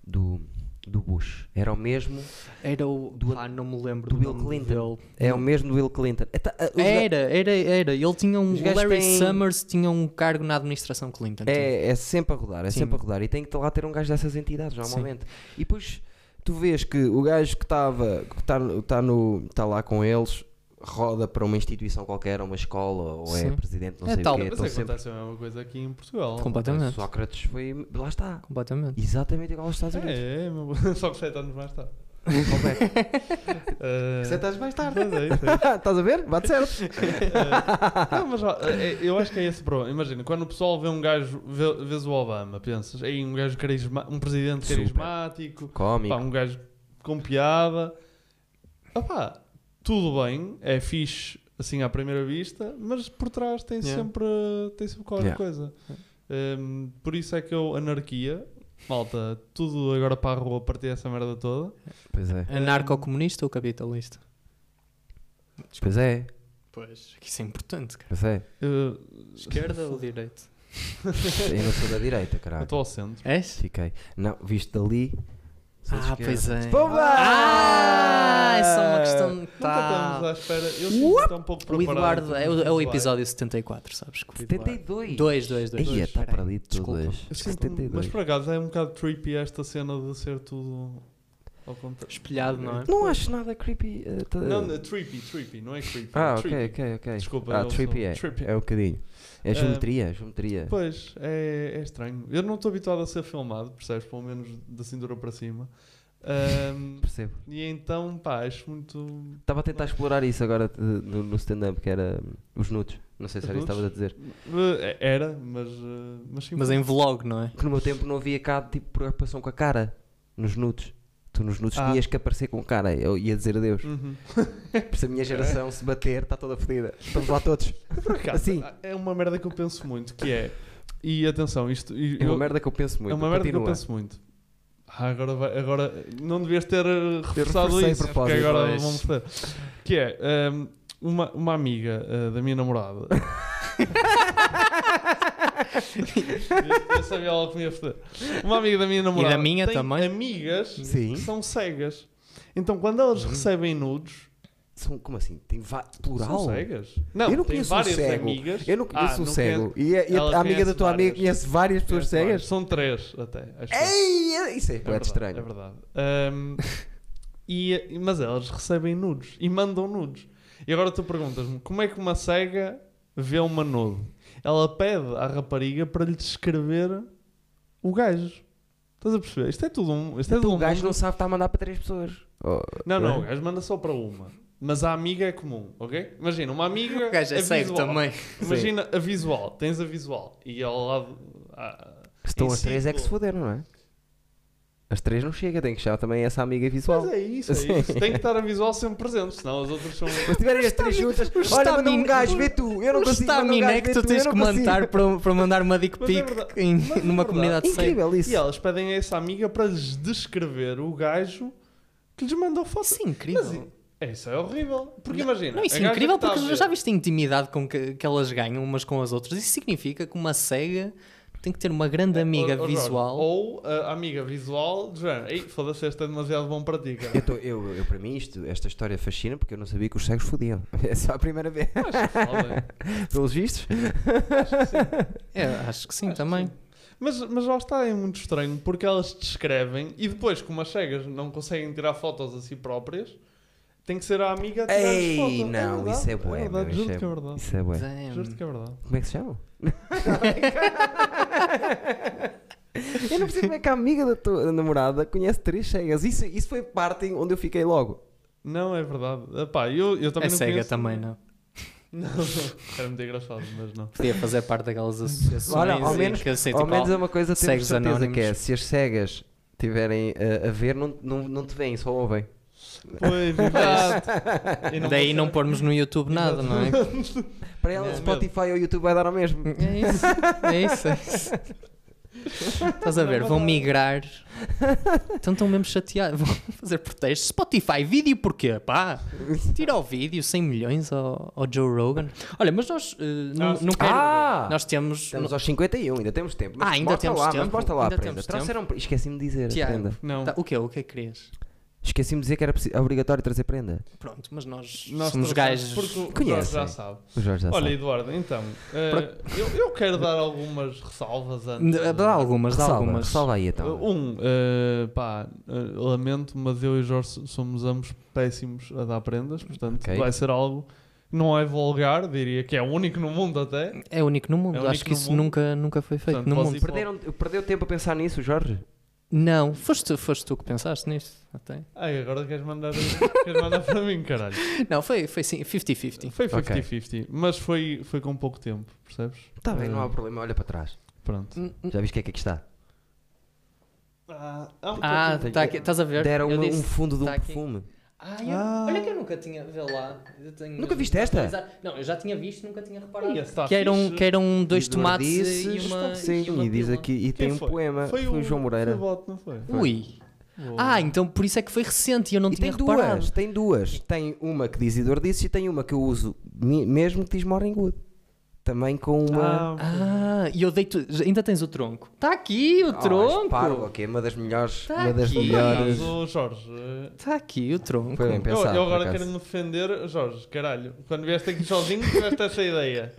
Speaker 1: do, do Bush? Era o mesmo.
Speaker 2: Era o.
Speaker 1: Do-
Speaker 2: ah, não me lembro.
Speaker 1: do
Speaker 2: o
Speaker 1: Bill
Speaker 2: nome
Speaker 1: Clinton.
Speaker 2: dele.
Speaker 1: É o mesmo do Bill Clinton. É, tá, ah, os ga-
Speaker 2: Era, era, era. Ele tinha um.
Speaker 1: Os
Speaker 2: O
Speaker 1: gajos
Speaker 2: Larry
Speaker 1: têm-
Speaker 2: Summers tinha um cargo na administração Clinton. tipo,
Speaker 1: É, é sempre a rodar, é
Speaker 2: Sim.
Speaker 1: sempre a rodar. E tem que ter lá ter um gajo dessas entidades,
Speaker 2: Sim.
Speaker 1: normalmente. E depois tu vês que o gajo que estava, que está tá no, tá lá com eles, roda para uma instituição qualquer, uma escola, ou
Speaker 2: Sim.
Speaker 1: é presidente, não
Speaker 2: É
Speaker 1: sei
Speaker 2: tal.
Speaker 1: o quê.
Speaker 3: Mas
Speaker 1: estão
Speaker 3: é
Speaker 1: sempre...
Speaker 3: acontece a mesma coisa aqui em Portugal.
Speaker 1: Mas
Speaker 2: Completamente.
Speaker 1: Sócrates foi. Lá está.
Speaker 2: Completamente.
Speaker 1: Exatamente igual aos Estados Unidos. Um
Speaker 3: É, é, meu- só que 7 anos mais tarde.
Speaker 1: Roberto,
Speaker 2: É.
Speaker 3: Eh,
Speaker 1: Sete anos tá mais tarde.
Speaker 3: pois é, isso é.
Speaker 1: Estás a ver? Bate certo.
Speaker 3: Eh, não, mas ó, eh, eu acho que é esse o problema. Imagina, quando o pessoal vê um gajo, vê, vês o Obama, pensas, aí um gajo carisma, um presidente
Speaker 1: Super.
Speaker 3: carismático, pá,
Speaker 1: Cómico.
Speaker 3: um gajo com piada. Opá, tudo bem, é fixe assim à primeira vista, mas por trás tem
Speaker 2: Yeah.
Speaker 3: sempre tem sempre qualquer
Speaker 1: Yeah.
Speaker 3: coisa. Hum, por isso é que eu, anarquia, malta, tudo agora para a rua partir essa merda toda.
Speaker 1: Pois é.
Speaker 2: Anarco-comunista ou capitalista?
Speaker 1: Pois é.
Speaker 2: Pois. Isso é importante, cara.
Speaker 1: Pois é.
Speaker 3: Eh,
Speaker 2: Esquerda ou direita?
Speaker 1: Eu não sou da direita,
Speaker 3: eu
Speaker 1: caralho.
Speaker 3: estou ao centro.
Speaker 2: És?
Speaker 1: Fiquei. Não, visto dali. sou de
Speaker 2: Ah,
Speaker 1: esquerda.
Speaker 2: pois é.
Speaker 1: Pumba!
Speaker 2: Ah, é só uma questão.
Speaker 3: Nunca estamos à
Speaker 2: Tá.
Speaker 3: espera. Eu sinto estou um pouco
Speaker 2: O
Speaker 3: preparado.
Speaker 2: Eduardo é o, é o
Speaker 3: Eduardo.
Speaker 2: episódio 74, sabes? que o Eduardo-
Speaker 1: 72.
Speaker 2: Dois, dois,
Speaker 1: Aí
Speaker 2: dois. dois.
Speaker 1: está
Speaker 2: Peraí,
Speaker 1: perdido tá tudo
Speaker 2: desculpa.
Speaker 1: dois.
Speaker 3: Eu sinto-
Speaker 1: 72.
Speaker 3: Mas por acaso é um bocado trippy esta cena de ser tudo ao contrário.
Speaker 2: Espelhado, não é?
Speaker 1: Não acho nada creepy. eh, tá-
Speaker 3: Não, não, trippy, trippy, não é creepy.
Speaker 1: ah,
Speaker 3: trippy.
Speaker 1: ok, ok, ok.
Speaker 3: Desculpa,
Speaker 1: ah,
Speaker 3: eu
Speaker 1: trippy
Speaker 3: sou-
Speaker 1: é.
Speaker 3: trippy.
Speaker 1: É um bocadinho. É
Speaker 3: Ah,
Speaker 1: geometria, geometria.
Speaker 3: Pois, é, é estranho. Eu não estou habituado a ser filmado, percebes? Pelo menos da cintura para cima. Ahm,
Speaker 1: Percebo.
Speaker 3: e então, pá, acho muito.
Speaker 1: Estava a tentar explorar isso agora de- no, no stand-up, que era hum, os nudes. Não sei se
Speaker 3: Os
Speaker 1: era isso que estavas a dizer.
Speaker 3: Eh, Era, mas. eh, Mas sim.
Speaker 2: Mas em vlog, não é?
Speaker 1: Que no meu tempo não havia cá tipo preocupação com a cara nos nudes. Tu nos nudes
Speaker 3: Ah.
Speaker 1: tinhas que aparecer com cara, eu ia dizer adeus.
Speaker 3: Uhum.
Speaker 1: Por se a minha geração se bater, está toda fodida. Estamos lá todos.
Speaker 3: Por acaso,
Speaker 1: Assim.
Speaker 3: É uma merda que eu penso muito, que é. E atenção, isto. e
Speaker 1: É uma
Speaker 3: eu-
Speaker 1: merda que eu penso muito.
Speaker 3: é uma merda que
Speaker 1: Continua.
Speaker 3: eu penso muito. Ah, agora, vai- agora não devias ter eh, reforçado
Speaker 1: reforcei
Speaker 3: isso,
Speaker 1: a
Speaker 3: porque
Speaker 1: propósito.
Speaker 3: agora
Speaker 2: Pois.
Speaker 3: vamos ter. Que é ehm, uma, uma amiga eh, da minha namorada. eu, eu sabia ela que me ia foder. Uma amiga da minha namorada.
Speaker 2: da minha
Speaker 3: tem
Speaker 2: também?
Speaker 3: Amigas
Speaker 1: Sim.
Speaker 3: que são cegas. Então quando elas
Speaker 1: Hum.
Speaker 3: recebem nudes,
Speaker 1: São, como assim? Tem va- plural?
Speaker 3: são cegas. Não,
Speaker 1: eu não
Speaker 3: tem
Speaker 1: conheço um
Speaker 3: várias
Speaker 1: cego.
Speaker 3: amigas.
Speaker 1: Eu não conheço
Speaker 3: Ah,
Speaker 1: um
Speaker 3: não
Speaker 1: cego. E, a- e a-
Speaker 3: Ela
Speaker 1: a amiga
Speaker 3: conhece
Speaker 1: da tua amiga
Speaker 3: várias.
Speaker 1: conhece várias pessoas
Speaker 3: Conheço várias.
Speaker 1: cegas?
Speaker 3: São três até. Acho que
Speaker 1: Ei! Isso é, bué de
Speaker 3: verdade,
Speaker 1: estranho.
Speaker 3: É verdade. Ahm, e, mas elas recebem nudes e mandam nudes. E agora tu perguntas-me como é que uma cega vê uma nude? Ela pede à rapariga para lhe descrever o gajo. Estás a perceber? Isto é tudo um. Isto é tudo
Speaker 1: Então o
Speaker 3: um
Speaker 1: gajo não
Speaker 3: mundo-
Speaker 1: sabe estar a mandar para três pessoas. Oh,
Speaker 3: não, não,
Speaker 1: é?
Speaker 3: o gajo manda só para uma. Mas a amiga é comum, ok? Imagina, uma amiga.
Speaker 2: O gajo é cego
Speaker 3: visual.
Speaker 2: também.
Speaker 3: Imagina a visual, tens a visual. E ao lado. ah, a-
Speaker 1: Estão
Speaker 3: em
Speaker 1: as três é que se
Speaker 3: círculo.
Speaker 1: foderam, não é? As três não chega, tem que chegar também essa amiga visual.
Speaker 3: Mas é isso, é isso. Tem que estar a visual sempre presente, senão as outras são.
Speaker 1: Mas se tiverem as três juntas,
Speaker 2: os
Speaker 1: olha, manda um
Speaker 2: stamina-
Speaker 1: gajo, vê tu. Eu não consigo
Speaker 2: o
Speaker 1: mandar um
Speaker 2: stamina
Speaker 1: gajo,
Speaker 2: é que
Speaker 1: vê
Speaker 2: tu tens
Speaker 1: eu
Speaker 2: que
Speaker 1: não consigo.
Speaker 2: mandar para, para mandar uma dick
Speaker 3: Mas é
Speaker 2: pic
Speaker 3: verdade,
Speaker 2: em-
Speaker 3: mas é
Speaker 2: numa
Speaker 3: verdade.
Speaker 2: comunidade cega.
Speaker 1: Incrível isso.
Speaker 3: E elas pedem a essa amiga para lhes descrever o gajo que lhes mandou foto.
Speaker 2: Isso é incrível.
Speaker 3: Mas i- é, isso é horrível. Porque imagina.
Speaker 2: Não, isso
Speaker 3: a
Speaker 2: é
Speaker 3: gaja
Speaker 2: incrível
Speaker 3: que tá a
Speaker 2: porque já-
Speaker 3: ver-
Speaker 2: já viste a intimidade com que, que elas ganham umas com as outras. Isso significa que uma cega tem que ter uma grande
Speaker 3: Ou-
Speaker 2: amiga
Speaker 3: ou Jorge,
Speaker 2: visual.
Speaker 3: Ou a amiga visual, de género. Ei, foda-se, este é demasiado bom para ti, cara.
Speaker 1: Eu, tô- eu, eu, para mim, isto, esta história fascina porque eu não sabia que os cegos fodiam. É só a primeira vez.
Speaker 3: Acho que foda.
Speaker 1: Pelos vistos.
Speaker 2: É, acho que sim também.
Speaker 3: Mas, mas lá está, é muito estranho porque elas descrevem e depois, como as cegas não conseguem tirar fotos a si próprias, tem que ser a amiga a tirar
Speaker 1: Ei,
Speaker 3: as fotos.
Speaker 1: não,
Speaker 3: verdade,
Speaker 1: isso é bué,
Speaker 3: É
Speaker 1: meu,
Speaker 3: verdade,
Speaker 1: isso
Speaker 3: juro-te
Speaker 1: é-
Speaker 3: que é verdade.
Speaker 1: Isso é bué.
Speaker 2: Damn.
Speaker 3: Juro-te que é verdade.
Speaker 1: Como é que se chamam? eu não percebo como é que a amiga da tua namorada conhece três cegas. Isso, isso foi parte onde eu fiquei logo.
Speaker 3: Não, é verdade. Epá, eu, eu também
Speaker 2: é
Speaker 3: não
Speaker 2: cega
Speaker 3: conheço-
Speaker 2: também, não?
Speaker 3: Não, era muito engraçado, mas não.
Speaker 2: Podia fazer parte daquelas associações.
Speaker 1: Olha, ao
Speaker 2: e
Speaker 1: menos-
Speaker 2: que, assim,
Speaker 1: Ao
Speaker 2: tipo,
Speaker 1: menos é uma coisa que temos
Speaker 2: cegos
Speaker 1: certeza que é,
Speaker 2: anónimos.
Speaker 1: se as cegas tiverem uh, a ver, não, não, não te veem, só ouvem.
Speaker 3: Pois, exato. E
Speaker 2: tá. Daí não pormos no YouTube nada, não é?
Speaker 1: Para elas,
Speaker 3: É.
Speaker 1: Spotify ou YouTube vai dar ao mesmo.
Speaker 2: É isso, é isso, é isso. Estás a ver? Vão migrar. Então estão mesmo chateados. Vão fazer protestos. Spotify, vídeo porquê? Pá, tira o vídeo, 100 milhões ao, ao Joe Rogan. Olha, mas nós eh, não,
Speaker 3: Ah,
Speaker 2: não quero.
Speaker 1: ah!
Speaker 2: nós temos.
Speaker 1: Estamos aos 51, ainda temos tempo. Mas
Speaker 2: Ah, ainda
Speaker 1: mostra
Speaker 2: temos
Speaker 1: lá, Mas
Speaker 2: tempo,
Speaker 1: bota lá, a
Speaker 2: ainda
Speaker 1: prenda.
Speaker 2: temos
Speaker 1: Trouxeram, um- esqueci-me de dizer, a
Speaker 2: Tiago.
Speaker 1: prenda.
Speaker 3: Não,
Speaker 2: Tá, o que é? O que é que querias?
Speaker 1: Esqueci-me de dizer que era preci- obrigatório trazer prenda.
Speaker 2: Pronto, mas nós,
Speaker 3: nós
Speaker 2: somos
Speaker 3: trocamos,
Speaker 2: gajos.
Speaker 3: Porque
Speaker 1: Conhecem.
Speaker 3: Conhecem. já sabe.
Speaker 1: O Jorge já
Speaker 3: Olha,
Speaker 1: sabe.
Speaker 3: Eduardo, então, eh, eu, eu quero dar algumas ressalvas antes.
Speaker 2: eh, Dá dá algumas, dá
Speaker 1: Ressalva,
Speaker 2: algumas. Uh,
Speaker 1: ressalva aí então.
Speaker 3: Um, eh, pá, eh, lamento, mas eu e Jorge somos ambos péssimos a dar prendas, portanto
Speaker 1: Ok.
Speaker 3: vai ser algo. Não é vulgar, diria que é único no mundo até.
Speaker 2: É único no mundo.
Speaker 3: É único
Speaker 2: Acho que
Speaker 3: no
Speaker 2: isso
Speaker 3: mundo.
Speaker 2: Nunca, nunca foi feito
Speaker 3: Portanto,
Speaker 2: no
Speaker 3: posso
Speaker 2: mundo.
Speaker 3: ir-
Speaker 1: Perderam, perdeu tempo a pensar nisso, o Jorge?
Speaker 2: Não, foste, tu- foste tu que pensaste nisto. Até.
Speaker 3: Ai, agora queres mandar, queres mandar para mim, caralho.
Speaker 2: Não, foi, foi sim, 50-50.
Speaker 3: Foi
Speaker 1: Ok.
Speaker 3: 50-50, mas foi, foi com pouco tempo, percebes?
Speaker 1: Está Tá bem,
Speaker 3: Eh,
Speaker 1: não há problema, olha para trás.
Speaker 3: Pronto.
Speaker 1: Já viste o que é que aqui está?
Speaker 3: Ah,
Speaker 2: Ah,
Speaker 1: tenho-
Speaker 2: tá aqui, estás a ver?
Speaker 1: Deram
Speaker 2: Eu
Speaker 1: uma- um
Speaker 2: disse-
Speaker 1: fundo de um
Speaker 2: tá aqui.
Speaker 1: perfume.
Speaker 2: Ah, eu-
Speaker 3: Ah.
Speaker 2: olha que eu nunca tinha. Vê lá. eu tenho-
Speaker 1: Nunca viste esta?
Speaker 2: Exato. Não, eu já tinha visto, nunca tinha reparado.
Speaker 3: Ih, esse tá
Speaker 2: que, eram,
Speaker 3: fixe.
Speaker 2: que eram dois
Speaker 1: Eduardo
Speaker 2: tomates e
Speaker 1: Disses,
Speaker 2: uma.
Speaker 1: Sim,
Speaker 2: uma
Speaker 1: e diz
Speaker 2: pila.
Speaker 1: aqui, e tem um poema. Foi, o João Moreira.
Speaker 3: Foi o voto, não foi?
Speaker 2: Ui. Ah, então por isso é que foi recente e eu não
Speaker 1: E
Speaker 2: tinha
Speaker 1: tem
Speaker 2: reparado.
Speaker 1: duas, tem duas. Tem uma que diz Eduardo Disses e tem uma que eu uso mi- mesmo que diz Morning Good. Também com uma.
Speaker 3: Ah,
Speaker 2: Ah, e eu deito. Ainda tens o tronco. Está aqui o
Speaker 1: Oh, és parvo,
Speaker 2: tronco.
Speaker 1: ok, uma das melhores.
Speaker 2: Tá
Speaker 1: uma das
Speaker 2: aqui.
Speaker 1: melhores.
Speaker 3: mas o Jorge. eh,
Speaker 2: Está Tá aqui o tronco.
Speaker 1: Foi bem
Speaker 3: Eu,
Speaker 1: pensado.
Speaker 3: eu
Speaker 1: por
Speaker 3: agora
Speaker 1: acaso.
Speaker 3: quero me defender, Jorge, caralho. Quando vieste aqui sozinho, tiveste essa ideia.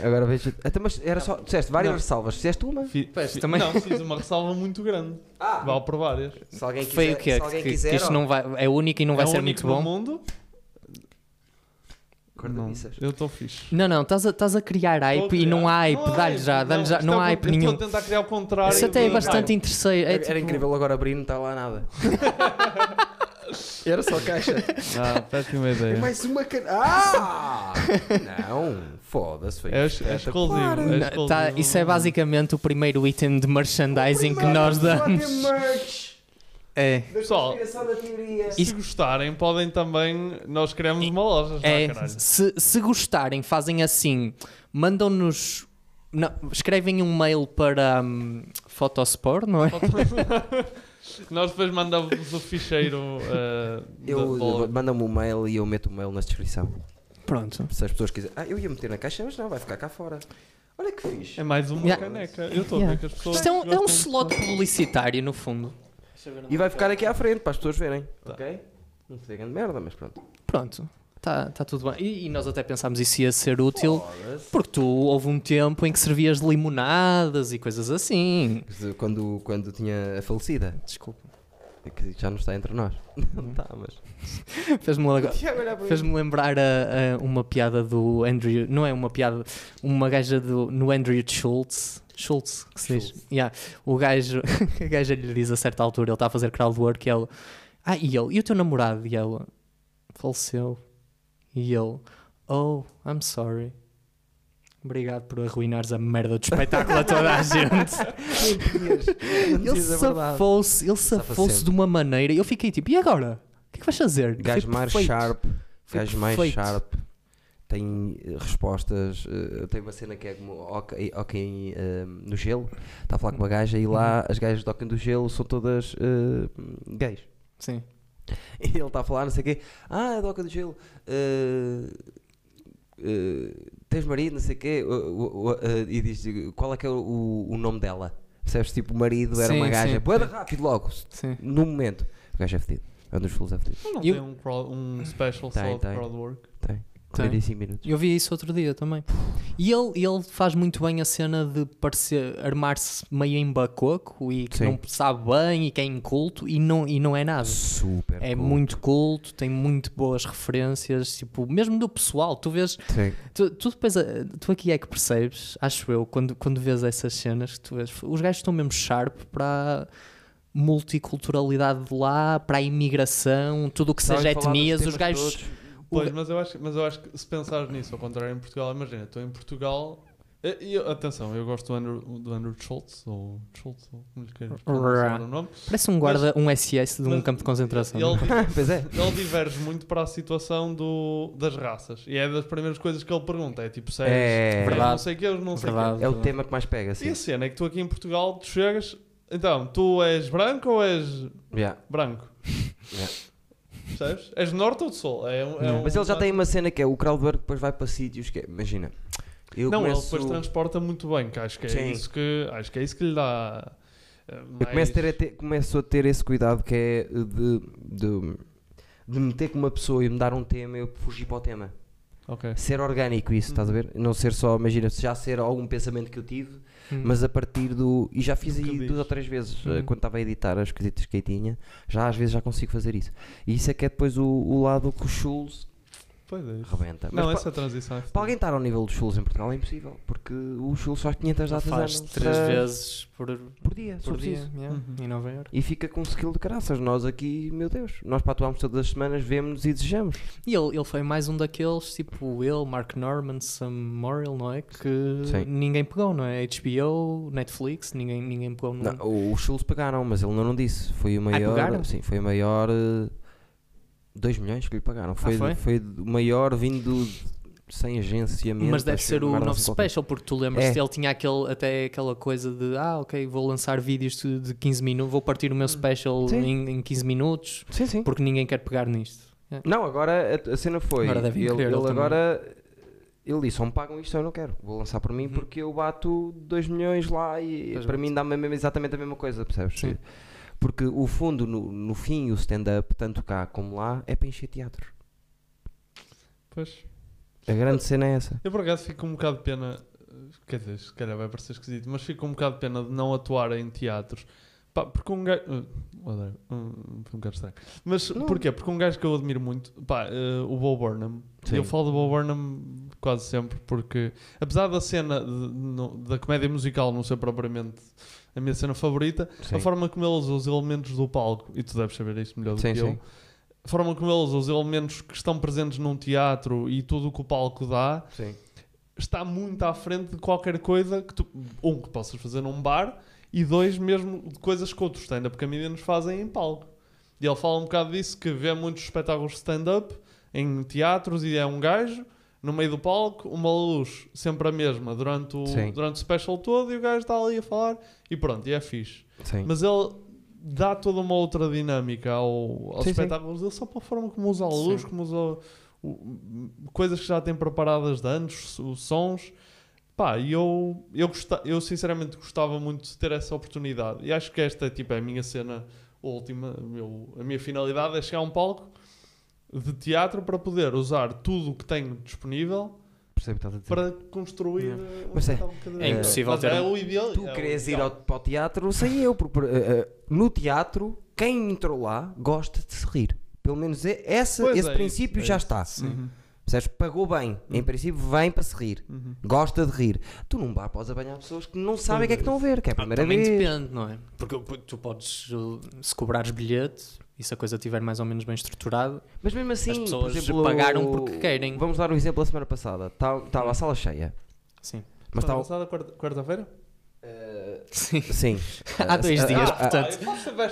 Speaker 1: Agora vejo. Até, mas era só. Disseste várias
Speaker 3: Não.
Speaker 1: ressalvas, fizeste uma.
Speaker 3: Fi-
Speaker 2: Pois,
Speaker 3: fi-
Speaker 2: também-
Speaker 3: Não, fiz uma ressalva muito grande.
Speaker 1: Ah.
Speaker 3: Vale por várias.
Speaker 1: Se alguém quiser.
Speaker 2: Foi o que é?
Speaker 1: se alguém
Speaker 2: Que, que
Speaker 1: quiser,
Speaker 2: isto
Speaker 1: ó,
Speaker 2: não vai, é único e não vai
Speaker 3: é
Speaker 2: ser
Speaker 3: único
Speaker 2: muito bom.
Speaker 3: no mundo. Não,
Speaker 1: Cordobiças.
Speaker 3: eu estou fixe.
Speaker 2: Não, não, estás a, estás a criar hype e não há hype, dá-lhe já, dá-lhe já,
Speaker 3: um
Speaker 2: não há hype
Speaker 3: Estou
Speaker 2: nenhum.
Speaker 3: é a tentar criar o contrário.
Speaker 2: Isso até é
Speaker 3: do-
Speaker 2: bastante interessante. é
Speaker 1: Era,
Speaker 2: tipo-
Speaker 1: era incrível agora abrir, não está lá nada. era só caixa.
Speaker 3: Ah, péssima
Speaker 1: Tem
Speaker 3: ideia.
Speaker 1: mais uma ca... Ah! não, foda-se. Foi
Speaker 3: É, ex- é exclusivo.
Speaker 1: espetacular.
Speaker 3: é exclusivo.
Speaker 2: Tá, isso é basicamente o primeiro item de merchandising que
Speaker 1: Primeiro,
Speaker 2: nós
Speaker 1: só tem
Speaker 2: damos.
Speaker 1: merch.
Speaker 2: É.
Speaker 3: Pessoal,
Speaker 1: Conspiração da teoria.
Speaker 3: se gostarem, podem também. Nós queremos uma loja. já,
Speaker 2: É,
Speaker 3: caralho.
Speaker 2: se, se gostarem, fazem assim: mandam-nos. não, Escrevem um mail para hum, Fotospor, não é?
Speaker 3: Nós depois mandamos o ficheiro. eh, da
Speaker 1: Eu
Speaker 3: loja.
Speaker 1: manda-me um mail e eu meto o mail na descrição.
Speaker 2: Pronto.
Speaker 1: Se as pessoas quiserem. Ah, eu ia meter na caixa, mas não, vai ficar cá fora. Olha que fixe.
Speaker 3: É mais uma
Speaker 2: Yeah.
Speaker 3: caneca. Eu estou a
Speaker 2: Yeah.
Speaker 3: ver que as pessoas.
Speaker 2: Isto é um, é um
Speaker 3: gostam de-
Speaker 2: slot publicitário, no fundo.
Speaker 1: E vai ficar aqui à frente para as pessoas verem.
Speaker 3: Tá.
Speaker 1: Ok? Não sei grande merda, mas pronto.
Speaker 2: Pronto. Está tá tudo bem. E, e nós até pensámos isso ia ser útil.
Speaker 1: Foda-se.
Speaker 2: Porque tu houve um tempo em que servias de limonadas e coisas assim.
Speaker 1: Quando, quando tinha a falecida,
Speaker 2: Desculpa.
Speaker 1: É que já não está entre nós. Não está, mas.
Speaker 2: Fez-me logo- Fez-me lembrar a, a uma piada do Andrew, não é uma piada, uma gaja do, no Andrew Schultz. Schultz, que se diz. Yeah. O gajo, a gaja lhe diz a certa altura, ele está a fazer crowdwork e ela, ah, e ele, e o teu namorado? E ela, faleceu. E ele, oh, I'm sorry. Obrigado por arruinares a merda do espetáculo a toda a gente. Ele safou-se, ele safou-se
Speaker 1: sempre.
Speaker 2: de uma maneira. Eu fiquei tipo, e agora? O que é que vais fazer?
Speaker 1: Gajo
Speaker 2: Foi
Speaker 1: mais
Speaker 2: perfeito.
Speaker 1: sharp.
Speaker 2: Foi
Speaker 1: Gajo mais
Speaker 2: perfeito.
Speaker 1: sharp. Tem eh, respostas. eh, Eu tenho uma cena que é como hockey, hockey, eh, no gelo. Está a falar com uma gaja e
Speaker 2: Uhum.
Speaker 1: lá as gajas do hockey do gelo são todas eh, gays.
Speaker 2: Sim.
Speaker 1: E ele está a falar, não sei o quê. Ah, é doca do gelo. eh, eh, tens marido, não sei o quê. o- o- o- eh, e diz qual é que é o, o nome dela. Percebes? Tipo, o marido era
Speaker 2: Sim,
Speaker 1: uma gaja.
Speaker 2: sim.
Speaker 1: Boa rápido logo,
Speaker 2: Sim.
Speaker 1: no momento. O gajo é fedido. É um dos fulos é fedido.
Speaker 3: Não
Speaker 2: Eu-
Speaker 3: tem um, crowd- um special
Speaker 1: Tem,
Speaker 3: só de
Speaker 1: tem.
Speaker 3: crowdwork.
Speaker 1: Tem.
Speaker 2: Tem.
Speaker 1: 45 minutos.
Speaker 2: Eu vi isso outro dia também. E ele, ele faz muito bem a cena de parecer armar-se meio em bacoco e que
Speaker 1: Sim.
Speaker 2: não sabe bem e que é inculto e não, e não é nada.
Speaker 1: Super.
Speaker 2: É
Speaker 1: cool.
Speaker 2: muito culto, tem muito boas referências, tipo, mesmo do pessoal, tu vês,
Speaker 1: Sim.
Speaker 2: tu, tu depois, eh, tu aqui é que percebes, acho eu, quando, quando vês essas cenas, que tu vês, os gajos estão mesmo sharp para a multiculturalidade de lá, para a imigração, tudo o que
Speaker 1: Sabem
Speaker 2: seja
Speaker 1: falar dos
Speaker 2: etnias, os
Speaker 1: temas
Speaker 2: gajos...
Speaker 1: todos.
Speaker 2: O
Speaker 3: Pois,
Speaker 2: ga-
Speaker 3: mas eu, acho, mas eu acho que se pensares nisso, ao contrário em Portugal, imagina, estou em Portugal. eh, e eu- atenção, eu gosto do Andrew, do Andrew Schultz, ou Schultz, ou como lhe queiras pronunciar é o nome.
Speaker 2: Parece um guarda, um SS de um
Speaker 3: mas-
Speaker 2: campo de concentração.
Speaker 3: E ele, di-
Speaker 1: Pois é.
Speaker 3: ele diverge muito para a situação do, das raças. E é das primeiras coisas que ele pergunta: é tipo, sério,
Speaker 1: É.
Speaker 3: não
Speaker 2: Verdade.
Speaker 3: sei o que, eles não sei o quê.
Speaker 2: Verdade.
Speaker 1: É o tema que mais pega,
Speaker 3: E
Speaker 1: assim.
Speaker 3: a cena é que tu aqui em Portugal, tu chegas, então, tu és branco ou és
Speaker 1: Yeah.
Speaker 3: branco?
Speaker 1: Yeah. É.
Speaker 3: Percebes? És do norte ou do sul? É, um- é um-
Speaker 1: Mas ele já tem uma cena que é o Crowdwork depois vai para sítios que é. Imagina. Eu
Speaker 3: não,
Speaker 1: começo...
Speaker 3: ele depois transporta muito bem, que acho que é
Speaker 1: Sim.
Speaker 3: isso que acho que é isso que lhe dá. eh,
Speaker 1: Eu começo a, ter, a
Speaker 3: mais-
Speaker 1: ter- começo a ter esse cuidado que é de, de, de meter com uma pessoa e me dar um tema e eu fugir para o tema.
Speaker 3: Ok.
Speaker 1: Ser orgânico isso, estás a ver? Não ser só, imagina, se já ser algum pensamento que eu tive,
Speaker 2: Hum.
Speaker 1: mas a partir do. E já fiz
Speaker 3: Do que
Speaker 1: aí
Speaker 3: diz.
Speaker 1: duas ou três vezes,
Speaker 2: Uhum.
Speaker 3: Hum.
Speaker 1: eh, quando estava a editar as coisitas que aí tinha, já às vezes já consigo fazer isso. E isso é que é depois o, o lado que o Schulz
Speaker 3: Pois é.
Speaker 1: rebenta. Mas
Speaker 3: Não,
Speaker 1: pa-
Speaker 3: essa transição é
Speaker 1: para alguém estar ao nível dos Schulz em Portugal é impossível, porque o Schulz faz 500 datas
Speaker 2: faz
Speaker 1: anos,
Speaker 2: três
Speaker 1: eh,
Speaker 2: vezes por,
Speaker 1: por dia, só
Speaker 2: por dia
Speaker 1: preciso.
Speaker 2: yeah,
Speaker 3: Uhum.
Speaker 2: em Nova Iorque.
Speaker 1: E fica com um skill de graças. Nós aqui, meu Deus, nós para atuarmos todas as semanas, vemos-nos e desejamos.
Speaker 2: E ele, ele foi mais um daqueles, tipo ele, Mark Norman, Sam Morrill, não é? Que
Speaker 1: Sim.
Speaker 2: ninguém pegou, não é? HBO, Netflix, ninguém, ninguém pegou. No...
Speaker 1: Não, o- os Schultz pagaram, mas ele não, não disse. Foi o maior.
Speaker 2: Ah, pagaram?
Speaker 1: sim, foi o maior. 2 milhões que lhe pagaram. Foi,
Speaker 2: Ah, foi?
Speaker 1: foi o maior vindo sem agenciamento.
Speaker 2: Mas deve
Speaker 1: acho
Speaker 2: ser
Speaker 1: eu, uma
Speaker 2: o
Speaker 1: merda
Speaker 2: novo
Speaker 1: assim qualquer.
Speaker 2: special, porque tu lembras-te,
Speaker 1: É.
Speaker 2: ele tinha aquele, até aquela coisa de ah, ok, vou lançar vídeos de de 15 minutos, vou partir o meu special
Speaker 1: Sim.
Speaker 2: em, em 15 minutos,
Speaker 1: Sim, sim.
Speaker 2: porque ninguém quer pegar nisto.
Speaker 1: Não, agora a, a cena foi.
Speaker 2: Agora devem
Speaker 1: ele
Speaker 2: querer,
Speaker 1: ele
Speaker 2: ele também.
Speaker 1: agora. Ele disse: ou me pagam isto ou eu não quero. Vou lançar por mim
Speaker 2: Uhum.
Speaker 1: porque eu bato 2 milhões lá e
Speaker 2: Pois
Speaker 1: para
Speaker 2: bate.
Speaker 1: mim dá-me a mesma- exatamente a mesma coisa, percebes?
Speaker 2: Sim.
Speaker 1: Porque o fundo, no, no fim, o stand-up, tanto cá como lá, é para encher teatros.
Speaker 3: Pois.
Speaker 1: A grande cena é essa.
Speaker 3: Eu por acaso fico um bocado de pena, eh, quer dizer, se calhar vai parecer esquisito, mas fico um bocado de pena de não atuar em teatros. Pá, porque um gajo. eh, odeio, hum, foi um bocado estranho. Mas
Speaker 1: Não.
Speaker 3: porquê? Porque um gajo que eu admiro muito, pá, eh, o Bo Burnham.
Speaker 1: Sim.
Speaker 3: Eu falo do Bo Burnham quase sempre, porque apesar da cena de- no- da comédia musical não ser propriamente a minha cena favorita, a
Speaker 1: Sim.
Speaker 3: forma como ele usa os elementos do palco, e tu deves saber isto melhor do
Speaker 1: Sim,
Speaker 3: que eu,
Speaker 1: sim.
Speaker 3: a forma como ele usa os elementos que estão presentes num teatro e tudo o que o palco dá,
Speaker 1: Sim.
Speaker 3: está muito à frente de qualquer coisa que tu, um, que possas fazer num bar e dois, mesmo de coisas que outros stand-up comedians fazem em palco. E ele fala um bocado disso, que vê muitos espetáculos de stand-up em teatros e é um gajo no meio do palco, uma luz sempre a mesma durante o,
Speaker 1: Sim.
Speaker 3: durante o special todo e o gajo está ali a falar e pronto, e é fixe.
Speaker 1: Sim.
Speaker 3: Mas ele dá toda uma outra dinâmica ao,
Speaker 1: Sim,
Speaker 3: aos
Speaker 1: sim.
Speaker 3: espetáculos dele só pela forma como usa a luz,
Speaker 2: Sim.
Speaker 3: como usa o- o- coisas que já tem preparadas de antes, os sons. Pá, e eu, eu, gosta, eu sinceramente gostava muito de ter essa oportunidade. E acho que esta tipo, é a minha cena última. o meu- a minha finalidade é chegar a um palco de teatro para poder usar tudo o que tenho disponível
Speaker 1: Percebo o que estás a dizer.
Speaker 3: para construir um
Speaker 1: Mas é-
Speaker 3: espetáculo cada
Speaker 1: é
Speaker 3: vez.
Speaker 2: impossível
Speaker 3: Mas
Speaker 2: ter
Speaker 3: é
Speaker 2: um-
Speaker 3: o ideal.
Speaker 1: Tu
Speaker 3: é o
Speaker 1: querias ir
Speaker 3: ideal.
Speaker 1: ao, para o teatro sem eu, porque eh, eh, no teatro, quem entrou lá gosta de se rir. Pelo menos é- essa-
Speaker 3: Pois
Speaker 1: esse
Speaker 3: é,
Speaker 1: princípio
Speaker 3: isso,
Speaker 1: já
Speaker 3: é
Speaker 1: está.
Speaker 3: Uhum.
Speaker 1: Percebes? Pagou bem. Em princípio, vem para se rir.
Speaker 3: Uhum.
Speaker 1: Gosta de rir. Tu num bar podes apanhar pessoas que não sabem o que é que estão a ver, que é a
Speaker 2: Ah,
Speaker 1: primeira
Speaker 2: também
Speaker 1: vez.
Speaker 2: depende, não é? Porque tu podes, uh, se cobrares bilhete e se a coisa estiver mais ou menos bem estruturada,
Speaker 1: Mas mesmo assim,
Speaker 2: As
Speaker 1: por
Speaker 2: pessoas
Speaker 1: exemplo,
Speaker 2: pagaram porque querem.
Speaker 1: Vamos dar um exemplo da semana passada. Estava a sala cheia.
Speaker 2: sim.
Speaker 1: Mas tá estava.
Speaker 3: Semana passada, Tá quarta- quarta-feira?
Speaker 2: Sim.
Speaker 1: Sim.
Speaker 2: Há dois
Speaker 1: Ah,
Speaker 2: dias,
Speaker 1: ah,
Speaker 2: portanto.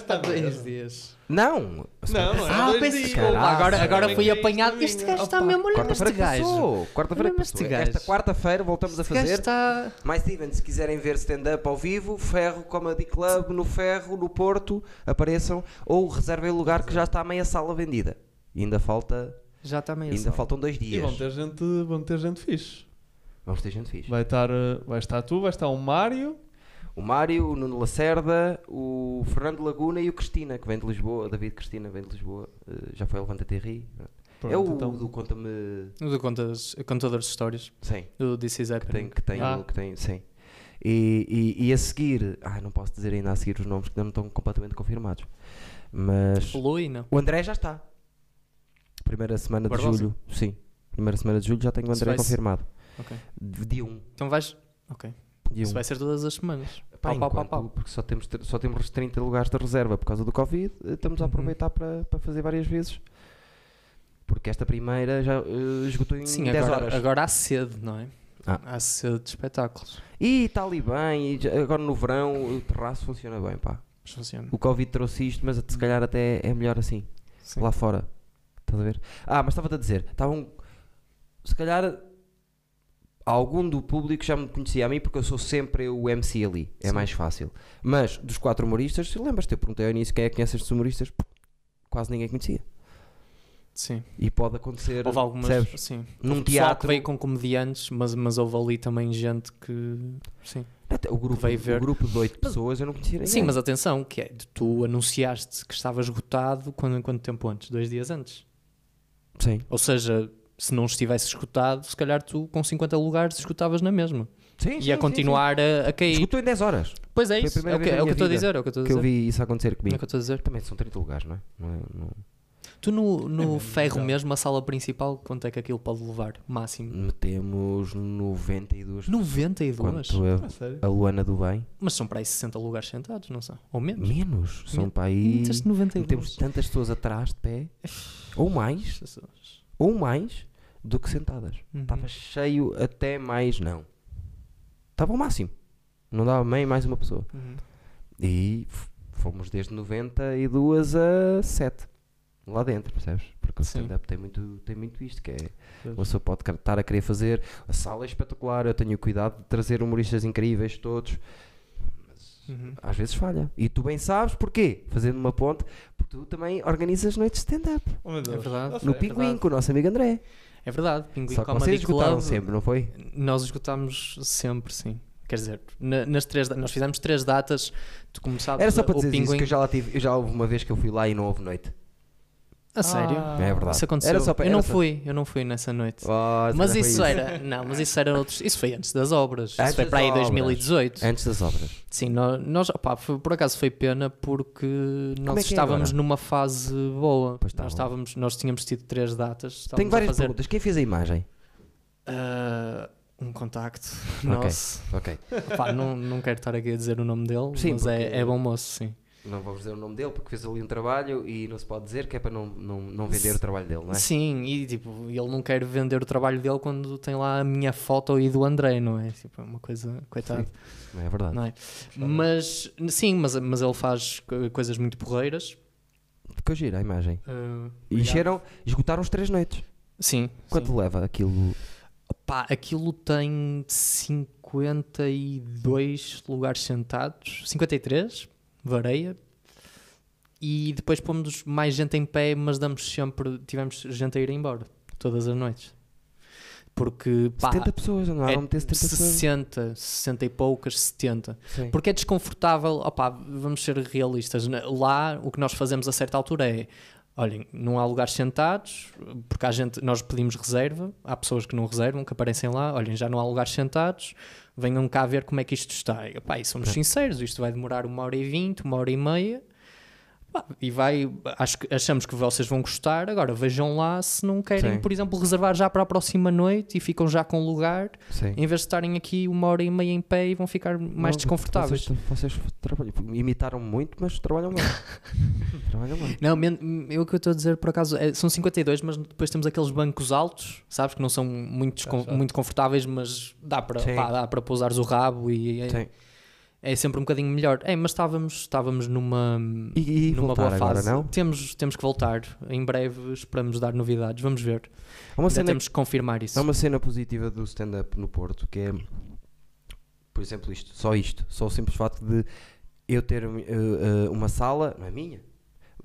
Speaker 3: Há
Speaker 2: dias.
Speaker 1: Não!
Speaker 3: Não, não é
Speaker 2: Ah,
Speaker 3: dois
Speaker 2: penso
Speaker 3: dias.
Speaker 2: que agora,
Speaker 1: Caraca.
Speaker 2: agora fui
Speaker 3: Domingo,
Speaker 2: apanhado.
Speaker 3: domingo.
Speaker 2: Este gajo está
Speaker 3: Opa.
Speaker 2: mesmo olhando este
Speaker 1: Quarta-feira é
Speaker 2: gajo.
Speaker 1: passou. Quarta-feira é
Speaker 2: Olha-me este
Speaker 1: passou.
Speaker 2: gajo.
Speaker 1: Esta quarta-feira voltamos a
Speaker 2: Este gajo
Speaker 1: fazer.
Speaker 2: está.
Speaker 1: Mais Steven, se quiserem ver stand-up ao vivo, Ferro Comedy Club, no Ferro, no Porto, apareçam ou reservem o lugar que já está a meia sala vendida. E ainda falta,
Speaker 2: Já está meio
Speaker 1: ainda
Speaker 2: só.
Speaker 1: faltam dois
Speaker 3: E
Speaker 1: dias.
Speaker 3: vão ter gente, vão ter gente fixe.
Speaker 1: Vamos ter gente fixe.
Speaker 3: Vai estar, eh, vai estar tu, vai estar o Mário.
Speaker 1: O Mário, o Nuno Lacerda, o Fernando Laguna e o Cristina, que vem de Lisboa, David Cristina vem de Lisboa, eh, já foi ao Levanta TRI. é o
Speaker 3: Pronto, então.
Speaker 1: do Conta-me.
Speaker 2: O do contas, contador de histórias.
Speaker 1: Sim,
Speaker 2: O This Is
Speaker 1: que
Speaker 2: Happening.
Speaker 1: tem, que tem,
Speaker 3: Ah.
Speaker 1: que tem sim. E, e- e a seguir, ai, não posso dizer ainda a seguir os nomes que ainda não estão completamente confirmados. Mas
Speaker 2: Lui, não.
Speaker 1: O André já está. Primeira semana de
Speaker 2: Barbosa?
Speaker 1: julho, sim. Primeira semana de julho já tenho o
Speaker 2: Se
Speaker 1: André
Speaker 2: vai se-
Speaker 1: confirmado.
Speaker 2: Ok.
Speaker 1: De de um.
Speaker 2: Então vais. Ok.
Speaker 1: De um.
Speaker 2: Isso vai ser todas as semanas.
Speaker 1: Pá,
Speaker 2: Pau, pau, pau,
Speaker 1: enquanto-
Speaker 2: pau.
Speaker 1: Porque só temos, tr- só temos 30 lugares de reserva por causa do Covid. eh, Estamos a
Speaker 2: Uhum.
Speaker 1: aproveitar para, para fazer várias vezes. Porque esta primeira já eh, esgotou em
Speaker 2: Sim,
Speaker 1: 10
Speaker 2: agora,
Speaker 1: horas.
Speaker 2: agora há sede, não é?
Speaker 1: Ah.
Speaker 2: Há sede de espetáculos.
Speaker 1: E está ali bem. E já- agora no verão o terraço funciona bem, pá.
Speaker 2: Mas funciona.
Speaker 1: O Covid trouxe isto, mas se calhar até é melhor assim.
Speaker 2: Hum. Sim.
Speaker 1: lá fora. Estás a ver? Ah, mas estava-te a dizer, estavam. Se calhar algum do público já me conhecia a mim porque eu sou sempre o MC ali. É
Speaker 2: Sim.
Speaker 1: mais fácil. Mas dos quatro humoristas, se lembras-te, eu perguntei ao início quem é que conhece estes humoristas, quase ninguém conhecia.
Speaker 2: Sim.
Speaker 1: E pode acontecer
Speaker 2: Houve algumas.
Speaker 1: percebes?
Speaker 2: Sim.
Speaker 1: num
Speaker 2: Pessoal que
Speaker 1: teatro.
Speaker 2: veio com comediantes, mas, mas houve ali também gente que. Sim.
Speaker 1: Até O grupo,
Speaker 2: veio ver.
Speaker 1: o grupo de oito pessoas eu não conhecia ninguém.
Speaker 2: Sim, mas atenção, que é, de- tu anunciaste que estava esgotado quando, quanto tempo antes? Dois dias antes.
Speaker 1: Sim,
Speaker 2: Ou seja, se não estivesse esgotado, se calhar tu com 50 lugares esgotavas na mesma.
Speaker 1: sim.
Speaker 2: Ia
Speaker 1: sim,
Speaker 2: continuar a, a
Speaker 1: Sim, sim.
Speaker 2: cair.
Speaker 1: Escutou em 10 horas
Speaker 2: Pois é
Speaker 1: Foi a
Speaker 2: isso. É
Speaker 1: primeira
Speaker 2: o que,
Speaker 1: vez na
Speaker 2: é o que
Speaker 1: minha
Speaker 2: eu estou a
Speaker 1: vida
Speaker 2: dizer. É o que eu estou a
Speaker 1: que eu
Speaker 2: dizer.
Speaker 1: vi isso acontecer
Speaker 2: É o
Speaker 1: comigo.
Speaker 2: que eu estou a dizer.
Speaker 1: Também É são 30 lugares, não é? Não é- não-
Speaker 2: Tu no, no
Speaker 3: mesmo,
Speaker 2: ferro
Speaker 3: então.
Speaker 2: mesmo, a sala principal, quanto é que aquilo pode levar? Máximo?
Speaker 1: Metemos 92
Speaker 2: 92?
Speaker 1: Quanto é?
Speaker 3: Ah, sério?
Speaker 1: a, a Luana do Bem?
Speaker 2: Mas são para aí 60 lugares sentados, não são? Ou menos?
Speaker 1: Menos. São
Speaker 2: Me-
Speaker 1: para aí.
Speaker 2: Meteste 92.
Speaker 1: Temos tantas pessoas atrás de pé, ou mais,
Speaker 2: Jesus.
Speaker 1: ou mais, do que sentadas.
Speaker 2: Uhum.
Speaker 1: Estava cheio até mais, não. Estava ao máximo. Não dava meio mais uma pessoa.
Speaker 2: Uhum.
Speaker 1: E f- fomos desde 92 a 7. Lá dentro, percebes? Porque o
Speaker 2: Sim.
Speaker 1: stand-up tem muito, tem muito isto, que é...
Speaker 3: Pois.
Speaker 1: Uma pessoa pode quer- estar a querer fazer. A sala é espetacular, eu tenho cuidado de trazer humoristas incríveis todos.
Speaker 2: Uhum.
Speaker 1: Às vezes falha. E tu bem sabes porquê. Fazendo uma ponte, porque tu também organizas noites de stand-up.
Speaker 3: Oh, meu Deus.
Speaker 2: É verdade.
Speaker 3: Ah, sério?
Speaker 1: No Pinguim,
Speaker 2: verdade.
Speaker 1: com o nosso amigo André.
Speaker 2: É verdade. Pinguim
Speaker 1: Só que
Speaker 2: Comedy
Speaker 1: vocês esgotaram
Speaker 2: Club,
Speaker 1: sempre, não é? foi?
Speaker 2: Nós esgotámos sempre, sim. Quer dizer, na- nas três, da- nós fizemos três datas, tu começavas
Speaker 1: Era só
Speaker 2: a-
Speaker 1: para
Speaker 2: o
Speaker 1: dizer isso,
Speaker 2: Pinguim.
Speaker 1: que eu já lá tive. eu já houve uma vez que eu fui lá e não houve noite.
Speaker 2: A sério?
Speaker 3: Ah,
Speaker 1: É verdade.
Speaker 2: Isso aconteceu.
Speaker 1: Era só para-
Speaker 2: eu não
Speaker 1: era só-
Speaker 2: fui, eu não fui nessa noite.
Speaker 1: Oh, se
Speaker 2: mas
Speaker 1: calhar foi
Speaker 2: isso, é era, não, mas isso era outros, isso foi antes das obras.
Speaker 1: Antes
Speaker 2: isso foi
Speaker 1: das
Speaker 2: para aí
Speaker 1: obras. É.
Speaker 2: 2018.
Speaker 1: Antes das obras.
Speaker 2: Sim, nó- nós, opá, foi- por acaso foi pena porque nós
Speaker 1: é que é
Speaker 2: estávamos
Speaker 1: agora?
Speaker 2: numa fase boa.
Speaker 1: Pois
Speaker 2: nós,
Speaker 1: estávamos.
Speaker 2: estávamos, nós tínhamos tido três datas.
Speaker 1: Tenho
Speaker 2: estávamos a
Speaker 1: várias
Speaker 2: fazer,
Speaker 1: perguntas. Quem fez a imagem?
Speaker 2: ah, um contacto
Speaker 1: Ok.
Speaker 2: nosso.
Speaker 1: Ok.
Speaker 2: Opá, não, não quero estar aqui a dizer o nome dele,
Speaker 1: Sim,
Speaker 2: mas é,
Speaker 1: porque-
Speaker 2: é bom moço, sim.
Speaker 1: não vou dizer o nome dele porque fez ali um trabalho e não se pode dizer que é para não, não, não vender o trabalho dele, não é?
Speaker 2: Sim, e tipo, ele não quer vender o trabalho dele quando tem lá a minha foto e do André, não é? Tipo, é uma coisa, coitado,
Speaker 1: Não é verdade.
Speaker 2: não é? Mas, sim, mas, mas ele faz co- coisas muito porreiras.
Speaker 1: Ficou gira a imagem.
Speaker 2: Ah,
Speaker 1: E encheram, esgotaram os três noites.
Speaker 2: Sim.
Speaker 1: Quanto
Speaker 2: sim.
Speaker 1: leva aquilo?
Speaker 2: Pá, aquilo tem 52 lugares sentados, 53, vareia. E depois pomos mais gente em pé, mas damos sempre, tivemos gente a ir embora, todas as noites. Porque, pá,
Speaker 1: 70 pessoas, não
Speaker 2: é
Speaker 1: é? 70 pessoas.
Speaker 2: 60, 60 e poucas, 70.
Speaker 1: Sim.
Speaker 2: Porque é desconfortável, opá, vamos ser realistas. né? Lá o que nós fazemos a certa altura é: olhem, não há lugares sentados, porque há gente, nós pedimos reserva, há pessoas que não reservam, que aparecem lá, olhem, já não há lugares sentados, venham cá ver como é que isto está. E, opá, e somos sinceros, isto vai demorar uma hora e vinte, uma hora e meia. Pá, E vai, acho que- achamos que vocês vão gostar. Agora vejam lá se não querem,
Speaker 1: Sim.
Speaker 2: por exemplo, reservar já para a próxima noite e ficam já com lugar
Speaker 1: Sim.
Speaker 2: em vez de estarem aqui uma hora e meia em pé e vão ficar mais
Speaker 1: Não,
Speaker 2: desconfortáveis.
Speaker 1: Vocês, vocês trabalham- imitaram muito, mas trabalham bem. trabalham bem.
Speaker 2: Não, men- eu o que eu estou a dizer por acaso é, são 52, mas depois temos aqueles bancos altos, sabes? Que não são muito, descon-
Speaker 3: chato.
Speaker 2: muito confortáveis, mas dá para
Speaker 1: Sim.
Speaker 2: pá, dá para pousares o rabo e é,
Speaker 1: Sim.
Speaker 2: é sempre um bocadinho melhor. É, mas estávamos, estávamos numa,
Speaker 1: E, e
Speaker 2: numa boa
Speaker 1: voltar agora,
Speaker 2: fase.
Speaker 1: não?
Speaker 2: Temos, temos que voltar. Em breve esperamos dar novidades, vamos ver.
Speaker 1: Há uma,
Speaker 2: Ainda
Speaker 1: cena,
Speaker 2: temos que confirmar isso.
Speaker 1: há uma cena positiva do stand-up no Porto, que é, por exemplo, isto, só isto, só o simples facto de eu ter uh, uh, uma sala, não é minha,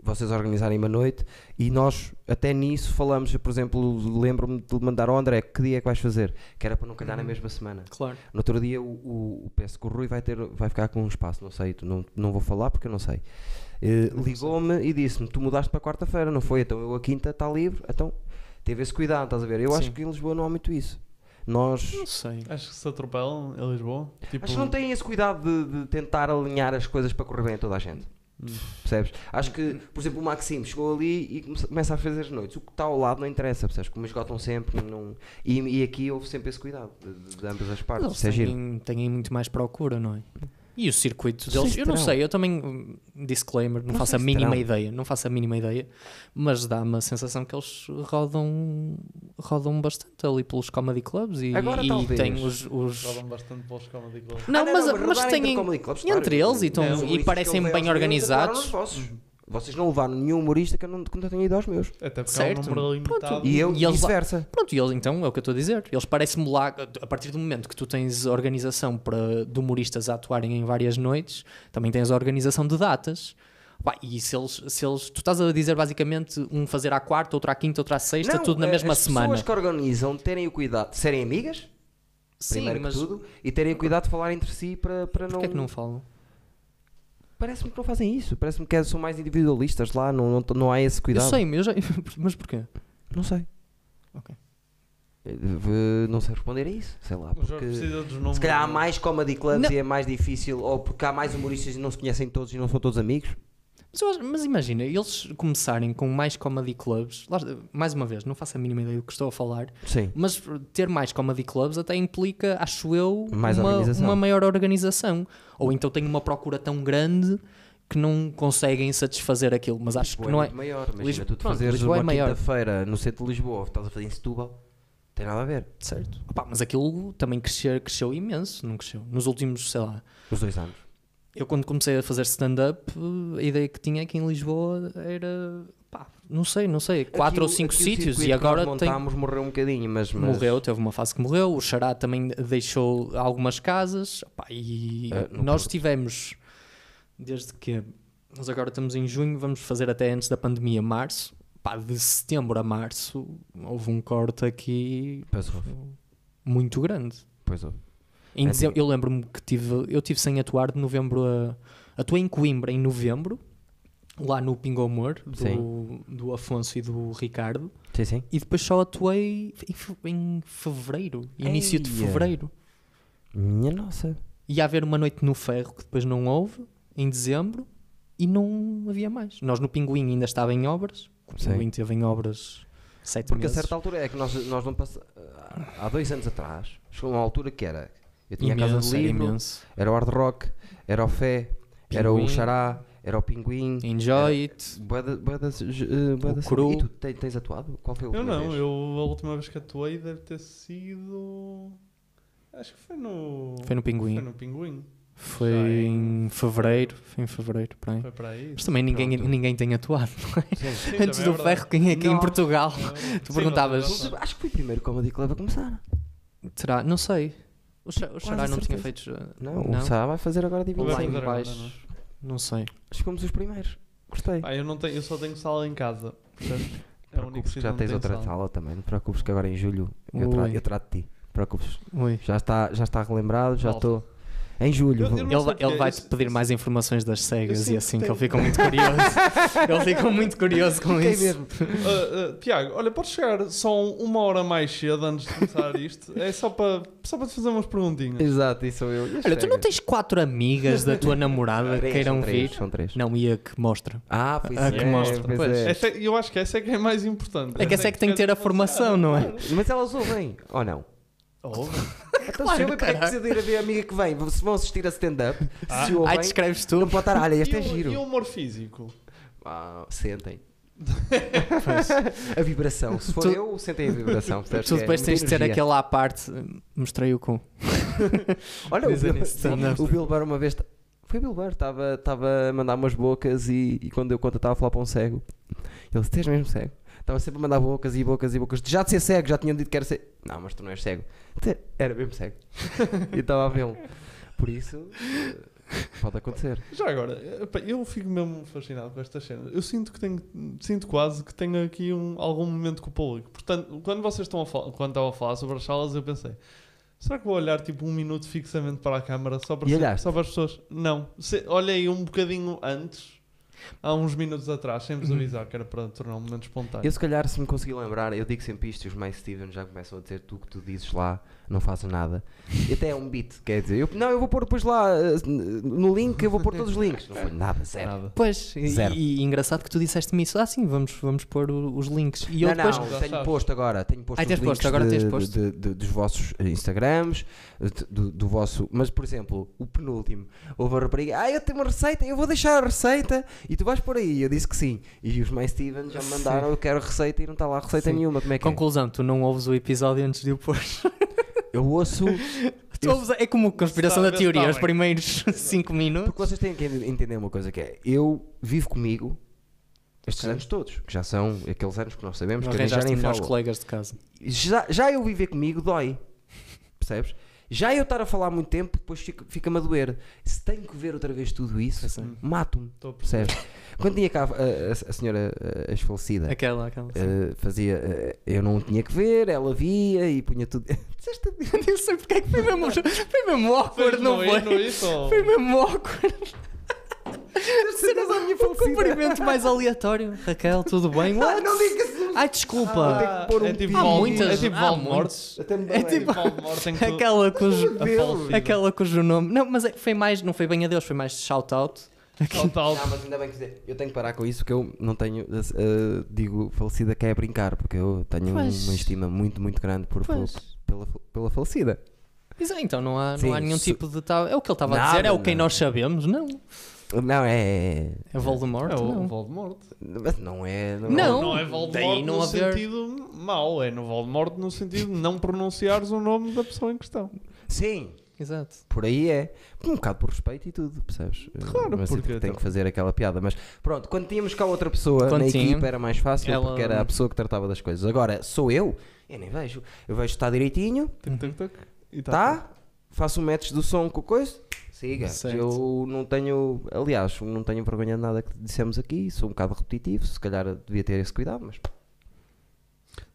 Speaker 1: vocês organizarem uma noite, e nós até nisso falamos, eu, por exemplo, lembro-me de mandar ao André, que dia é que vais fazer? Que era para não calhar na mesma semana.
Speaker 2: Claro.
Speaker 1: No outro dia o, o, o PS que o Rui vai, ter, vai ficar com um espaço, não sei, tu não, não vou falar porque eu não sei. Eh, Ligou-me e disse-me: Tu mudaste para quarta-feira, não foi? Então eu a quinta está livre, então teve esse cuidado, estás a ver? Eu acho
Speaker 2: Sim.
Speaker 1: que em Lisboa não há muito isso. Nós.
Speaker 2: Não sei.
Speaker 3: Acho que se atropelam em Lisboa. Tipo,
Speaker 1: Acho que não têm esse cuidado de, de tentar alinhar as coisas para correr bem a toda a gente.
Speaker 3: Hum.
Speaker 1: Percebes? Acho que, por exemplo, o Maxime chegou ali e come- começa a fazer as noites. O que está ao lado não interessa, percebes? Como esgotam sempre. Não... E, e aqui houve sempre esse cuidado de, de- de ambas as partes.
Speaker 2: Eles
Speaker 1: Isso é giro.
Speaker 2: têm, têm muito mais procura, não é? E o circuito
Speaker 1: Não sei
Speaker 2: deles,
Speaker 1: se
Speaker 2: eu não
Speaker 1: terão.
Speaker 2: sei, eu também, hum, disclaimer, não,
Speaker 1: Não
Speaker 2: faço
Speaker 1: sei
Speaker 2: a
Speaker 1: se
Speaker 2: mínima
Speaker 1: terão.
Speaker 2: ideia, não faço a mínima ideia, mas dá-me a sensação que eles rodam, rodam bastante ali pelos comedy clubs e,
Speaker 1: Agora
Speaker 2: e
Speaker 1: talvez.
Speaker 2: têm os... os-
Speaker 3: Rodam bastante pelos comedy clubs.
Speaker 2: Não,
Speaker 1: Ah,
Speaker 2: mas,
Speaker 1: rodar
Speaker 2: mas
Speaker 1: entre
Speaker 2: têm...
Speaker 1: comedy clubs,
Speaker 2: entre eles e estão-
Speaker 3: e
Speaker 1: Os humoristas
Speaker 2: parecem
Speaker 1: que eu
Speaker 2: bem
Speaker 1: levei aos meus
Speaker 2: organizados.
Speaker 1: atuaram nos vossos. Vocês não levaram nenhum humorista que eu não, que não tenha ido aos meus.
Speaker 3: Até porque
Speaker 2: Certo.
Speaker 3: há um número limitado.
Speaker 1: E eu,
Speaker 2: E eles-
Speaker 1: vice-versa.
Speaker 2: Pronto, e eles, então é o que eu estou a dizer. Eles parecem-me lá, a partir do momento que tu tens organização para, de humoristas a atuarem em várias noites, também tens a organização de datas. Pá, e se eles, se eles. Tu estás a dizer basicamente um fazer à quarta, outro à quinta, outro à sexta,
Speaker 1: Não,
Speaker 2: tudo na
Speaker 1: é,
Speaker 2: mesma
Speaker 1: as
Speaker 2: semana.
Speaker 1: pessoas que organizam terem o cuidado de serem amigas, primeiro que tudo, e terem o cuidado de falar entre si para, para não.
Speaker 2: Porquê é que não falam?
Speaker 1: Parece-me que não fazem isso. Parece-me que é- são mais individualistas lá, não, não, não há esse cuidado.
Speaker 2: Eu sei, eu já- mas porquê?
Speaker 1: Não sei.
Speaker 2: Ok.
Speaker 1: Eh, v- Não sei responder a isso, sei lá.
Speaker 3: O Jorge
Speaker 1: Porque...
Speaker 3: precisa dos números.
Speaker 1: Se calhar há mais comedy clubs
Speaker 2: Não.
Speaker 1: e é mais difícil, ou porque há mais humoristas e não se conhecem todos e não são todos amigos.
Speaker 2: Mas, eu acho- mas imagina, eles começarem com mais comedy clubs, lá- mais uma vez, não faço a mínima ideia do que estou a falar,
Speaker 1: Sim.
Speaker 2: Mas ter mais comedy clubs até implica, acho eu,
Speaker 1: Mais
Speaker 2: uma,
Speaker 1: organização.
Speaker 2: uma maior organização. Ou então tem uma procura tão grande que não conseguem satisfazer aquilo. Mas acho
Speaker 1: Lisboa
Speaker 2: que não é.
Speaker 1: muito maior. Imagina
Speaker 2: Lisbo-
Speaker 1: tu te
Speaker 2: pronto,
Speaker 1: fazeres
Speaker 2: Lisboa é
Speaker 1: uma
Speaker 2: maior.
Speaker 1: quinta-feira no centro de Lisboa, estás a fazer em Setúbal, tem nada a ver.
Speaker 2: Certo. Opa, mas aquilo também cresceu, cresceu imenso, não cresceu? Nos últimos, sei lá.
Speaker 1: Os dois anos.
Speaker 2: Eu quando comecei a fazer stand-up, a ideia que tinha aqui em Lisboa era. Pá, não sei, não sei. Quatro
Speaker 1: Aqui o-
Speaker 2: ou cinco
Speaker 1: aqui o
Speaker 2: sítios
Speaker 1: circuito
Speaker 2: e
Speaker 1: que
Speaker 2: agora
Speaker 1: nós
Speaker 2: tem.
Speaker 1: montámos morreu um bocadinho, mas. mas
Speaker 2: Morreu, teve uma fase que morreu. O Xará também deixou algumas casas. Opá, e
Speaker 1: Eh, no
Speaker 2: nós
Speaker 1: Porto.
Speaker 2: tivemos, desde que. Nós agora estamos em junho, vamos fazer até antes da pandemia, março. Pá, de setembro a março, houve um corte aqui
Speaker 1: Pois houve.
Speaker 2: muito grande.
Speaker 1: Pois houve.
Speaker 2: Em
Speaker 1: É
Speaker 2: dezembro, eu lembro-me que tive, eu tive sem atuar de novembro a. Atuei em Coimbra em novembro, lá no Pingo Amor, do,
Speaker 1: Sim.
Speaker 2: do Afonso e do Ricardo.
Speaker 1: Sim, sim.
Speaker 2: E depois só atuei em, fe- em fevereiro, início de
Speaker 1: Eia.
Speaker 2: fevereiro.
Speaker 1: Minha nossa.
Speaker 2: Ia haver uma noite no ferro que depois não houve, em dezembro, e não havia mais. Nós no Pinguim ainda estava em obras, o
Speaker 1: Sim.
Speaker 2: Pinguim teve em obras sete
Speaker 1: Porque a
Speaker 2: meses.
Speaker 1: certa altura é que nós, nós não passamos. Há dois anos atrás, chegou uma altura que era. Eu tinha a casa
Speaker 2: imenso,
Speaker 1: de
Speaker 2: era
Speaker 1: livro,
Speaker 2: imenso.
Speaker 1: era o hard rock, era o fé, era o
Speaker 2: Pinguim.
Speaker 1: xará, Era o Pinguim.
Speaker 2: Enjoy it.
Speaker 1: Bué da- bué das- j- eh, bué
Speaker 2: O
Speaker 1: das-
Speaker 2: Cru.
Speaker 1: E tu te- tens atuado? Qual foi a
Speaker 3: Eu
Speaker 1: última
Speaker 3: não,
Speaker 1: vez?
Speaker 3: eu a última vez que atuei deve ter sido. Acho que foi no.
Speaker 2: Foi no Pinguim.
Speaker 3: Foi no Pinguim.
Speaker 2: Foi
Speaker 3: Já é-
Speaker 2: em fevereiro. Foi em fevereiro, por aí.
Speaker 3: Foi para aí.
Speaker 2: Mas também ninguém,
Speaker 1: Pronto.
Speaker 2: ninguém tem atuado.
Speaker 1: Sim.
Speaker 3: Sim,
Speaker 2: Antes do
Speaker 3: também é verdade.
Speaker 2: ferro, quem é que em
Speaker 1: Não.
Speaker 2: Portugal?
Speaker 3: Não. é
Speaker 2: Tu
Speaker 3: Sim,
Speaker 2: perguntavas-
Speaker 3: não sei, não sei.
Speaker 1: Acho que foi o primeiro Comedy Club a começar.
Speaker 2: Terá? Não sei. O Xa- o Xará
Speaker 1: a
Speaker 2: não tinha
Speaker 1: certeza.
Speaker 2: feito. uh,
Speaker 1: Não, o Sá vai fazer agora de
Speaker 3: Vai
Speaker 1: online.
Speaker 3: fazer. agora,
Speaker 2: baixo. Não sei.
Speaker 1: Acho que fomos os primeiros. Gostei.
Speaker 3: Ah, eu, não tenho, eu só tenho sala em casa. Portanto, é o único
Speaker 1: Preocupes que
Speaker 3: sítio
Speaker 1: já
Speaker 3: onde
Speaker 1: tens
Speaker 3: tenho
Speaker 1: outra sala também. Não te preocupes que agora em julho eu, tra
Speaker 2: Ui.
Speaker 1: eu trato de ti. Não te Preocupes.
Speaker 2: Ui.
Speaker 1: Já está, já está relembrado, já
Speaker 3: Volta.
Speaker 1: estou. Em julho.
Speaker 3: Eu- eu
Speaker 1: vou-
Speaker 3: não
Speaker 2: Ele,
Speaker 3: sei
Speaker 2: vai- ele
Speaker 3: porque
Speaker 2: vai-te
Speaker 3: eu-
Speaker 2: pedir mais informações das cegas
Speaker 3: sempre
Speaker 2: e assim, que
Speaker 3: tenho-
Speaker 2: ele fica muito curioso. ele ficou muito curioso com
Speaker 1: Fiquei
Speaker 2: isso.
Speaker 1: mesmo.
Speaker 3: Ah, ah, Tiago, olha, podes chegar só um- uma hora mais cedo antes de começar isto? É só para só para te fazer umas perguntinhas.
Speaker 1: Exato, isso sou eu. E as
Speaker 2: Olha, tu não
Speaker 1: cegas?
Speaker 2: tens quatro amigas da tua namorada que
Speaker 1: Três,
Speaker 2: queiram
Speaker 1: são três,
Speaker 2: vir?
Speaker 1: São três.
Speaker 2: Não, e a que mostra.
Speaker 1: Ah, pois
Speaker 2: Ah,
Speaker 1: é.
Speaker 2: que mostra.
Speaker 1: pois
Speaker 2: Pois.
Speaker 1: é.
Speaker 3: Essa é- eu acho que essa é que é mais importante.
Speaker 2: É que essa é que tem que ter a formação, não é?
Speaker 1: Mas elas ouvem, ou não? Então
Speaker 2: Claro,
Speaker 1: se ouvem, para que
Speaker 2: caralho.
Speaker 1: precisa de ir a ver a amiga que vem? Se vão assistir a stand-up,
Speaker 3: Ah.
Speaker 1: se
Speaker 2: Ai,
Speaker 1: ouvem,
Speaker 2: descreves
Speaker 1: não
Speaker 2: tu.
Speaker 1: pode estar, olha,
Speaker 3: E
Speaker 1: este é
Speaker 3: o-
Speaker 1: giro.
Speaker 3: E o humor físico?
Speaker 1: Ah, sentem. a vibração. Se for
Speaker 2: Tu-
Speaker 1: eu, sentem a vibração. percebes
Speaker 2: Tu
Speaker 1: que é
Speaker 2: depois tens de ter
Speaker 1: energia.
Speaker 2: aquela à parte. hum, Mostrei o cu.
Speaker 1: Olha, o
Speaker 2: dizer
Speaker 1: Bill,
Speaker 2: nesse stand-up.
Speaker 1: o Bill Burr uma vez. Foi o Bill Burr, estava estava a mandar umas bocas e, e quando eu conta estava a falar para um cego. Ele disse: Tens mesmo cego? Estava sempre a mandar bocas e bocas e bocas. Já de ser cego, já tinham dito que era cego. Não, mas tu não és cego. Te- Era mesmo cego. e estava a vê-lo. Por isso, eh, pode acontecer.
Speaker 3: Já agora, epá, eu fico mesmo fascinado com estas cenas. Eu sinto que tenho, sinto quase que tenho aqui um- algum momento com o público. Portanto, quando vocês estão a falar, quando estavam a falar sobre as salas, eu pensei, será que vou olhar tipo um minuto fixamente para a câmara só para,
Speaker 1: E
Speaker 3: ser-
Speaker 1: olhaste?
Speaker 3: só para as pessoas? Não. Se- olhei um bocadinho antes, há uns minutos atrás, sem vos avisar que era para tornar um momento espontâneo.
Speaker 1: Eu, se calhar, se me conseguir lembrar, eu digo sempre isto e os mais Steven já começam a dizer: Tu que tu dizes lá, não fazes nada. E até é um beat, quer dizer, eu, não, eu vou pôr depois lá eh, no link, eu vou pôr todos os links. Não foi nada, zero.
Speaker 3: Nada.
Speaker 2: Pois, e,
Speaker 1: Zero.
Speaker 2: e engraçado que tu disseste-me isso. Ah, sim, vamos, vamos pôr o- os links. E eu
Speaker 1: não, é
Speaker 2: depois.
Speaker 1: não,
Speaker 3: Já
Speaker 1: tenho
Speaker 3: sabes.
Speaker 1: posto agora. Tenho posto
Speaker 2: Ah,
Speaker 1: os
Speaker 2: tens
Speaker 1: links
Speaker 2: posto, agora
Speaker 1: de-
Speaker 2: tens posto.
Speaker 1: de- de- dos vossos eh, Instagrams, de- do, do vosso. Mas, por exemplo, o penúltimo. Houve a rapariga. Ah, eu tenho uma receita, eu vou deixar a receita e tu vais por aí. Eu disse que sim. E os mais Steven já me mandaram, eu quero receita e não está lá receita
Speaker 2: Sim.
Speaker 1: nenhuma. Como é que
Speaker 2: Conclusão, tu não ouves o episódio antes de o pôr.
Speaker 1: é? Eu ouço.
Speaker 2: Tu ouves- é como conspiração
Speaker 3: Está-
Speaker 2: da teoria,
Speaker 3: está
Speaker 2: os
Speaker 3: bem.
Speaker 2: primeiros 5 minutos.
Speaker 1: Porque vocês têm que entender uma coisa que é. Eu vivo comigo estes
Speaker 2: Ok.
Speaker 1: anos todos, que já são aqueles anos que nós sabemos
Speaker 2: Não
Speaker 1: que a gente já
Speaker 2: arranjaste
Speaker 1: nem
Speaker 2: melhores
Speaker 1: fala.
Speaker 2: colegas de casa.
Speaker 1: já, já eu viver comigo dói. Percebes? Já eu estar a falar muito tempo, depois fico- fica-me a doer. Se tenho que ver outra vez tudo isso,
Speaker 2: Eu sei.
Speaker 1: mato-me.
Speaker 3: Estou a perceber.
Speaker 1: Percebes? Quando tinha cá a, a- a senhora a, a esfalecida,
Speaker 2: Aquela, aquela. sim.
Speaker 1: eh, fazia. eh, eu não tinha que ver, ela via e punha tudo. Disseste-
Speaker 2: Eu nem sei porque é que foi mesmo, foi mesmo awkward,
Speaker 3: Vocês
Speaker 2: não
Speaker 3: não
Speaker 2: foi?
Speaker 3: iam isso? ou-
Speaker 2: Foi mesmo awkward.
Speaker 1: certeza a minha
Speaker 2: Um cumprimento mais aleatório. Raquel, tudo bem?
Speaker 1: Ah,
Speaker 2: What?
Speaker 1: não digas isso!
Speaker 2: Ai, desculpa.
Speaker 1: Ah, pôr um
Speaker 3: é tipo
Speaker 1: pi.
Speaker 2: há
Speaker 3: Voldemort-
Speaker 2: muitas.
Speaker 3: É tipo
Speaker 2: há
Speaker 3: Voldemort.
Speaker 2: muitos.
Speaker 1: Até me
Speaker 2: Ah, É
Speaker 1: dói.
Speaker 2: tipo-
Speaker 3: Voldemort tem tudo-
Speaker 2: Aquela cujo,
Speaker 3: a
Speaker 1: Deus.
Speaker 3: falsida.
Speaker 2: aquela cujo nome. Não, mas é- foi mais. Não foi bem adeus, foi mais shout-out.
Speaker 3: Tal, tal.
Speaker 1: Não, mas ainda bem que dizer, eu tenho que parar com isso que eu não tenho, eh, digo falecida que é brincar, porque eu tenho
Speaker 2: Pois.
Speaker 1: uma estima muito, muito grande por, pela,
Speaker 2: Pois.
Speaker 1: pela, pela falecida.
Speaker 2: Isso, Então não há,
Speaker 1: Sim,
Speaker 2: não há nenhum
Speaker 1: se-
Speaker 2: tipo de tal. É o que ele estava a
Speaker 1: Nada,
Speaker 2: dizer, é o quem
Speaker 1: não.
Speaker 2: nós sabemos, não.
Speaker 1: Não é.
Speaker 2: É Voldemort,
Speaker 3: É o
Speaker 2: não.
Speaker 3: Voldemort.
Speaker 1: Mas não é. Não,
Speaker 2: Não.
Speaker 3: Não é Voldemort
Speaker 2: daí não
Speaker 3: no
Speaker 2: haver-
Speaker 3: sentido mau, é no Voldemort no sentido de não pronunciares o nome da pessoa em questão.
Speaker 1: Sim,
Speaker 2: Exato.
Speaker 1: por aí é. Um bocado por respeito e tudo, percebes? Eh,
Speaker 3: Claro,
Speaker 1: mas
Speaker 3: porque
Speaker 1: tem
Speaker 3: então-
Speaker 1: que fazer aquela piada. Mas pronto, quando tínhamos cá outra pessoa
Speaker 2: Quando
Speaker 1: na
Speaker 2: tinha,
Speaker 1: equipa era mais fácil
Speaker 2: ela-
Speaker 1: porque era a pessoa que tratava das coisas. Agora sou eu, eu nem vejo. Eu vejo está direitinho,
Speaker 3: Tic, tic, tic. E tá
Speaker 1: tá? Faço um match do som com o coisa. Siga.
Speaker 2: Certo.
Speaker 1: Eu não tenho, aliás, não tenho vergonha de nada que dissemos aqui. Sou um bocado repetitivo. Se calhar devia ter esse cuidado, mas
Speaker 3: feito.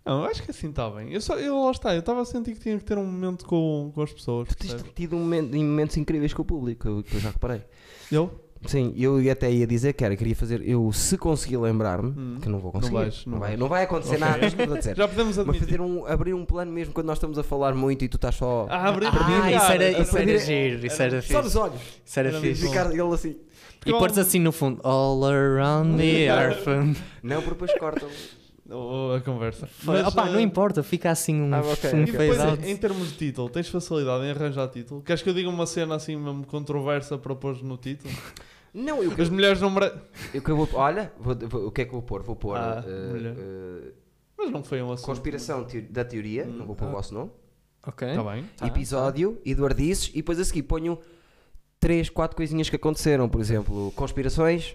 Speaker 3: Não, eu acho que assim está bem. Eu só, eu, lá está, eu estava a sentir que tinha que ter um momento com, com as pessoas.
Speaker 1: tu tens
Speaker 3: percebes?
Speaker 1: tido um momento- momentos incríveis com o público, eu- que eu já reparei.
Speaker 3: Eu?
Speaker 1: Sim, eu até ia dizer que era, queria fazer, eu se conseguir lembrar-me,
Speaker 3: Hum.
Speaker 1: que não vou conseguir,
Speaker 3: Não vais, não
Speaker 1: vai,
Speaker 3: vais.
Speaker 1: não vai acontecer
Speaker 3: Ok.
Speaker 1: nada, isto que eu estou a dizer.
Speaker 3: Já podemos
Speaker 1: Mas
Speaker 3: admitir.
Speaker 1: fazer um, abrir um plano mesmo quando nós estamos a falar muito e tu estás só,
Speaker 3: Ah, abrir
Speaker 2: Ah, isso era,
Speaker 1: era-
Speaker 2: isso era
Speaker 1: era-
Speaker 2: giro, isso
Speaker 3: era-
Speaker 2: era
Speaker 1: só nos
Speaker 2: fixe.
Speaker 1: olhos,
Speaker 2: Isso era
Speaker 3: era
Speaker 1: e
Speaker 2: fixe.
Speaker 3: mesmo.
Speaker 1: ficar ele assim.
Speaker 2: E pôres assim no fundo, all around the earth.
Speaker 1: Não, porque depois cortam.
Speaker 3: Oh, a conversa. Mas,
Speaker 2: Opa,
Speaker 3: eh,
Speaker 2: não importa, fica assim um,
Speaker 1: Ah, ok,
Speaker 2: um
Speaker 3: E depois,
Speaker 2: fade out.
Speaker 3: em, em termos de título, tens facilidade em arranjar título? Queres que eu diga uma cena assim mesmo controversa para pôr no título?
Speaker 1: Não, eu,
Speaker 3: As mulheres não mere-
Speaker 1: eu, que eu vou. Olha, vou- vou- o que é que eu vou pôr? Vou pôr.
Speaker 3: Ah,
Speaker 1: eh,
Speaker 3: mulher.
Speaker 1: eh,
Speaker 3: Mas não foi um assunto.
Speaker 1: conspiração teo- da teoria, não vou pôr o vosso nome.
Speaker 2: Ok.
Speaker 3: Está Hum, ah. bem.
Speaker 2: Tá,
Speaker 1: episódio, Eduardices, e depois a seguir ponho três, quatro coisinhas que aconteceram. Por exemplo, conspirações,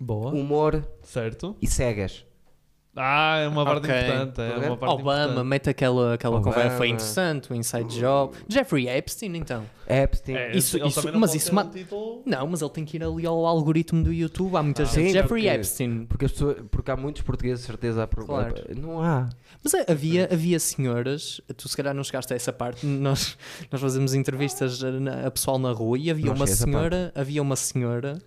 Speaker 3: Boa.
Speaker 1: humor
Speaker 3: Certo.
Speaker 1: e cegas.
Speaker 3: Ah, é uma parte
Speaker 2: Ok.
Speaker 3: importante. É
Speaker 1: Ok.
Speaker 3: uma parte
Speaker 2: Obama,
Speaker 3: importante.
Speaker 2: mete aquela, aquela
Speaker 1: Obama.
Speaker 2: conversa. Foi interessante, o inside job. Jeffrey Epstein, então.
Speaker 1: Epstein.
Speaker 3: É,
Speaker 2: Isso-
Speaker 3: ele
Speaker 2: isso-
Speaker 3: também não
Speaker 2: mas
Speaker 3: pode
Speaker 2: isso
Speaker 3: ter
Speaker 2: ma-
Speaker 3: um título-
Speaker 2: Não, mas ele tem que ir ali ao algoritmo do YouTube. Há muita
Speaker 3: Ah,
Speaker 2: gente.
Speaker 1: sim,
Speaker 2: Jeffrey
Speaker 1: porque-
Speaker 2: Epstein.
Speaker 1: Porque, as pessoas- porque há muitos portugueses, de certeza, a procurar.
Speaker 2: Claro.
Speaker 1: Não há.
Speaker 2: Mas é, havia, havia senhoras, tu se calhar não chegaste a essa parte, nós, nós fazemos entrevistas a, na- a pessoal na rua e havia
Speaker 1: Não
Speaker 2: uma
Speaker 1: cheguei a essa
Speaker 2: senhora, havia uma senhora,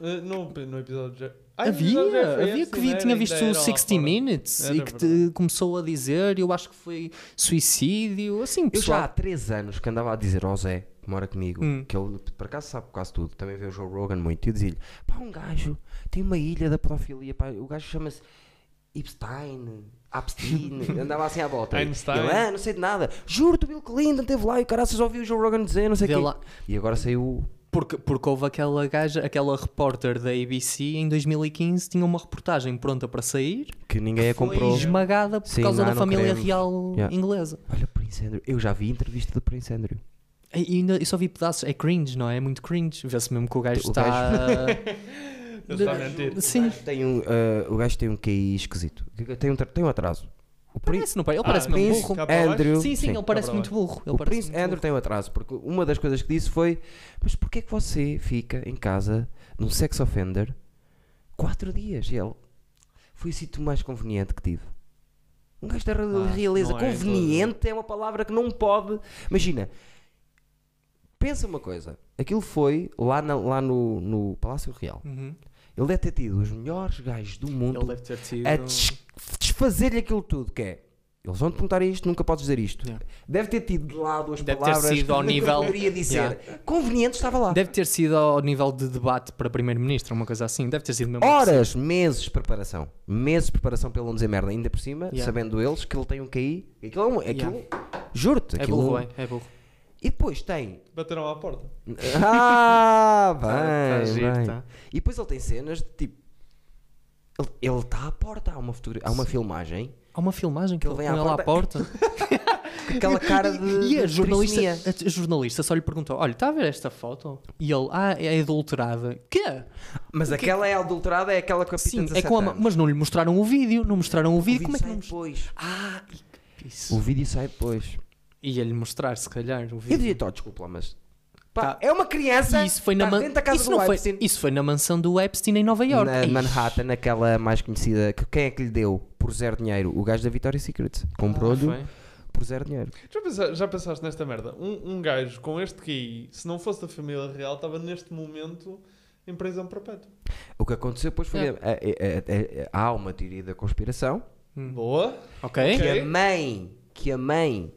Speaker 3: Não, eh, No, no episódio de...
Speaker 2: havia,
Speaker 3: assim,
Speaker 2: havia que vi- tinha visto o 60 Minutes
Speaker 3: Era
Speaker 2: e que te-
Speaker 3: verdade.
Speaker 2: começou a dizer, eu acho que foi suicídio, assim,
Speaker 1: Eu já há
Speaker 2: pessoal.
Speaker 1: 3 anos que andava a dizer ao Zé, que mora comigo,
Speaker 2: Hum.
Speaker 1: que ele por acaso sabe quase tudo, também vê o Joe Rogan muito, e eu dizia-lhe: pá, um gajo tem uma ilha da pedofilia, pá, o gajo chama-se Epstein. Epstein, andava assim à volta.
Speaker 3: Einstein.
Speaker 1: Ele, ah, não sei de nada. Juro-te, o Bill Clinton esteve lá e o caraças ouviu o Joe Rogan dizer, não sei o
Speaker 2: Vê
Speaker 1: quê.
Speaker 2: lá.
Speaker 1: E agora saiu.
Speaker 2: Porque, porque houve aquela gaja, aquela repórter da ABC em 2015, tinha uma reportagem pronta para sair,
Speaker 1: que ninguém a
Speaker 2: foi
Speaker 1: comprou.
Speaker 2: esmagada por
Speaker 1: Sim,
Speaker 2: causa
Speaker 1: não,
Speaker 2: da
Speaker 1: não
Speaker 2: família
Speaker 1: queremos.
Speaker 2: real
Speaker 1: Yeah.
Speaker 2: inglesa.
Speaker 1: Olha, Prince Andrew, eu já vi entrevista do Prince Andrew.
Speaker 2: E ainda, eu só vi pedaços, é cringe, não é? É muito cringe. Vê-se mesmo que o gajo
Speaker 1: O
Speaker 2: está.
Speaker 3: Ele está a mentir.
Speaker 2: Sim,
Speaker 1: Tem um, ah, o gajo tem um QI esquisito. Tem um, tra- tem um atraso. O Prince,
Speaker 2: parece, não parece? Ele parece
Speaker 3: Ah,
Speaker 2: mesmo
Speaker 3: isso.
Speaker 2: um burro.
Speaker 3: Cá para baixo?
Speaker 1: Andrew.
Speaker 2: Sim, sim, ele parece
Speaker 3: Cá para
Speaker 2: muito burro. Ele
Speaker 1: o
Speaker 2: parece
Speaker 1: Prince
Speaker 2: muito
Speaker 1: Andrew
Speaker 2: burro.
Speaker 1: tem um atraso, porque uma das coisas que disse foi: Mas porquê é que você fica em casa num sex offender quatro dias? E ele foi o sítio mais conveniente que tive. Um gajo da re-
Speaker 3: Ah,
Speaker 1: realeza.
Speaker 3: não é em todo-
Speaker 1: conveniente é uma palavra que não pode. Imagina, pensa uma coisa: aquilo foi lá, na- lá no, no Palácio Real.
Speaker 2: Uhum.
Speaker 1: Ele deve ter tido os melhores gajos do mundo
Speaker 2: Ele deve ter sido.
Speaker 1: a É des- desfazer-lhe aquilo tudo que é. Eles vão te perguntar isto, nunca podes dizer isto.
Speaker 2: Yeah.
Speaker 1: Deve ter tido de lado as
Speaker 2: Deve ter
Speaker 1: palavras
Speaker 2: sido
Speaker 1: que
Speaker 2: ao
Speaker 1: nunca
Speaker 2: nível-
Speaker 1: poderia dizer. Conveniente estava lá.
Speaker 2: Deve ter sido ao nível de debate para primeiro-ministro, uma coisa assim. Deve ter sido mesmo.
Speaker 1: Horas, meses de preparação. Meses de preparação para ele não dizer merda. Ainda por cima,
Speaker 2: Yeah.
Speaker 1: sabendo eles que ele tem um QI. Aquilo, é um- aquilo juro-te.
Speaker 2: É
Speaker 1: aquilo- um
Speaker 2: burro, é, é burro.
Speaker 1: E depois tem...
Speaker 3: Bateram à porta.
Speaker 1: Ah, bem,
Speaker 2: Tá- tá giro,
Speaker 1: bem.
Speaker 2: tá.
Speaker 1: E depois ele tem cenas de tipo... ele- Ele está à porta, há uma, fotogra- há uma filmagem,
Speaker 2: Há uma filmagem que
Speaker 1: Ele
Speaker 2: ele
Speaker 1: vem
Speaker 2: vem
Speaker 1: à
Speaker 2: lá à porta.
Speaker 1: com aquela cara de.
Speaker 2: E a
Speaker 1: de
Speaker 2: jornalista,
Speaker 1: trisomia.
Speaker 2: a jornalista só lhe perguntou: Olha, está a ver esta foto? E ele, ah, é adulterada. Quê?
Speaker 1: Mas aquela é adulterada, é aquela que a
Speaker 2: Sim, é com a. ma- Mas não lhe mostraram o vídeo, não mostraram o vídeo. Como é que não mostraram?
Speaker 1: depois.
Speaker 2: Ah, e que
Speaker 1: O
Speaker 2: isso.
Speaker 1: vídeo sai depois.
Speaker 2: Ia-lhe mostrar, se calhar, o
Speaker 1: Eu
Speaker 2: vídeo.
Speaker 1: dizia, "Tó, desculpa lá, mas. Pá,
Speaker 2: Tá.
Speaker 1: é uma criança.
Speaker 2: E isso foi na
Speaker 1: tá
Speaker 2: man-
Speaker 1: dentro da casa
Speaker 2: isso
Speaker 1: do
Speaker 2: não foi-
Speaker 1: Epstein.
Speaker 2: isso foi na mansão do Epstein em Nova é York.
Speaker 1: Na Manhattan, aquela mais conhecida. Que, quem é que lhe deu por zero dinheiro? O gajo da Victoria's Secret.
Speaker 2: Ah,
Speaker 1: Comprou-lhe por zero dinheiro.
Speaker 3: Já, pensa- já pensaste nesta merda? Um, um gajo com este QI, se não fosse da família real, estava neste momento em prisão perpétua.
Speaker 1: O que aconteceu depois foi. a-
Speaker 2: É.
Speaker 1: a- a- a- a- é, há uma teoria da conspiração
Speaker 2: Hum.
Speaker 3: Boa.
Speaker 2: Ok.
Speaker 1: que
Speaker 3: Ok.
Speaker 1: a mãe, que a mãe,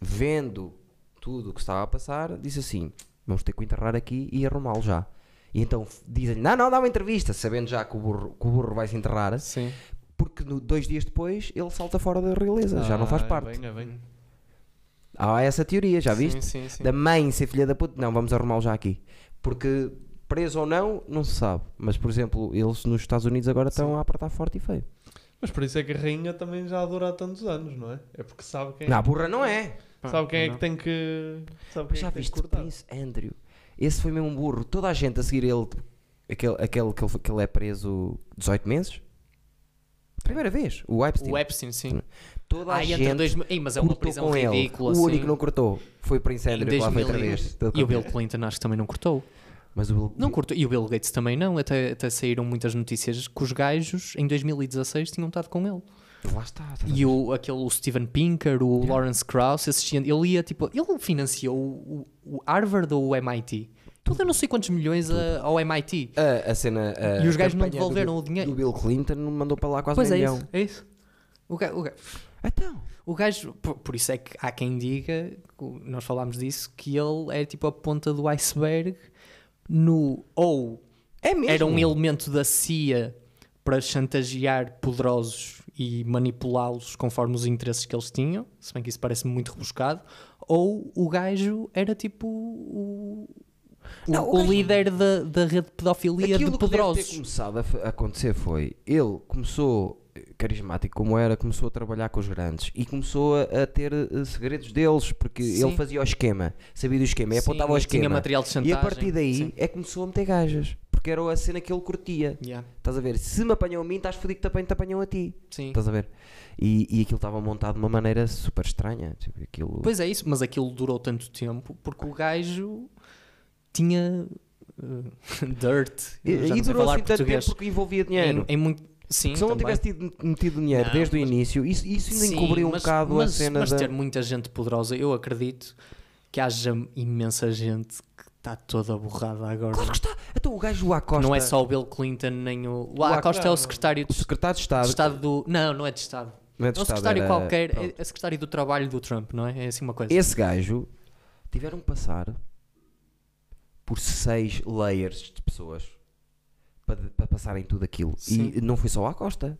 Speaker 1: vendo tudo o que estava a passar, disse assim: vamos ter que o enterrar aqui e arrumá-lo já. E então f- dizem-lhe: não, não, dá uma entrevista, sabendo já que o burro, que o burro vai se enterrar,
Speaker 2: Sim.
Speaker 1: porque no- dois dias depois ele salta fora da realeza, já não faz
Speaker 3: Ah, é
Speaker 1: parte.
Speaker 3: bem, é bem.
Speaker 1: Há essa teoria, já viste?
Speaker 2: Sim, sim,
Speaker 1: Da mãe ser filha da puta, não, vamos arrumá-lo já aqui. Porque preso ou não, não se sabe. Mas, por exemplo, eles nos Estados Unidos agora estão a apertar forte e feio.
Speaker 3: Mas por isso é que a rainha também já a dura há tantos anos, não é? É porque sabe quem,
Speaker 1: Não, a burra não é.
Speaker 3: sabe quem é que
Speaker 2: não.
Speaker 3: tem que. Sabe
Speaker 1: Mas
Speaker 3: quem
Speaker 1: já
Speaker 3: é que tem que
Speaker 1: viste o
Speaker 3: cortar.
Speaker 1: Prince Andrew? Esse foi mesmo um burro. Toda a gente a seguir ele, aquele, aquele que, ele, que ele é preso 18 meses? Primeira vez, o Epstein.
Speaker 2: O Epstein, sim.
Speaker 1: Toda a
Speaker 2: Ah, e
Speaker 1: gente
Speaker 2: entre dois. Ei, mas é uma
Speaker 1: cortou
Speaker 2: prisão
Speaker 1: com ele.
Speaker 2: ridícula.
Speaker 1: o único
Speaker 2: sim.
Speaker 1: que não cortou foi o Prince
Speaker 2: Em
Speaker 1: Andrew que lá foi outra
Speaker 2: 2000.
Speaker 1: vez.
Speaker 2: E o Bill Clinton acho que também não cortou.
Speaker 1: Mas o Bill-
Speaker 2: Não cortou. E o Bill Gates também não. Até, até saíram muitas notícias que os gajos em 2016 tinham estado com ele.
Speaker 1: Lá está. estás a
Speaker 2: E o, aquele, o Steven Pinker, o
Speaker 1: Yeah.
Speaker 2: Lawrence Krauss, esses, gente- ele ia tipo. Ele financiou o, o- o Harvard ou o MIT? Tudo eu não sei quantos milhões a- ao MIT.
Speaker 1: A, a cena. a
Speaker 2: E os gajos não
Speaker 1: campanha É, do
Speaker 2: devolveram
Speaker 1: Bill-
Speaker 2: o dinheiro.
Speaker 1: Do Bill Clinton mandou para lá quase
Speaker 2: Pois
Speaker 1: um
Speaker 2: é
Speaker 1: milhão.
Speaker 2: isso, é isso. O ga- o ga-
Speaker 1: Então.
Speaker 2: o gajo, por, por isso é que há quem diga, o- nós falámos disso, que ele é tipo a ponta do iceberg no ou
Speaker 1: É mesmo.
Speaker 2: era um elemento da CIA para chantagear poderosos e manipulá-los conforme os interesses que eles tinham, se bem que isso parece-me muito rebuscado, ou o gajo era tipo o, O,
Speaker 1: Não, o
Speaker 2: o
Speaker 1: gajo-
Speaker 2: líder da, da rede de pedofilia
Speaker 1: Aquilo que
Speaker 2: de
Speaker 1: deve ter
Speaker 2: poderosos.
Speaker 1: começado a f- a acontecer foi ele começou eh, carismático como era, começou a trabalhar com os grandes e começou a, a ter eh, segredos deles porque
Speaker 2: Sim.
Speaker 1: ele fazia o esquema, sabia do esquema, e
Speaker 2: Sim,
Speaker 1: apontava o
Speaker 2: e tinha
Speaker 1: esquema.
Speaker 2: material de
Speaker 1: E
Speaker 2: chantagem.
Speaker 1: a partir daí
Speaker 2: Sim.
Speaker 1: é que começou a meter gajas porque era a cena que ele curtia.
Speaker 2: Yeah,
Speaker 1: Estás a ver? Se me apanham a mim, estás fodido que te apanham, te apanham a ti.
Speaker 2: sim.
Speaker 1: Estás a ver? E, e aquilo estava montado de uma maneira super estranha. Tipo, aquilo...
Speaker 2: Pois é isso, mas aquilo durou tanto tempo porque o gajo tinha eh, dirt.
Speaker 1: E,
Speaker 2: Eu já
Speaker 1: e
Speaker 2: não sei
Speaker 1: durou
Speaker 2: falar
Speaker 1: assim tanto tempo
Speaker 2: português.
Speaker 1: porque envolvia dinheiro.
Speaker 2: Em, em muito... Sim,
Speaker 1: Se eu não
Speaker 2: também.
Speaker 1: tivesse tido, metido dinheiro
Speaker 2: Não,
Speaker 1: desde
Speaker 2: mas-
Speaker 1: o início, isso, isso ainda
Speaker 2: Sim,
Speaker 1: encobriu um
Speaker 2: mas-
Speaker 1: bocado
Speaker 2: mas,
Speaker 1: a cena
Speaker 2: mas
Speaker 1: da...
Speaker 2: ter muita gente poderosa, eu acredito que haja imensa gente que está toda borrada agora.
Speaker 1: Claro que está. Então o gajo o Acosta,
Speaker 2: Não é só o Bill Clinton nem o. O
Speaker 1: O
Speaker 2: Acosta é o
Speaker 3: Acosta-
Speaker 2: secretário
Speaker 1: o
Speaker 2: de
Speaker 1: secretário de Estado...
Speaker 2: de Estado do. Não, não é de Estado.
Speaker 1: não é de
Speaker 2: É um
Speaker 1: Estado,
Speaker 2: secretário
Speaker 1: era-
Speaker 2: qualquer,
Speaker 1: pronto.
Speaker 2: é, é secretário do trabalho do Trump, não é? É assim uma coisa.
Speaker 1: Esse gajo tiveram que passar por seis layers de pessoas para, para passarem tudo aquilo.
Speaker 2: Sim.
Speaker 1: E não foi só o Acosta.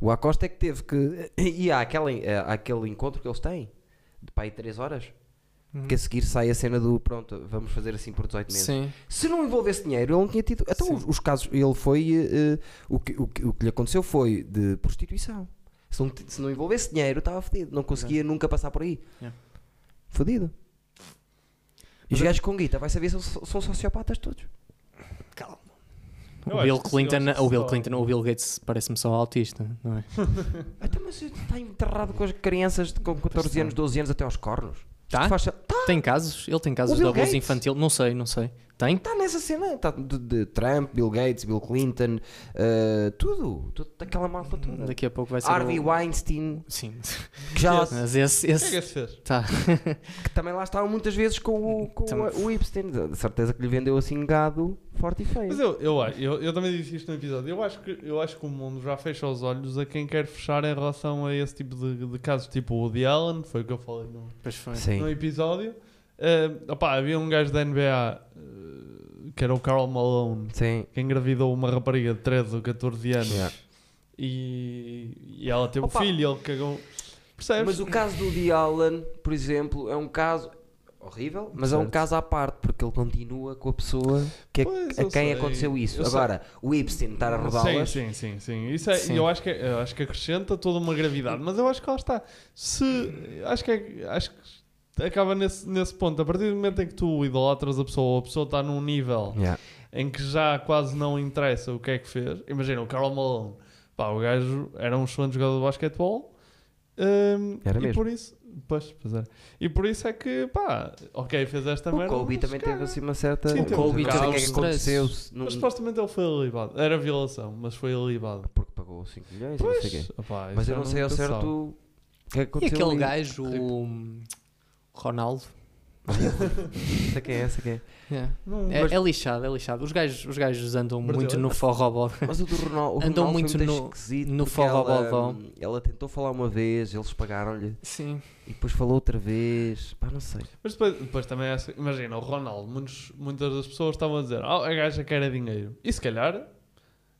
Speaker 1: O Acosta é que teve que. E há aquele, há aquele encontro que eles têm de pai 3 horas.
Speaker 2: Uhum.
Speaker 1: Que a seguir sai a cena do pronto, vamos fazer assim por 18 meses.
Speaker 2: Sim.
Speaker 1: Se não envolvesse dinheiro, ele não tinha tido. Então,
Speaker 2: Sim.
Speaker 1: os, os casos, ele foi. eh, eh, o, que, o, que, o que lhe aconteceu foi de prostituição. Se não, ti- se não envolvesse dinheiro, estava fodido. Não conseguia nunca passar por aí.
Speaker 2: Yeah.
Speaker 1: Fodido. E
Speaker 2: É. Mas
Speaker 1: os
Speaker 2: eu-
Speaker 1: gajos com guita, vai saber se são, são sociopatas todos.
Speaker 2: Calma.
Speaker 3: Eu
Speaker 2: O
Speaker 3: acho
Speaker 2: Bill,
Speaker 3: que sim,
Speaker 2: Clinton,
Speaker 3: eu acho que
Speaker 2: o Bill
Speaker 3: só-
Speaker 2: Clinton, o Bill Gates parece-me só autista, não é?
Speaker 1: Até Então, mas está enterrado com as crianças de, com 14 anos, 12 anos até aos cornos.
Speaker 2: Tá?
Speaker 1: Faz- tá,
Speaker 2: Tem casos? Ele tem casos
Speaker 1: O
Speaker 2: de
Speaker 1: Bill
Speaker 2: abuso
Speaker 1: Gates?
Speaker 2: infantil? Não sei, não sei. Tem?
Speaker 1: tá nessa cena. Tá de, de Trump, Bill Gates, Bill Clinton, eh, tudo. tudo. Aquela malta toda.
Speaker 2: Hum, Daqui a pouco vai ser.
Speaker 1: Harvey
Speaker 2: o-
Speaker 1: Weinstein,
Speaker 2: Sim.
Speaker 1: que já
Speaker 3: Yes.
Speaker 2: Mas esse.
Speaker 3: O que é que
Speaker 2: esse...
Speaker 3: esse fez?
Speaker 2: Tá.
Speaker 1: que também lá estavam muitas vezes com o, com
Speaker 2: Também-
Speaker 1: o Epstein. De certeza que lhe vendeu assim gado forte e feio.
Speaker 3: Mas eu, eu, acho- eu, eu também disse isto no episódio. Eu acho, que, eu acho que o mundo já fecha os olhos a quem quer fechar em relação a esse tipo de, de casos, tipo o Woody Allen, foi o que eu falei no,
Speaker 2: Pois foi.
Speaker 3: no
Speaker 1: Sim.
Speaker 3: episódio. Ah, opá, havia um gajo da NBA ah, que era o Carl Malone,
Speaker 1: Sim.
Speaker 3: que engravidou uma rapariga de 13 ou 14 anos
Speaker 1: Yeah.
Speaker 3: e, e ela teve
Speaker 1: Opa.
Speaker 3: um filho e ele cagou. Percebes?
Speaker 1: Mas o caso do Woody Allen, por exemplo, é um caso horrível, mas é um
Speaker 3: Certo.
Speaker 1: caso à parte, porque ele continua com a pessoa que é-
Speaker 3: Pois,
Speaker 1: a
Speaker 3: eu
Speaker 1: quem
Speaker 3: sei.
Speaker 1: aconteceu isso.
Speaker 3: Eu sei.
Speaker 1: Agora, o Epstein estar a
Speaker 3: Sim,
Speaker 1: rodá-las.
Speaker 3: sim, sim, sim. Isso é,
Speaker 2: Sim.
Speaker 3: Eu, acho que, eu acho que acrescenta toda uma gravidade, mas eu acho que lá está. Se, acho, que é- acho que acaba nesse, nesse ponto. A partir do momento em que tu idolatras a pessoa, ou a pessoa está num nível
Speaker 1: Yeah.
Speaker 3: em que já quase não interessa o que é que fez. Imagina, o Carl Malone. Pá, o gajo era um excelente jogador de basquetebol. hum,
Speaker 1: Era
Speaker 3: e
Speaker 1: mesmo.
Speaker 3: por isso... Pois, pois é. E por isso é que, pá, ok, fez esta
Speaker 1: O
Speaker 3: merda.
Speaker 1: Kobe
Speaker 3: mas,
Speaker 1: também teve
Speaker 3: cara,
Speaker 1: assim uma certa.
Speaker 3: Sim,
Speaker 1: o
Speaker 3: teve um
Speaker 1: Kobe
Speaker 3: bocado
Speaker 1: também o que é
Speaker 2: de
Speaker 1: que
Speaker 2: stress.
Speaker 1: aconteceu? Não-
Speaker 3: Mas supostamente ele foi alibado. Era violação, mas foi alibado.
Speaker 1: Porque pagou 5 milhões, não sei o quê.
Speaker 3: Opá,
Speaker 1: Mas
Speaker 3: isso
Speaker 1: eu
Speaker 3: já
Speaker 1: não sei ao
Speaker 3: nunca se sabe.
Speaker 1: certo o que é que
Speaker 2: E
Speaker 1: aconteceu.
Speaker 2: aquele
Speaker 1: ali.
Speaker 2: gajo, o Ronaldo.
Speaker 1: Sei quem é, sei quem é.
Speaker 2: Yeah.
Speaker 3: Não,
Speaker 2: É,
Speaker 3: mas-
Speaker 2: é lixado, é lixado. Os gajos, os gajos andam
Speaker 3: Brasil,
Speaker 2: muito
Speaker 3: é?
Speaker 2: no forrobó.
Speaker 1: Mas o do Ronaldo, o
Speaker 2: Andou
Speaker 1: Ronaldo
Speaker 2: muito
Speaker 1: foi muito
Speaker 2: no-
Speaker 1: esquisito
Speaker 2: no
Speaker 1: porque ela,
Speaker 2: forrobodó.
Speaker 1: ela tentou falar uma vez, eles pagaram-lhe
Speaker 2: Sim.
Speaker 1: e depois falou outra vez. Pá, não sei.
Speaker 3: mas depois, depois também é assim, imagina, o Ronaldo, muitos- muitas das pessoas estavam a dizer, ah, a gaja quer é dinheiro. E se calhar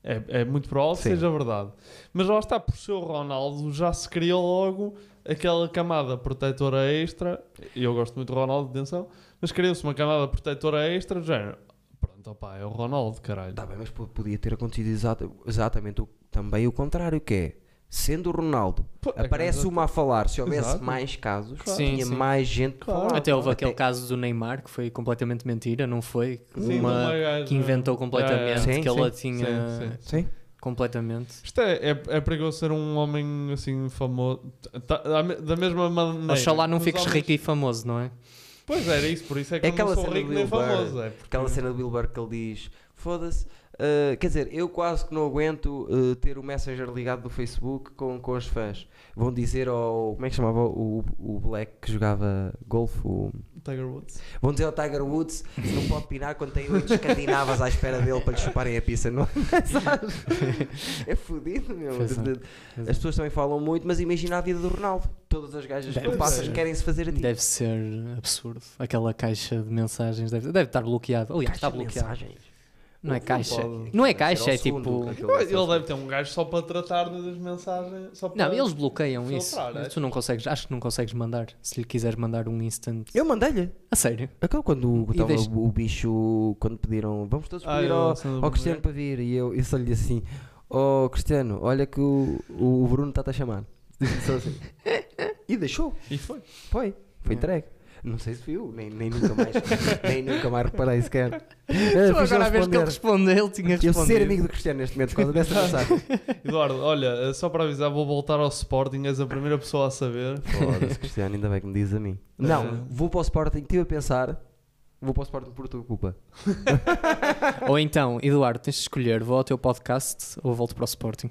Speaker 3: é, é muito provável que
Speaker 1: Sim.
Speaker 3: seja verdade. Mas lá está, por ser o Ronaldo, já se cria logo aquela camada protetora extra, e eu gosto muito do Ronaldo, atenção, mas criou-se uma camada protetora extra do género. Pronto, opá, é o Ronaldo, caralho.
Speaker 1: Tá bem, mas po- podia ter acontecido exata- exatamente o- também o contrário, que é, sendo o Ronaldo,
Speaker 3: Pô, é
Speaker 1: aparece
Speaker 3: que-
Speaker 1: uma a falar, se houvesse
Speaker 3: Exato.
Speaker 1: mais casos,
Speaker 3: Claro.
Speaker 2: Sim,
Speaker 1: tinha
Speaker 2: sim.
Speaker 1: mais gente
Speaker 3: Claro.
Speaker 1: que falava.
Speaker 2: Até houve aquele caso do Neymar que foi completamente mentira, não foi?
Speaker 3: Sim,
Speaker 2: Uma
Speaker 3: uma gaja-
Speaker 2: que inventou
Speaker 3: É, é,
Speaker 2: completamente
Speaker 3: é.
Speaker 1: Sim,
Speaker 2: que ela
Speaker 3: sim,
Speaker 2: tinha
Speaker 3: sim, sim.
Speaker 1: Sim,
Speaker 2: completamente.
Speaker 3: Isto é, é, é perigoso ser um homem assim famoso. Tá- da me- da mesma maneira.
Speaker 2: Oxalá não
Speaker 3: que os
Speaker 2: fiques
Speaker 3: homens-
Speaker 2: rico e famoso, não é?
Speaker 3: Pois era isso, por isso é que
Speaker 1: É
Speaker 3: eu não
Speaker 1: aquela
Speaker 3: sou
Speaker 1: cena
Speaker 3: rico
Speaker 1: do
Speaker 3: nem
Speaker 1: Wilbur.
Speaker 3: famoso. É porque...
Speaker 2: Uhum.
Speaker 1: aquela cena do Bilberg que ele diz, foda-se, ah, quer dizer, eu quase que não aguento ah, ter o Messenger ligado do Facebook com, com os fãs. Vão dizer ao, como é que chamava o, o Black que jogava golfe, o...
Speaker 3: Tiger Woods.
Speaker 1: Vão dizer ao Tiger Woods que não pode pinar quando tem oito escandinavas à espera dele para lhe chuparem a pizza, não é? É fodido, meu.
Speaker 2: Pois é,
Speaker 1: De- de-
Speaker 2: pois é.
Speaker 1: As pessoas também falam muito, mas imagina a vida do Ronaldo. Todas as gajas que
Speaker 2: Deve
Speaker 1: tu passas
Speaker 3: ser.
Speaker 1: querem-se fazer a ti.
Speaker 2: Deve ser absurdo. Aquela caixa de mensagens deve, deve estar bloqueado. Aliás,
Speaker 1: Caixa
Speaker 2: está
Speaker 1: de
Speaker 2: bloqueado.
Speaker 1: mensagens.
Speaker 2: Não é caixa.
Speaker 3: pode.
Speaker 2: Não
Speaker 1: Deve
Speaker 2: é
Speaker 1: ser
Speaker 2: caixa,
Speaker 1: ao
Speaker 2: é
Speaker 1: segundo,
Speaker 2: tipo.
Speaker 1: aquele-
Speaker 3: Ele, deve ter um gajo só para tratar das mensagens. Só para...
Speaker 2: Não, eles bloqueiam isso.
Speaker 3: Filtrar, é?
Speaker 2: Tu não consegues, acho que não consegues mandar. Se lhe quiseres mandar um instant.
Speaker 1: Eu mandei-lhe.
Speaker 2: A sério?
Speaker 1: Aquele Então, quando o-
Speaker 2: E
Speaker 1: tava
Speaker 2: deixa-
Speaker 1: o bicho, quando pediram, vamos todos
Speaker 3: Ah,
Speaker 1: pedir
Speaker 3: eu-
Speaker 1: ao,
Speaker 3: essa do
Speaker 1: ao Cristiano
Speaker 3: Bruno.
Speaker 1: para vir. E eu, eu só lhe disse assim: Oh Cristiano, olha que o, o Bruno está-te a chamar. Disse-lhe só assim. e deixou.
Speaker 3: E foi.
Speaker 1: Foi. Foi
Speaker 2: É.
Speaker 1: entregue. Não sei se viu, nem, nem nunca mais, nem nunca mais reparei sequer.
Speaker 2: Tu
Speaker 1: Eh, fui só
Speaker 2: agora a vez que
Speaker 1: responder.
Speaker 2: ele respondeu, ele tinha
Speaker 1: Eu
Speaker 2: respondido.
Speaker 1: ser amigo do Cristiano neste momento por causa dessa mensagem.
Speaker 3: Eduardo, olha, eh, só para avisar, vou voltar ao Sporting. És a primeira pessoa a saber.
Speaker 1: Foda-se, Cristiano, ainda bem que me diz a mim. Não, vou para o Sporting, estive a pensar, vou para o Sporting por tua culpa.
Speaker 2: Ou então, Eduardo, tens de escolher: vou ao teu podcast ou volto para o Sporting.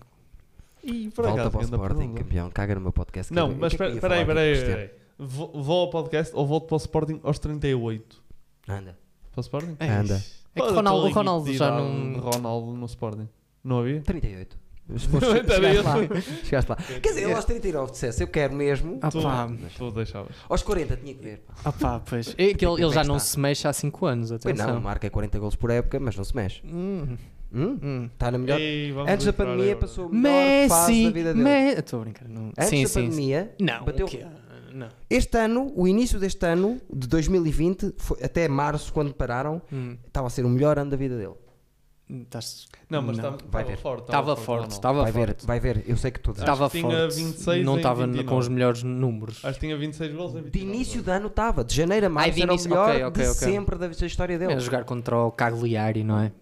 Speaker 3: E por
Speaker 1: Volta
Speaker 3: acaso,
Speaker 1: para o
Speaker 3: grande
Speaker 1: Sporting,
Speaker 3: pergunta.
Speaker 1: campeão, caga no meu podcast. que
Speaker 3: Não,
Speaker 1: eu- o
Speaker 3: mas
Speaker 1: que é que eu
Speaker 3: espera
Speaker 1: ia
Speaker 3: peraí,
Speaker 1: falar do
Speaker 3: peraí.
Speaker 1: Cristiano?
Speaker 3: peraí. Vou vou ao podcast ou volto para o Sporting aos 38.
Speaker 1: Anda.
Speaker 3: Para o Sporting?
Speaker 2: É
Speaker 1: Anda.
Speaker 2: isso. É que Ronaldo, o Ronaldo já não.
Speaker 3: um Ronaldo no Sporting. Não havia?
Speaker 1: Ah, 38. Mas
Speaker 3: Não,
Speaker 1: foste-
Speaker 3: então
Speaker 1: chegaste
Speaker 3: eu-
Speaker 1: lá. Chegaste lá. Quer dizer, eu aos 39 dissesse, eu quero mesmo.
Speaker 2: Ah,
Speaker 3: Tu-
Speaker 2: pá,
Speaker 3: Tu deixavas.
Speaker 1: Aos 40 tinha que ver. pá.
Speaker 2: ah, pá, pois. É que ele, ele já não se mexe há 5 anos,
Speaker 1: Pois
Speaker 2: atenção.
Speaker 1: não, marca 40 gols por época, mas não se mexe.
Speaker 2: Hum,
Speaker 1: Hum?
Speaker 2: hum.
Speaker 1: Está na melhor.
Speaker 3: Ei, vamos
Speaker 1: Antes da
Speaker 3: entrar
Speaker 1: pandemia
Speaker 3: agora.
Speaker 1: passou a melhor fase
Speaker 2: Messi!
Speaker 1: da vida dele.
Speaker 2: Messi! Estou a brincar. Não.
Speaker 1: Antes
Speaker 2: Sim,
Speaker 1: da
Speaker 2: sim. sim.
Speaker 1: pandemia,
Speaker 2: Não, o
Speaker 1: bateu-
Speaker 2: quê? Não.
Speaker 1: Este ano, o início deste ano, de 2020, foi- até março, quando pararam,
Speaker 2: Hum,
Speaker 1: estava a ser o melhor ano da vida dele.
Speaker 2: estás-
Speaker 3: Não, mas
Speaker 2: não.
Speaker 1: Vai
Speaker 3: estava
Speaker 1: ver.
Speaker 3: forte.
Speaker 2: estava
Speaker 3: tava
Speaker 2: forte,
Speaker 3: Ronaldo.
Speaker 2: estava
Speaker 1: Vai ver,
Speaker 2: forte. Tá.
Speaker 1: vai ver, eu sei que todos.
Speaker 2: Estava
Speaker 3: que tinha
Speaker 2: forte.
Speaker 3: 26
Speaker 2: não
Speaker 3: em
Speaker 2: estava
Speaker 3: 29.
Speaker 2: com os melhores números.
Speaker 3: Acho que tinha 26 gols em 29.
Speaker 1: De início de ano estava, de janeiro a março,
Speaker 2: Ah, de
Speaker 1: era o
Speaker 2: início-
Speaker 1: melhor
Speaker 2: ok, ok,
Speaker 1: de
Speaker 2: ok.
Speaker 1: sempre da da história dele.
Speaker 2: É jogar contra o Cagliari, não é?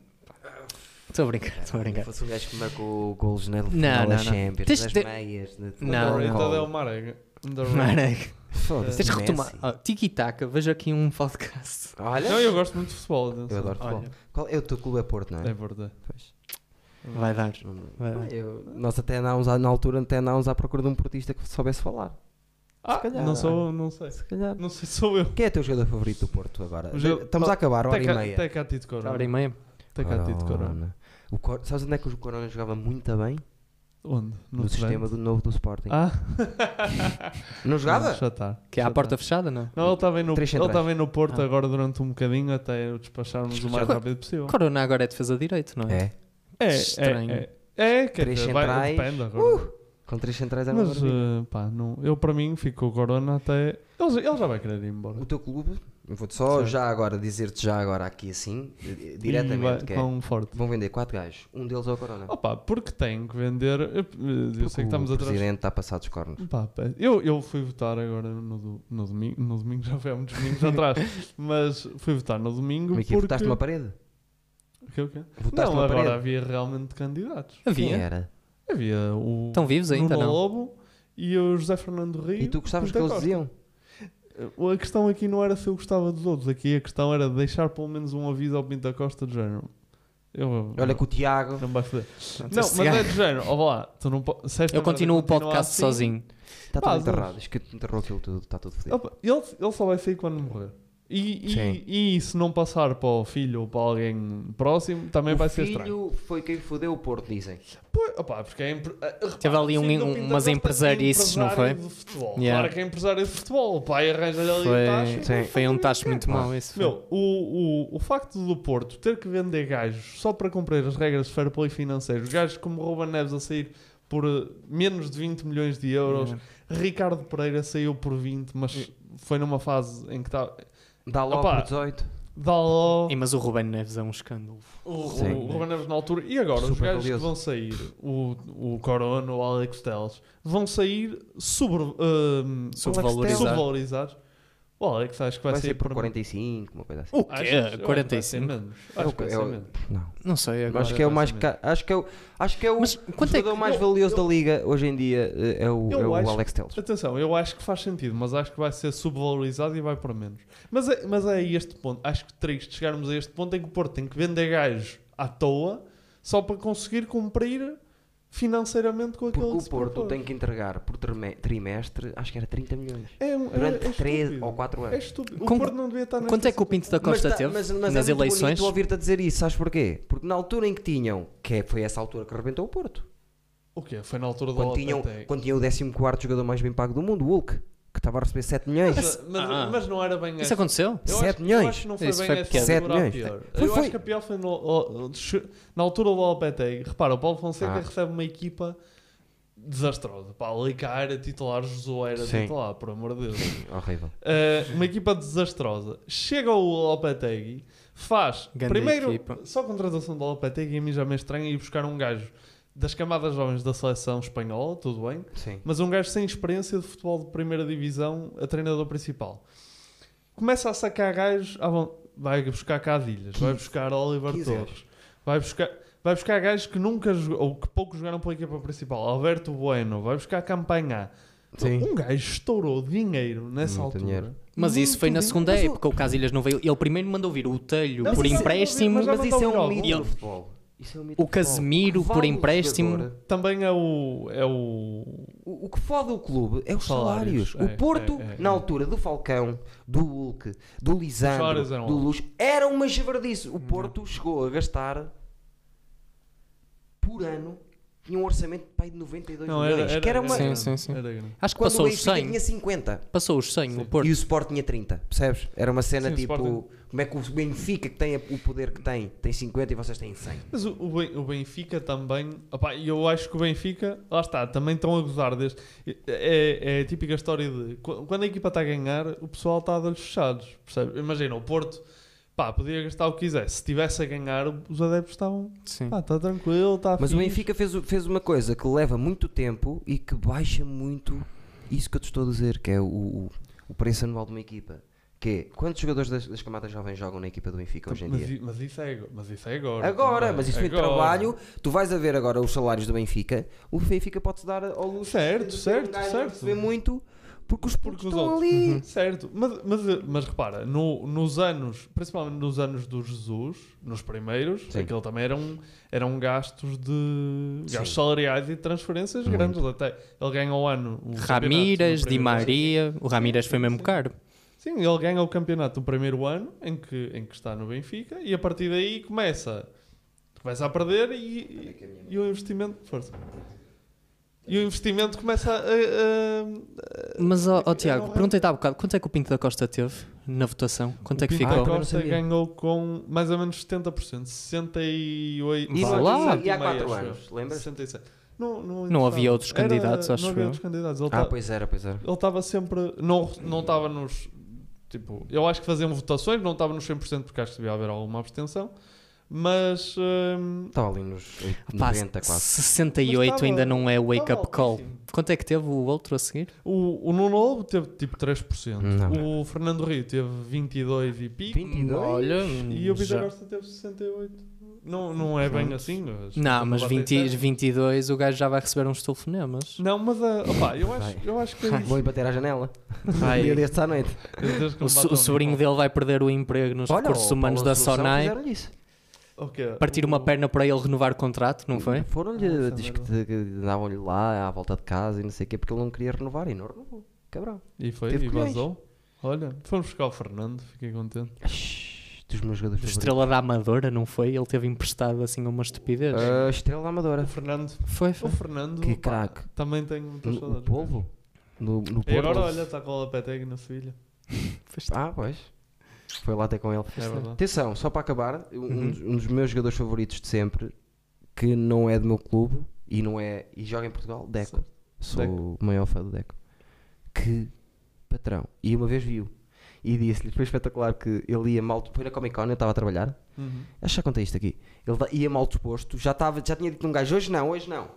Speaker 2: Estou a brincar, estou a brincar.
Speaker 1: fosse um gajo que marcou golos na
Speaker 2: final da não, não.
Speaker 1: Champions,
Speaker 2: Champions, Tens nas de-
Speaker 1: meias, na
Speaker 2: Não,
Speaker 3: Então
Speaker 2: não.
Speaker 3: é o Marega.
Speaker 2: Marek,
Speaker 1: Foda-se.
Speaker 2: tens de
Speaker 1: Messi.
Speaker 2: retomar. Oh, Tiki-taka, vejo aqui um podcast.
Speaker 1: Olha,
Speaker 3: Não, eu gosto muito de futebol. atenção.
Speaker 1: eu adoro futebol.
Speaker 2: Olha.
Speaker 1: Qual é o teu clube? É Porto, não é?
Speaker 3: É verdade.
Speaker 1: Pois.
Speaker 2: Vai dar. Vai dar.
Speaker 1: Eu- nós até andámos à- na altura até andámos à procura de um portista que soubesse falar.
Speaker 3: Ah,
Speaker 1: calhar.
Speaker 3: não sou, não sei.
Speaker 1: Se calhar.
Speaker 3: Não sei se sou eu.
Speaker 1: Quem é teu jogador favorito do Porto agora?
Speaker 3: O jogo-
Speaker 1: Estamos a acabar, hora e meia.
Speaker 3: Até cá Tito
Speaker 2: Hora e
Speaker 3: Corona.
Speaker 2: meia.
Speaker 3: Até cá Tito Corona.
Speaker 1: O Cor... Sabes onde é que o Corona jogava muito bem?
Speaker 3: Onde?
Speaker 1: No, sistema do novo do Sporting.
Speaker 3: Ah,
Speaker 1: Não jogava?
Speaker 3: Já tá. está.
Speaker 2: Que é à porta fechada, não?
Speaker 3: Não, ele estava aí no, ele
Speaker 1: Três centrais.
Speaker 3: estava aí no Porto
Speaker 2: Ah.
Speaker 3: agora durante um bocadinho até o despacharmos o mais
Speaker 2: Despachar.
Speaker 3: rápido possível.
Speaker 2: Corona agora é defesa direito, não é?
Speaker 1: É.
Speaker 3: É,
Speaker 2: Estranho.
Speaker 3: é, é. É, quer
Speaker 1: Três
Speaker 3: dizer, vai,
Speaker 1: centrais. Uh,
Speaker 3: depende agora.
Speaker 1: Com três centrais era
Speaker 3: Mas,
Speaker 1: maravilha.
Speaker 3: eh, pá, não, eu para mim fico com o Corona até... Ele, ele já vai querer ir embora.
Speaker 1: O teu clube, eu vou-te só
Speaker 3: Certo.
Speaker 1: já agora dizer-te já agora aqui assim, eh,
Speaker 3: E vai-
Speaker 1: diretamente, que é,
Speaker 3: com um forte.
Speaker 1: vão vender quatro gajos, um deles é o Corona.
Speaker 3: Opa, porque tem que vender... Eu, eu sei que estamos
Speaker 1: o
Speaker 3: atrás...
Speaker 1: presidente está a passar dos cornos.
Speaker 3: Pá, pá, eu, eu fui votar agora no, do- no domingo, no domingo já foi há muitos domingos atrás, mas fui votar no domingo
Speaker 1: Como é que é?
Speaker 3: porque...
Speaker 1: votaste uma parede?
Speaker 3: O quê, o quê?
Speaker 1: Votaste
Speaker 3: Não,
Speaker 1: numa
Speaker 3: agora
Speaker 1: parede?
Speaker 3: havia realmente candidatos.
Speaker 1: Quem
Speaker 2: Havia.
Speaker 1: era?
Speaker 3: Havia o
Speaker 1: Então,
Speaker 2: Estão vivos ainda,
Speaker 3: Nuno
Speaker 2: não?
Speaker 3: Lobo e o José Fernando Rio.
Speaker 1: E tu gostavas que
Speaker 3: Pinto
Speaker 1: eles
Speaker 3: Costa.
Speaker 1: diziam?
Speaker 3: Eh, A questão aqui não era se eu gostava dos outros, aqui a questão era deixar pelo menos um aviso ao Pinta Costa do género. Eu,
Speaker 1: Olha que o Tiago.
Speaker 3: não vai foder.
Speaker 2: Não,
Speaker 3: Não, mas é do género. Ó lá, tu não po- se esta
Speaker 2: Eu
Speaker 3: merda
Speaker 2: continuo o
Speaker 3: continua
Speaker 2: podcast
Speaker 3: assim-
Speaker 2: sozinho.
Speaker 1: Está tá tudo
Speaker 3: Pá, Deus.
Speaker 1: enterrado. Acho que te enterrou aquilo tudo. Está tudo fodido.
Speaker 3: Opa, Ele, ele só vai sair quando morrer. E, e-
Speaker 1: Sim.
Speaker 3: e se não passar para o filho ou para alguém próximo, também
Speaker 1: o
Speaker 3: vai ser
Speaker 1: filho
Speaker 3: estranho.
Speaker 1: foi quem fodeu o Porto, dizem.
Speaker 3: Pois, opá, porque é empre... ah, repara,
Speaker 2: Teve ali
Speaker 3: o
Speaker 2: um-
Speaker 3: filho do
Speaker 2: um-
Speaker 3: Pinto
Speaker 2: umas
Speaker 3: Costa é
Speaker 2: empresarices, não
Speaker 3: empresário
Speaker 2: foi?
Speaker 3: de futebol.
Speaker 2: Yeah.
Speaker 3: Claro que é empresário de futebol. O pai arranja-lhe ali o tacho.
Speaker 2: Foi,
Speaker 3: e
Speaker 2: sim,
Speaker 3: vai
Speaker 2: foi um tacho muito
Speaker 1: Claro.
Speaker 2: mau esse.
Speaker 3: Meu, o, o, o facto do Porto ter que vender gajos só para cumprir as regras de fair play financeiro, gajos como Ruben Neves a sair por eh, menos de 20 milhões de euros,
Speaker 1: É.
Speaker 2: Yeah.
Speaker 3: Ricardo Pereira saiu por 20, mas foi numa fase em que tá, estava.
Speaker 1: Dá logo
Speaker 3: Opa.
Speaker 1: por 18.
Speaker 3: Dá lá
Speaker 2: Ei, mas o Ruben Neves é um escândalo.
Speaker 3: o,
Speaker 1: Sim.
Speaker 3: o Ruben Neves na altura. E agora, os
Speaker 1: Super
Speaker 3: gajos que
Speaker 1: valioso.
Speaker 3: vão sair, o, o Corona, o Alex Teles, vão sair sobre, ehm,
Speaker 2: Subvalorizado.
Speaker 3: subvalorizados. O Alex acho que vai,
Speaker 1: Vai ser
Speaker 3: sair
Speaker 1: por 45, uma coisa assim.
Speaker 2: O
Speaker 3: Achas? Eu acho que
Speaker 2: quê?
Speaker 3: vai ser
Speaker 2: 45?
Speaker 3: menos. Acho que vai ser
Speaker 1: Eu-
Speaker 3: menos.
Speaker 1: Não.
Speaker 2: Não sei agora.
Speaker 1: acho que é o mais
Speaker 3: mais
Speaker 1: ca- acho que é o acho que é o
Speaker 2: Mas quanto é
Speaker 1: jogador
Speaker 2: que.
Speaker 1: mais
Speaker 3: eu-
Speaker 1: valioso
Speaker 3: eu-
Speaker 1: da liga hoje em dia eh, é o,
Speaker 3: Eu
Speaker 1: é o
Speaker 3: acho-
Speaker 1: Alex Telles.
Speaker 3: Atenção, eu acho que faz sentido, mas acho que vai ser subvalorizado e vai para menos. Mas é, mas é este ponto, acho que triste chegarmos a este ponto em que o Porto tem que vender gajos à toa só para conseguir cumprir financeiramente com aquele
Speaker 1: Porque o
Speaker 3: que se propôs.
Speaker 1: Porto tem que entregar por trime- trimestre, acho que era 30 milhões.
Speaker 3: É um- é-
Speaker 1: Durante
Speaker 3: é
Speaker 1: 3
Speaker 3: estúpido.
Speaker 1: ou 4
Speaker 3: É
Speaker 1: anos.
Speaker 3: estúpido. O
Speaker 2: Com-
Speaker 3: Porto não devia estar nesta
Speaker 2: Quanto é que o Pinto da Costa
Speaker 1: tá-
Speaker 2: teve
Speaker 1: mas é
Speaker 2: nas
Speaker 1: muito
Speaker 2: eleições?
Speaker 1: bonito ouvir-te a dizer isso, sabes porquê? Porque na altura em que tinham, que é- foi essa altura que arrebentou o Porto,
Speaker 3: O quê? Foi na altura do
Speaker 1: quando tinham,
Speaker 3: Lopetegui.
Speaker 1: quando tinham o 14 jogador mais bem pago do mundo, o Hulk, que estava acaba a receber 7 milhões.
Speaker 3: Mas, mas-
Speaker 2: Ah.
Speaker 3: mas não era bem
Speaker 2: Isso
Speaker 3: essa.
Speaker 2: aconteceu?
Speaker 3: Eu
Speaker 1: Sete
Speaker 3: acho,
Speaker 1: milhões.
Speaker 3: Eu acho que não foi
Speaker 2: Isso
Speaker 3: bem
Speaker 2: foi
Speaker 3: essa
Speaker 2: pior.
Speaker 1: Sete
Speaker 3: altura a
Speaker 1: milhões.
Speaker 3: pior.
Speaker 1: Foi,
Speaker 3: eu
Speaker 1: foi.
Speaker 3: acho que a pior foi no- o- o- che- na altura do Lopetegui. Repara, o Paulo Fonseca
Speaker 1: Ah.
Speaker 3: recebe uma equipa desastrosa. Pá, Leica era titular, Josué era
Speaker 1: Sim.
Speaker 3: titular, por amor de Deus.
Speaker 1: Horrível.
Speaker 3: Uh, uma equipa desastrosa. Chega o Lopetegui, faz
Speaker 2: Grande
Speaker 3: primeiro
Speaker 2: equipa.
Speaker 3: só a contratação do Lopetegui a mim já me estranha ir buscar um gajo das camadas jovens da seleção espanhola, tudo bem,
Speaker 1: Sim.
Speaker 3: mas um gajo sem experiência de futebol de primeira divisão a treinador principal. Começa a sacar gajos, ah, bom, vai buscar Cadilhas, vai buscar Oliver
Speaker 1: 15
Speaker 3: Torres, vai buscar, vai buscar gajos que nunca jogou, ou que pouco jogaram pela equipa principal, Alberto Bueno, vai buscar Campanhá.
Speaker 1: Sim.
Speaker 3: Um gajo estourou dinheiro nessa
Speaker 1: Muito
Speaker 3: altura.
Speaker 1: dinheiro.
Speaker 2: Mas isso foi na
Speaker 1: Muito
Speaker 2: segunda
Speaker 1: bem. Mas o-
Speaker 2: época. O Casilhas não veio. Ele primeiro mandou vir o Telho
Speaker 3: Não,
Speaker 2: por
Speaker 3: mas isso-
Speaker 2: empréstimo.
Speaker 3: mas já
Speaker 1: Mas
Speaker 3: não
Speaker 1: isso é
Speaker 3: estão
Speaker 1: um
Speaker 3: a
Speaker 1: mito
Speaker 3: virar
Speaker 1: do
Speaker 3: alguns.
Speaker 1: futebol. Isso é um mito
Speaker 2: O
Speaker 1: do futebol.
Speaker 2: Casemiro
Speaker 1: O que
Speaker 2: por
Speaker 1: vale o
Speaker 2: empréstimo-
Speaker 1: jogador,
Speaker 3: Também é o. É o.
Speaker 1: O, o que fode o clube é os salários.
Speaker 3: Salários,
Speaker 1: O
Speaker 3: é,
Speaker 1: Porto,
Speaker 3: é, é,
Speaker 1: na
Speaker 3: é.
Speaker 1: altura do Falcão, do Hulk, do Lisandro,
Speaker 3: salários eram
Speaker 1: do
Speaker 3: altos. Uhum.
Speaker 1: Luz, era uma javardice. O Porto chegou a gastar por ano, tinha um orçamento de pai de 92
Speaker 3: Não,
Speaker 1: milhões,
Speaker 3: era, era,
Speaker 1: que era
Speaker 3: era
Speaker 1: uma...
Speaker 2: Sim,
Speaker 3: grande,
Speaker 2: sim, sim.
Speaker 3: era grande.
Speaker 2: Acho que
Speaker 1: Quando
Speaker 2: passou
Speaker 1: o
Speaker 2: os
Speaker 1: Benfica
Speaker 2: 100.
Speaker 1: tinha 50
Speaker 2: Passou os 100 o
Speaker 3: Sim.
Speaker 2: Porto.
Speaker 1: e o Sport tinha 30, percebes? Era uma cena
Speaker 3: Sim, o
Speaker 1: tipo,
Speaker 3: Sporting-
Speaker 1: como é que o Benfica, que tem o poder que tem, tem 50 e vocês têm 100.
Speaker 3: Mas o, o Ben- o Benfica também. opá, E eu acho que o Benfica. Lá está, também estão a gozar deste. É, é a típica história de. qu- Quando a equipa está a ganhar, o pessoal está a olhos fechados. Percebe? Imagina, o Porto. Pá, podia gastar o que quisesse. Se estivesse a ganhar, os adeptos estavam.
Speaker 2: Sim.
Speaker 3: Pá, está tranquilo, está
Speaker 1: Mas o
Speaker 3: fixe.
Speaker 1: Benfica fez, o- fez uma coisa que leva muito tempo e que baixa muito isso que eu te estou a dizer, que é o, o- o preço anual de uma equipa. Que é, quantos jogadores das, das camadas jovens jogam na equipa do Benfica hoje em
Speaker 3: mas,
Speaker 1: dia?
Speaker 3: i- mas isso é, agora- mas isso é agora.
Speaker 1: Agora,
Speaker 3: também.
Speaker 1: mas isso foi de
Speaker 3: Agora.
Speaker 1: trabalho, tu vais a ver agora os salários do Benfica, o Benfica pode-se dar ao luxo de
Speaker 3: Certo,
Speaker 1: ter
Speaker 3: certo,
Speaker 1: um gajo a
Speaker 3: certo.
Speaker 1: receber muito porque os
Speaker 3: porque
Speaker 1: porque
Speaker 3: os
Speaker 1: estão
Speaker 3: outros.
Speaker 1: ali.
Speaker 3: Uhum. Certo, mas, mas, mas repara, no- nos anos, principalmente nos anos do Jesus, nos primeiros,
Speaker 1: Sim.
Speaker 3: aquilo também eram, eram gastos de gastos
Speaker 1: Sim.
Speaker 3: salariais e transferências
Speaker 1: Muito.
Speaker 3: grandes. Até ele ganha o ano. O campeonato
Speaker 2: Ramírez,
Speaker 3: no
Speaker 2: Di
Speaker 3: primeiro ano.
Speaker 2: Maria. O Ramírez foi mesmo
Speaker 3: sim.
Speaker 2: caro.
Speaker 3: Sim, ele ganha o campeonato no primeiro ano em que, em que está no Benfica e a partir daí começa, começa a perder e, e o investimento. Força. E o investimento começa a. a- a-
Speaker 2: Mas, ó, ó,
Speaker 3: Eu
Speaker 2: Tiago,
Speaker 3: não-
Speaker 2: perguntei-te há bocado. Quanto é que o Pinto da Costa teve na votação? Quanto é que
Speaker 3: Pinto
Speaker 1: Ah,
Speaker 2: ficou?
Speaker 1: eu também não
Speaker 3: Costa
Speaker 1: sabia.
Speaker 3: ganhou com mais ou menos 70%, 68,
Speaker 1: Isso
Speaker 2: Vá lá.
Speaker 1: e há quatro
Speaker 3: 67,5,
Speaker 1: anos,
Speaker 3: acho eu.
Speaker 1: lembras?
Speaker 3: 67. Não, não,
Speaker 2: Não havia
Speaker 3: interessava.
Speaker 2: outros candidatos,
Speaker 3: Era,
Speaker 2: acho
Speaker 3: Não havia
Speaker 2: eu.
Speaker 3: outros candidatos. Ele
Speaker 1: Ah,
Speaker 3: tá-
Speaker 1: pois era, pois era.
Speaker 3: ele estava sempre. Não não estava nos. Tipo, eu acho que faziam votações, não estava nos 100% porque acho que devia haver alguma abstenção, mas. hum,
Speaker 1: Estava ali nos oito-
Speaker 2: Pá,
Speaker 1: 90 quase.
Speaker 2: 68
Speaker 3: Mas tava-
Speaker 2: ainda não é wake-up
Speaker 3: tava
Speaker 2: call.
Speaker 3: altíssimo.
Speaker 2: Quanto é que teve o outro a seguir?
Speaker 3: o, o Nuno Lobo teve tipo 3%,
Speaker 1: Não.
Speaker 3: o Fernando Rio teve 22 e pico,
Speaker 1: 22?
Speaker 2: Olha,
Speaker 3: e o Vitor
Speaker 2: já-
Speaker 3: Costa teve 68. Não, não é bem
Speaker 1: Pronto.
Speaker 3: assim. mas-
Speaker 2: Não, mas 20,
Speaker 3: 27.
Speaker 2: 22 o gajo já vai receber uns telefonemas.
Speaker 3: Não, mas ah, opá, eu, acho,
Speaker 1: Vai.
Speaker 3: eu acho que é isso.
Speaker 1: Vou ir bater à janela.
Speaker 2: Vai.
Speaker 1: Um dia destes à noite.
Speaker 3: Desde que
Speaker 2: O,
Speaker 3: me um
Speaker 2: so-
Speaker 3: batam
Speaker 2: o sobrinho
Speaker 3: no-
Speaker 2: dele vai perder o emprego nos recursos
Speaker 1: o
Speaker 2: humanos
Speaker 1: Paulo
Speaker 2: da
Speaker 1: Assunção um
Speaker 2: Sonai.
Speaker 1: fizeram-lhe isso.
Speaker 3: Ok.
Speaker 2: Partir uma
Speaker 3: O-
Speaker 2: perna para ele renovar o contrato, não foi?
Speaker 1: Foram-lhe,
Speaker 3: Nossa,
Speaker 1: diz que
Speaker 3: merda.
Speaker 1: te- que andavam-lhe lá à volta de casa e não sei o quê, porque ele não queria renovar e não renovou. Cabrão.
Speaker 3: E foi,
Speaker 1: Teve
Speaker 3: e
Speaker 1: colhões.
Speaker 3: vazou. Olha, fomos buscar o Fernando, fiquei contente.
Speaker 1: Shhh, Dos meus jogadores favoritos.
Speaker 2: Estrela da Amadora, não foi? Ele teve emprestado assim uma estupidez.
Speaker 1: Ah, estrela amadora.
Speaker 3: O Fernando,
Speaker 2: Foi,
Speaker 3: o
Speaker 2: foi.
Speaker 3: Fernando
Speaker 1: Que
Speaker 3: pá,
Speaker 1: craque.
Speaker 3: também tenho muitas
Speaker 1: No, no
Speaker 3: saudades.
Speaker 1: polvo. No, no
Speaker 3: E
Speaker 1: Porto.
Speaker 3: agora, olha, está com a Lapeteg na Sevilha.
Speaker 1: Ah, pois. Foi lá até com ele.
Speaker 3: É verdade.
Speaker 1: Atenção, só para acabar, um-
Speaker 2: Uhum.
Speaker 1: um, dos- um dos meus jogadores favoritos de sempre, que não é do meu clube e não é e joga em Portugal, Deco.
Speaker 3: Certo.
Speaker 1: Sou o maior fã do Deco. Que patrão. E uma vez viu. E disse-lhe, foi espetacular que ele ia mal. Foi na Comic Con, eu estava a trabalhar.
Speaker 3: Uhum.
Speaker 1: Acho que já contei isto aqui. Ele da- ia mal disposto, já, estava, já tinha dito a um gajo: hoje não, hoje não,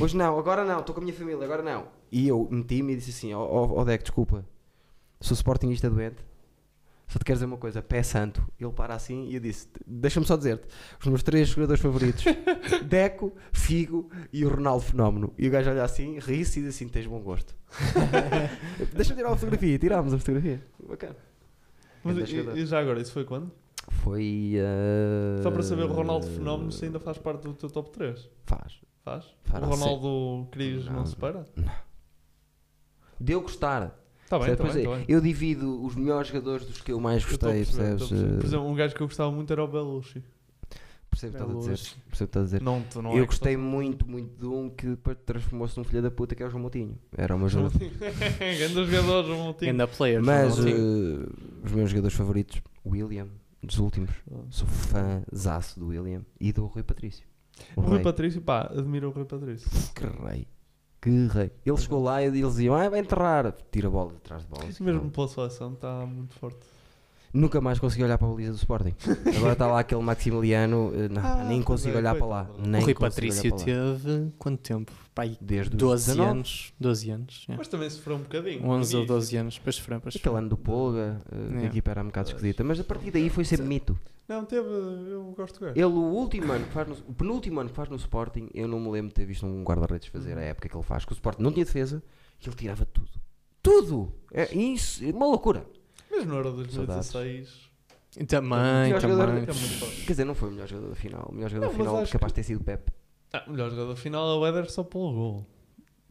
Speaker 1: hoje não, agora não, estou com a minha família, agora não. E eu meti-me e disse assim: Ó oh, Deco, desculpa, sou sportingista doente, só te quero dizer uma coisa, pé santo. Ele para assim e eu disse: deixa-me só dizer-te, os meus três jogadores favoritos, Deco, Figo e o Ronaldo Fenómeno. E o gajo olha assim, ri-se e diz assim: tens bom gosto. deixa-me tirar uma fotografia, e tirámos a fotografia. Bacana.
Speaker 3: Mas
Speaker 1: Grande
Speaker 3: e,
Speaker 1: jogador.
Speaker 3: e já agora, isso foi quando?
Speaker 1: Foi. eh,
Speaker 3: Só para saber, o Ronaldo Fenómeno se ainda faz parte do teu top 3.
Speaker 1: Faz.
Speaker 3: Faz?
Speaker 1: Fará
Speaker 3: o Ronaldo Cris não,
Speaker 1: Não.
Speaker 3: se para?
Speaker 1: Deu gostar.
Speaker 3: Está bem,
Speaker 1: Percebes?
Speaker 3: está
Speaker 1: Pois
Speaker 3: bem,
Speaker 1: é,
Speaker 3: tá bem.
Speaker 1: Eu divido os melhores jogadores dos que eu mais
Speaker 3: Eu estou a
Speaker 1: gostei,
Speaker 3: perceber, estou
Speaker 1: percebes?
Speaker 3: a perceber. Por
Speaker 1: Eh,
Speaker 3: exemplo, um gajo que eu gostava muito era o Belushi.
Speaker 1: percebo o que estás a dizer.
Speaker 2: Belos.
Speaker 1: Percebo o que estás a dizer.
Speaker 3: Não, tu não
Speaker 1: eu
Speaker 3: é que
Speaker 1: gostei muito, muito de um que depois transformou-se num filho da puta que é o João Moutinho. Era o meu jogador.
Speaker 3: Grandes jogadores, um time.
Speaker 2: Ainda player.
Speaker 1: Mas
Speaker 2: João Moutinho.
Speaker 1: eh, os meus jogadores favoritos, William, dos últimos.
Speaker 3: Ah.
Speaker 1: Sou fãzaço do William e do Rui Patrício. O
Speaker 3: O Rui
Speaker 1: rei.
Speaker 3: Patrício, pá, admiro o Rui Patrício.
Speaker 1: Que rei. Que rei. Ele chegou lá e eles diziam, ah, vai enterrar. Tira a bola de trás de bola.
Speaker 3: Isso mesmo pela seleção está muito forte.
Speaker 1: Nunca mais consegui olhar para a baliza do Sporting. Agora está lá aquele Maximiliano. eh, Não,
Speaker 3: Ah,
Speaker 1: nem consigo
Speaker 3: pois é,
Speaker 1: olhar para lá.
Speaker 3: coitado.
Speaker 1: Nem
Speaker 2: o Rui
Speaker 1: consigo olhar
Speaker 2: Patrício
Speaker 1: para lá.
Speaker 2: teve quanto tempo? Pai,
Speaker 1: Desde os
Speaker 2: 12
Speaker 1: 19.
Speaker 2: anos. 12 anos. é.
Speaker 3: Mas também sofreu um bocadinho.
Speaker 2: 11 ou 12 anos. Depois foram. Depois
Speaker 1: Aquele
Speaker 2: foram.
Speaker 1: ano do Polga, eh, a
Speaker 2: É.
Speaker 1: equipa era um bocado esquisita, mas a partir daí foi sempre mito.
Speaker 3: Não, teve. Eu gosto de ver.
Speaker 1: Ele, o último ano que faz no, o penúltimo ano que faz no Sporting, eu não me lembro de ter visto um guarda-redes
Speaker 3: Uhum.
Speaker 1: fazer a época que ele faz, que o Sporting não tinha defesa e ele tirava tudo. Tudo! É isso, é uma loucura.
Speaker 3: Mas não era 2016.
Speaker 2: Também,
Speaker 1: Tinha um jogador-
Speaker 2: também.
Speaker 3: É muito forte.
Speaker 1: Quer dizer, não foi o melhor jogador da final. O melhor jogador
Speaker 3: Não,
Speaker 1: da
Speaker 3: mas
Speaker 1: final
Speaker 3: acho
Speaker 1: capaz de ter sido o Pepe.
Speaker 3: Ah, melhor jogador final é o Éder só pelo gol.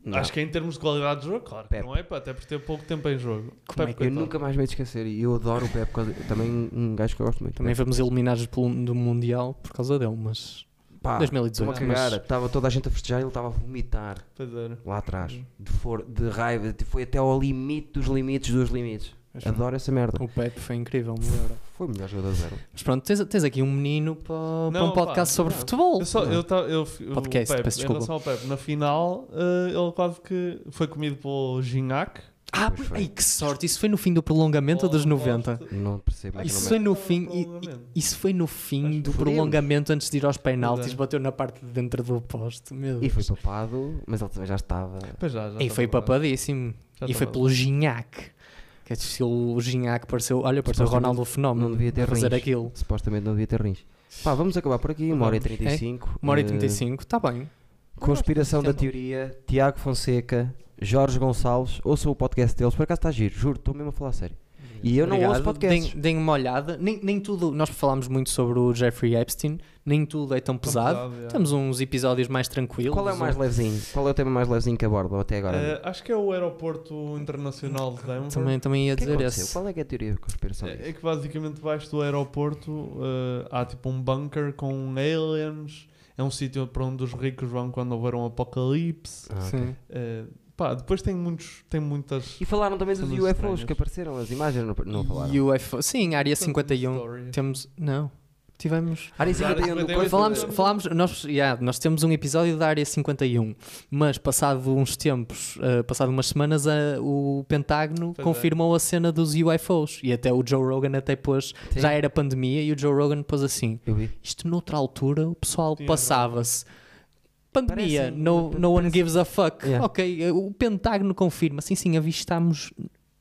Speaker 1: Não.
Speaker 2: é,
Speaker 3: Acho que é em termos de qualidade de jogo, claro. que
Speaker 1: Pepe.
Speaker 3: Não é, pá, até por ter pouco tempo em jogo.
Speaker 2: Como é
Speaker 3: Pepe,
Speaker 2: que
Speaker 1: eu
Speaker 3: coitado.
Speaker 1: nunca mais me hei de esquecer e eu adoro o Pepe, por causa- também um gajo que eu gosto muito.
Speaker 2: Também fomos eliminados pelo- do Mundial por causa dele, mas
Speaker 1: Pá,
Speaker 2: 2018,
Speaker 1: estão a cagar.
Speaker 2: mas-
Speaker 1: Estava toda a gente a festejar e ele estava a vomitar.
Speaker 3: Pois era.
Speaker 1: lá atrás,
Speaker 2: Uhum.
Speaker 1: de, for, de raiva, de- foi até ao limite dos limites dos limites.
Speaker 2: Mas um-
Speaker 1: Adoro essa merda.
Speaker 2: o Pepe foi incrível. melhor.
Speaker 1: Foi o melhor jogador zero.
Speaker 2: Mas pronto, tens, tens aqui um menino para, para
Speaker 3: Não,
Speaker 2: um podcast
Speaker 3: pá,
Speaker 2: sobre
Speaker 3: não.
Speaker 2: futebol.
Speaker 3: Eu só, eu, ta- eu, fi- o
Speaker 2: Podcast,
Speaker 3: Pepe,
Speaker 2: peço
Speaker 3: em relação ao Pepe, na final, eh, ele quase que foi comido pelo Gignac.
Speaker 2: Ah,
Speaker 1: Pois foi.
Speaker 2: ai, que sorte! Isso foi no fim do prolongamento ou dos 90?
Speaker 1: Não percebo mais
Speaker 2: Isso
Speaker 1: como
Speaker 2: foi
Speaker 1: é.
Speaker 2: no fim. e-
Speaker 3: Prolongamento.
Speaker 2: e- Isso foi no fim
Speaker 3: Acho
Speaker 2: do
Speaker 1: que foi.
Speaker 2: prolongamento antes de ir aos penaltis.
Speaker 3: Verdade.
Speaker 2: Bateu na parte de dentro do posto. Meu
Speaker 1: é. E
Speaker 2: Deus.
Speaker 1: foi papado, mas ele também já estava.
Speaker 3: Pois já, já
Speaker 2: E
Speaker 3: tá
Speaker 2: foi
Speaker 3: bom.
Speaker 2: papadíssimo.
Speaker 3: Já
Speaker 2: E
Speaker 3: tá
Speaker 2: foi
Speaker 3: bom.
Speaker 2: pelo Ginhac. Que é se o Ginhac pareceu. Olha, pareceu o
Speaker 1: Supostamente
Speaker 2: Ronaldo Fenómeno.
Speaker 1: não devia ter
Speaker 2: a fazer
Speaker 1: rins.
Speaker 2: aquilo.
Speaker 1: Supostamente não devia ter rins. Pá, vamos acabar por aqui, uma hora e
Speaker 3: Vamos.
Speaker 1: 35.
Speaker 2: É? Uma hora e
Speaker 1: Eh,
Speaker 2: 35, está bem.
Speaker 1: Conspiração da
Speaker 2: Tenta.
Speaker 1: teoria, Tiago Fonseca, Jorge Gonçalves, ouçam o podcast deles, por acaso está giro, juro, estou mesmo a falar sério. E eu não
Speaker 2: Obrigado.
Speaker 1: ouço podcasts.
Speaker 2: Deem, deem uma olhada. Nem, nem tudo. Nós falámos muito sobre o Jeffrey Epstein. Nem tudo é tão pesado.
Speaker 3: Tá já.
Speaker 2: Temos uns episódios mais tranquilos.
Speaker 1: Qual é o mais
Speaker 2: um-
Speaker 1: levezinho? Qual é o tema mais levezinho que abordam até agora?
Speaker 3: Eh, acho que é o aeroporto internacional de Denver.
Speaker 2: Também, também ia
Speaker 1: o que é que
Speaker 2: dizer
Speaker 1: aconteceu?
Speaker 2: esse.
Speaker 1: Qual é que é a teoria da conspiração? disso?
Speaker 3: É, é que basicamente debaixo do aeroporto eh, há tipo um bunker com aliens. É um sítio para onde os ricos vão quando houver um apocalipse.
Speaker 1: Ah, ok.
Speaker 2: Sim.
Speaker 3: Eh, pá, depois tem muitos, tem muitas.
Speaker 1: E falaram também dos
Speaker 3: Cenas
Speaker 1: UFOs
Speaker 3: estranhas.
Speaker 1: que apareceram, as imagens não, não falaram.
Speaker 2: UFO. Sim, área 51.
Speaker 3: Story.
Speaker 2: Temos. Não. Tivemos.
Speaker 1: Área
Speaker 3: Área
Speaker 1: 51 do
Speaker 3: 51.
Speaker 1: Corpo-
Speaker 2: Falámos,
Speaker 3: Tivemos.
Speaker 2: falámos nós, yeah, nós temos um episódio da Área 51, mas passado uns tempos, eh, passado umas semanas, a- o Pentágono
Speaker 3: Pois é.
Speaker 2: confirmou a cena dos UFOs e até o Joe Rogan até pôs,
Speaker 1: Sim.
Speaker 2: já é. era pandemia, e o Joe Rogan pôs assim,
Speaker 1: Eu vi.
Speaker 2: isto noutra altura o pessoal
Speaker 3: Tinha
Speaker 2: passava-se. Pandemia,
Speaker 1: Parecem-
Speaker 2: no, no one
Speaker 1: parece-
Speaker 2: gives a fuck.
Speaker 1: Yeah.
Speaker 2: Ok, eh, o Pentágono confirma. Sim, sim, avistámos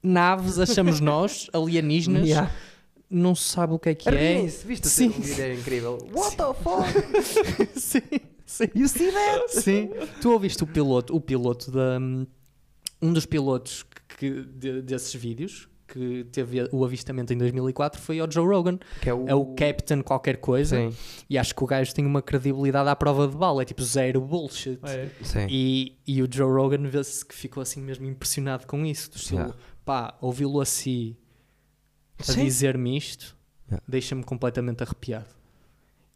Speaker 2: naves, achamos nós, alienígenas,
Speaker 1: Yeah.
Speaker 2: não se sabe o que é que é.
Speaker 1: Arriem-se, viste assim,
Speaker 2: Sim.
Speaker 1: um vídeo era incrível. What the fuck?
Speaker 2: sim, sim.
Speaker 1: You see that?
Speaker 2: Sim, tu ouviste o piloto, o piloto da um dos pilotos que, que- de- desses vídeos que teve o avistamento em 2004 foi o Joe Rogan.
Speaker 1: Que é o,
Speaker 2: É o Captain qualquer coisa
Speaker 1: Sim,
Speaker 2: e acho que o gajo tem uma credibilidade à prova de bala, é tipo zero bullshit.
Speaker 3: Ah, é?
Speaker 1: sim.
Speaker 2: E, e o Joe Rogan vê-se que ficou assim mesmo impressionado com isso, do estilo,
Speaker 1: Yeah.
Speaker 2: pá, ouvi-lo assim a
Speaker 1: Sim.
Speaker 2: dizer-me isto,
Speaker 1: Yeah.
Speaker 2: deixa-me completamente arrepiado.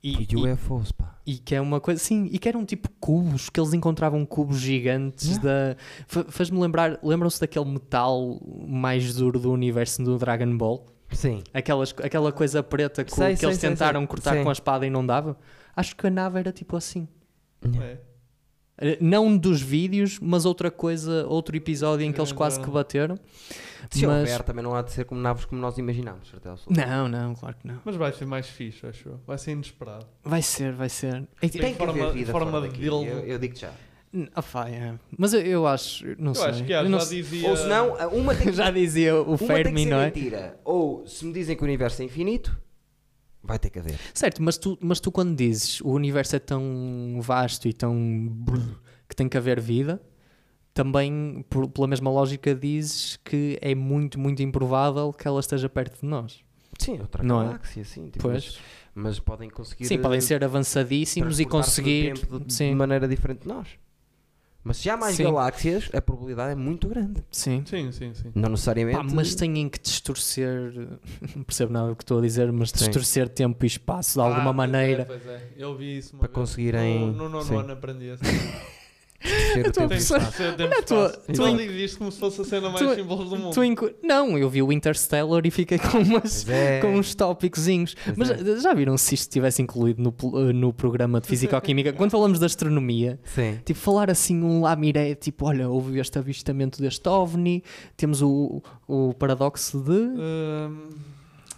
Speaker 2: E-
Speaker 1: E
Speaker 2: e-
Speaker 1: UFOs, pá.
Speaker 2: e que é uma coisa, sim, e que eram tipo cubos, que eles encontravam cubos gigantes da. Fa- Faz-me lembrar, lembram-se daquele metal mais duro do universo do Dragon Ball?
Speaker 1: Sim.
Speaker 2: Aquelas, aquela coisa preta que, o-
Speaker 1: Sei,
Speaker 2: que
Speaker 1: sei,
Speaker 2: eles
Speaker 1: sei,
Speaker 2: tentaram
Speaker 1: sei.
Speaker 2: cortar
Speaker 1: Sim.
Speaker 2: com a espada e não dava? Acho que a nave era tipo assim.
Speaker 3: É.
Speaker 2: Eh, Não dos vídeos, mas outra coisa, outro episódio em que eles quase que bateram.
Speaker 1: É Se
Speaker 2: Mas-
Speaker 1: houver, também não há de ser como naves como nós imaginámos, certeza absoluta.
Speaker 2: Não, não, claro que não.
Speaker 3: Mas vai ser mais fixe, acho eu. Vai ser inesperado.
Speaker 2: Vai ser, vai ser. E-
Speaker 3: Tem
Speaker 1: Tem que haver
Speaker 3: forma-
Speaker 1: vida
Speaker 3: forma
Speaker 1: fora
Speaker 3: de
Speaker 1: daqui.
Speaker 3: dildo.
Speaker 1: Eu, eu digo já.
Speaker 2: N- Ah, pá, é. Mas eu, eu acho, não
Speaker 3: eu
Speaker 2: sei.
Speaker 3: acho que há,
Speaker 2: Eu não
Speaker 3: já
Speaker 2: sei.
Speaker 3: dizia.
Speaker 1: Ou se não, uma tem que,
Speaker 2: já dizia o
Speaker 1: uma tem que
Speaker 2: Fermi,
Speaker 1: ser
Speaker 2: não é?
Speaker 1: mentira. Ou se me dizem que o universo é infinito, vai ter que haver.
Speaker 2: Certo, mas tu, mas tu quando dizes o universo é tão vasto e tão brrr que tem que haver vida, também por- pela mesma lógica dizes que é muito, muito improvável que ela esteja perto de nós.
Speaker 1: Sim, outra
Speaker 2: Não é?
Speaker 1: galáxia, sim. tipo,
Speaker 2: Pois.
Speaker 1: Mas, mas podem conseguir.
Speaker 2: Sim, podem
Speaker 1: eh,
Speaker 2: ser avançadíssimos e
Speaker 1: transportar-se no
Speaker 2: conseguir.
Speaker 1: tempo de, de
Speaker 2: Sim.
Speaker 1: maneira diferente de nós. Mas se há mais
Speaker 2: Sim.
Speaker 1: galáxias, a probabilidade é muito grande.
Speaker 2: Sim.
Speaker 3: Sim, sim, sim.
Speaker 1: Não necessariamente.
Speaker 2: Pá, mas têm que distorcer, não percebo nada do que estou a dizer, mas
Speaker 1: Sim.
Speaker 2: distorcer tempo e espaço de alguma
Speaker 3: Ah, pois é,
Speaker 2: maneira.
Speaker 3: pois é. Eu vi isso uma
Speaker 1: Para
Speaker 3: vez.
Speaker 1: conseguirem-
Speaker 3: No- No nono
Speaker 1: sim.
Speaker 3: ano aprendi essa.
Speaker 1: Ser o
Speaker 2: estou a
Speaker 1: tempo
Speaker 2: pensar-
Speaker 1: espaço.
Speaker 3: Olha,
Speaker 2: tu- tu-
Speaker 3: tu ali diz como se fosse a cena mais
Speaker 2: tu-
Speaker 3: simples do mundo.
Speaker 2: Tu inco- Não, eu vi o Interstellar e fiquei com, umas,
Speaker 1: Pois é.
Speaker 2: com uns tópicozinhos.
Speaker 1: Pois
Speaker 2: Mas eh,
Speaker 1: é.
Speaker 2: já viram se isto estivesse incluído no, pl- eh, no programa de Físico-Química? Quando falamos de astronomia,
Speaker 1: Sim.
Speaker 2: tipo, falar assim um lamiré, tipo, olha, houve este avistamento deste OVNI, temos o, o paradoxo de
Speaker 3: Ahm,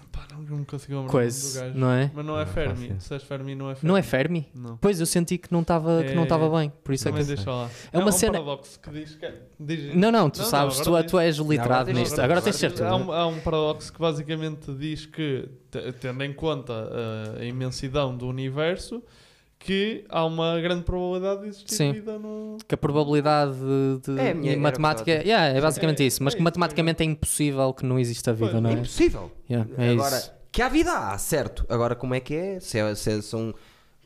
Speaker 3: Hum, pá, não, não consigo lembrar o
Speaker 2: coisa,
Speaker 3: nome do gajo.
Speaker 2: não é?
Speaker 3: Mas não é
Speaker 1: Não
Speaker 3: Fermi.
Speaker 1: faço.
Speaker 3: Se és Fermi, não é Fermi.
Speaker 2: Não é Fermi?
Speaker 3: Não.
Speaker 2: Pois, eu senti que não estava que não
Speaker 3: É-
Speaker 2: estava bem, por isso é
Speaker 3: Também
Speaker 2: que...
Speaker 3: deixa lá.
Speaker 2: É uma
Speaker 3: um
Speaker 2: cena-
Speaker 3: paradoxo que diz que... é- diz-
Speaker 2: Não, não, tu
Speaker 3: Não, não,
Speaker 2: sabes, tu- é,
Speaker 3: agora
Speaker 2: tu, és o literado
Speaker 1: tens-
Speaker 2: nisto,
Speaker 1: agora
Speaker 2: agora, tens de ser tu.
Speaker 3: Há um, há um paradoxo que basicamente diz que, te- tendo em conta uh, a imensidão do universo, que há uma grande probabilidade de existir
Speaker 2: Sim.
Speaker 3: vida no...
Speaker 2: Que a probabilidade de, de-
Speaker 1: É, a minha-
Speaker 2: em
Speaker 1: era
Speaker 2: matemática
Speaker 1: o que
Speaker 2: yeah, é basicamente
Speaker 3: É,
Speaker 2: isso, mas
Speaker 3: é
Speaker 2: que
Speaker 3: isso,
Speaker 2: matematicamente é impossível que não exista vida,
Speaker 3: Pois,
Speaker 2: não
Speaker 1: É
Speaker 2: é?
Speaker 1: impossível.
Speaker 2: Yeah, é
Speaker 1: Agora,
Speaker 2: isso.
Speaker 1: que há vida há, certo. Agora, como é que é? Se, é- se são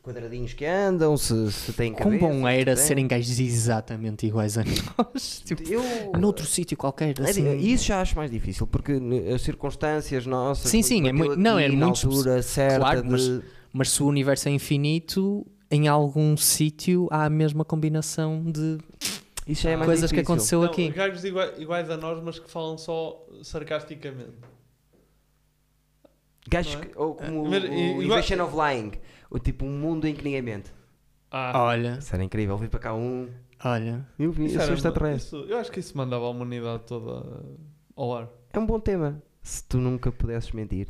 Speaker 1: quadradinhos que andam, se, se têm
Speaker 2: Quão
Speaker 1: cabeça.
Speaker 2: bom
Speaker 1: se
Speaker 2: um era
Speaker 1: têm-
Speaker 2: serem gajos exatamente iguais a nós, tipo,
Speaker 1: Eu...
Speaker 2: noutro sítio qualquer,
Speaker 1: É,
Speaker 2: assim.
Speaker 1: Isso já acho mais difícil, porque n- as circunstâncias nossas.
Speaker 2: Sim, sim, é
Speaker 1: bateu
Speaker 2: muito- não,
Speaker 1: aqui
Speaker 2: é
Speaker 1: na
Speaker 2: muito
Speaker 1: altura certa
Speaker 2: Claro,
Speaker 1: de-
Speaker 2: mas- Mas se o universo é infinito, em algum sítio há a mesma combinação de
Speaker 1: Isso já é mais
Speaker 2: coisas que
Speaker 1: difícil.
Speaker 2: aconteceu
Speaker 3: Não,
Speaker 2: aqui.
Speaker 3: Gajos igua- iguais a nós, mas que falam só sarcasticamente.
Speaker 1: Gajos
Speaker 3: não é?
Speaker 1: que- ou como
Speaker 3: Mas,
Speaker 1: o,
Speaker 3: e-
Speaker 1: o
Speaker 3: igual-
Speaker 1: Invention of Lying, o tipo um mundo em que ninguém mente.
Speaker 3: Ah,
Speaker 2: Olha,
Speaker 1: Isso era incrível, vi para cá um.
Speaker 2: olha.
Speaker 1: Eu vi,
Speaker 3: isso
Speaker 1: eu
Speaker 3: era
Speaker 2: um
Speaker 1: sou
Speaker 3: uma-
Speaker 1: extraterrestre.
Speaker 3: isso- Eu acho que isso mandava a humanidade toda uh, ao ar.
Speaker 1: É um bom tema, se tu nunca pudesses mentir.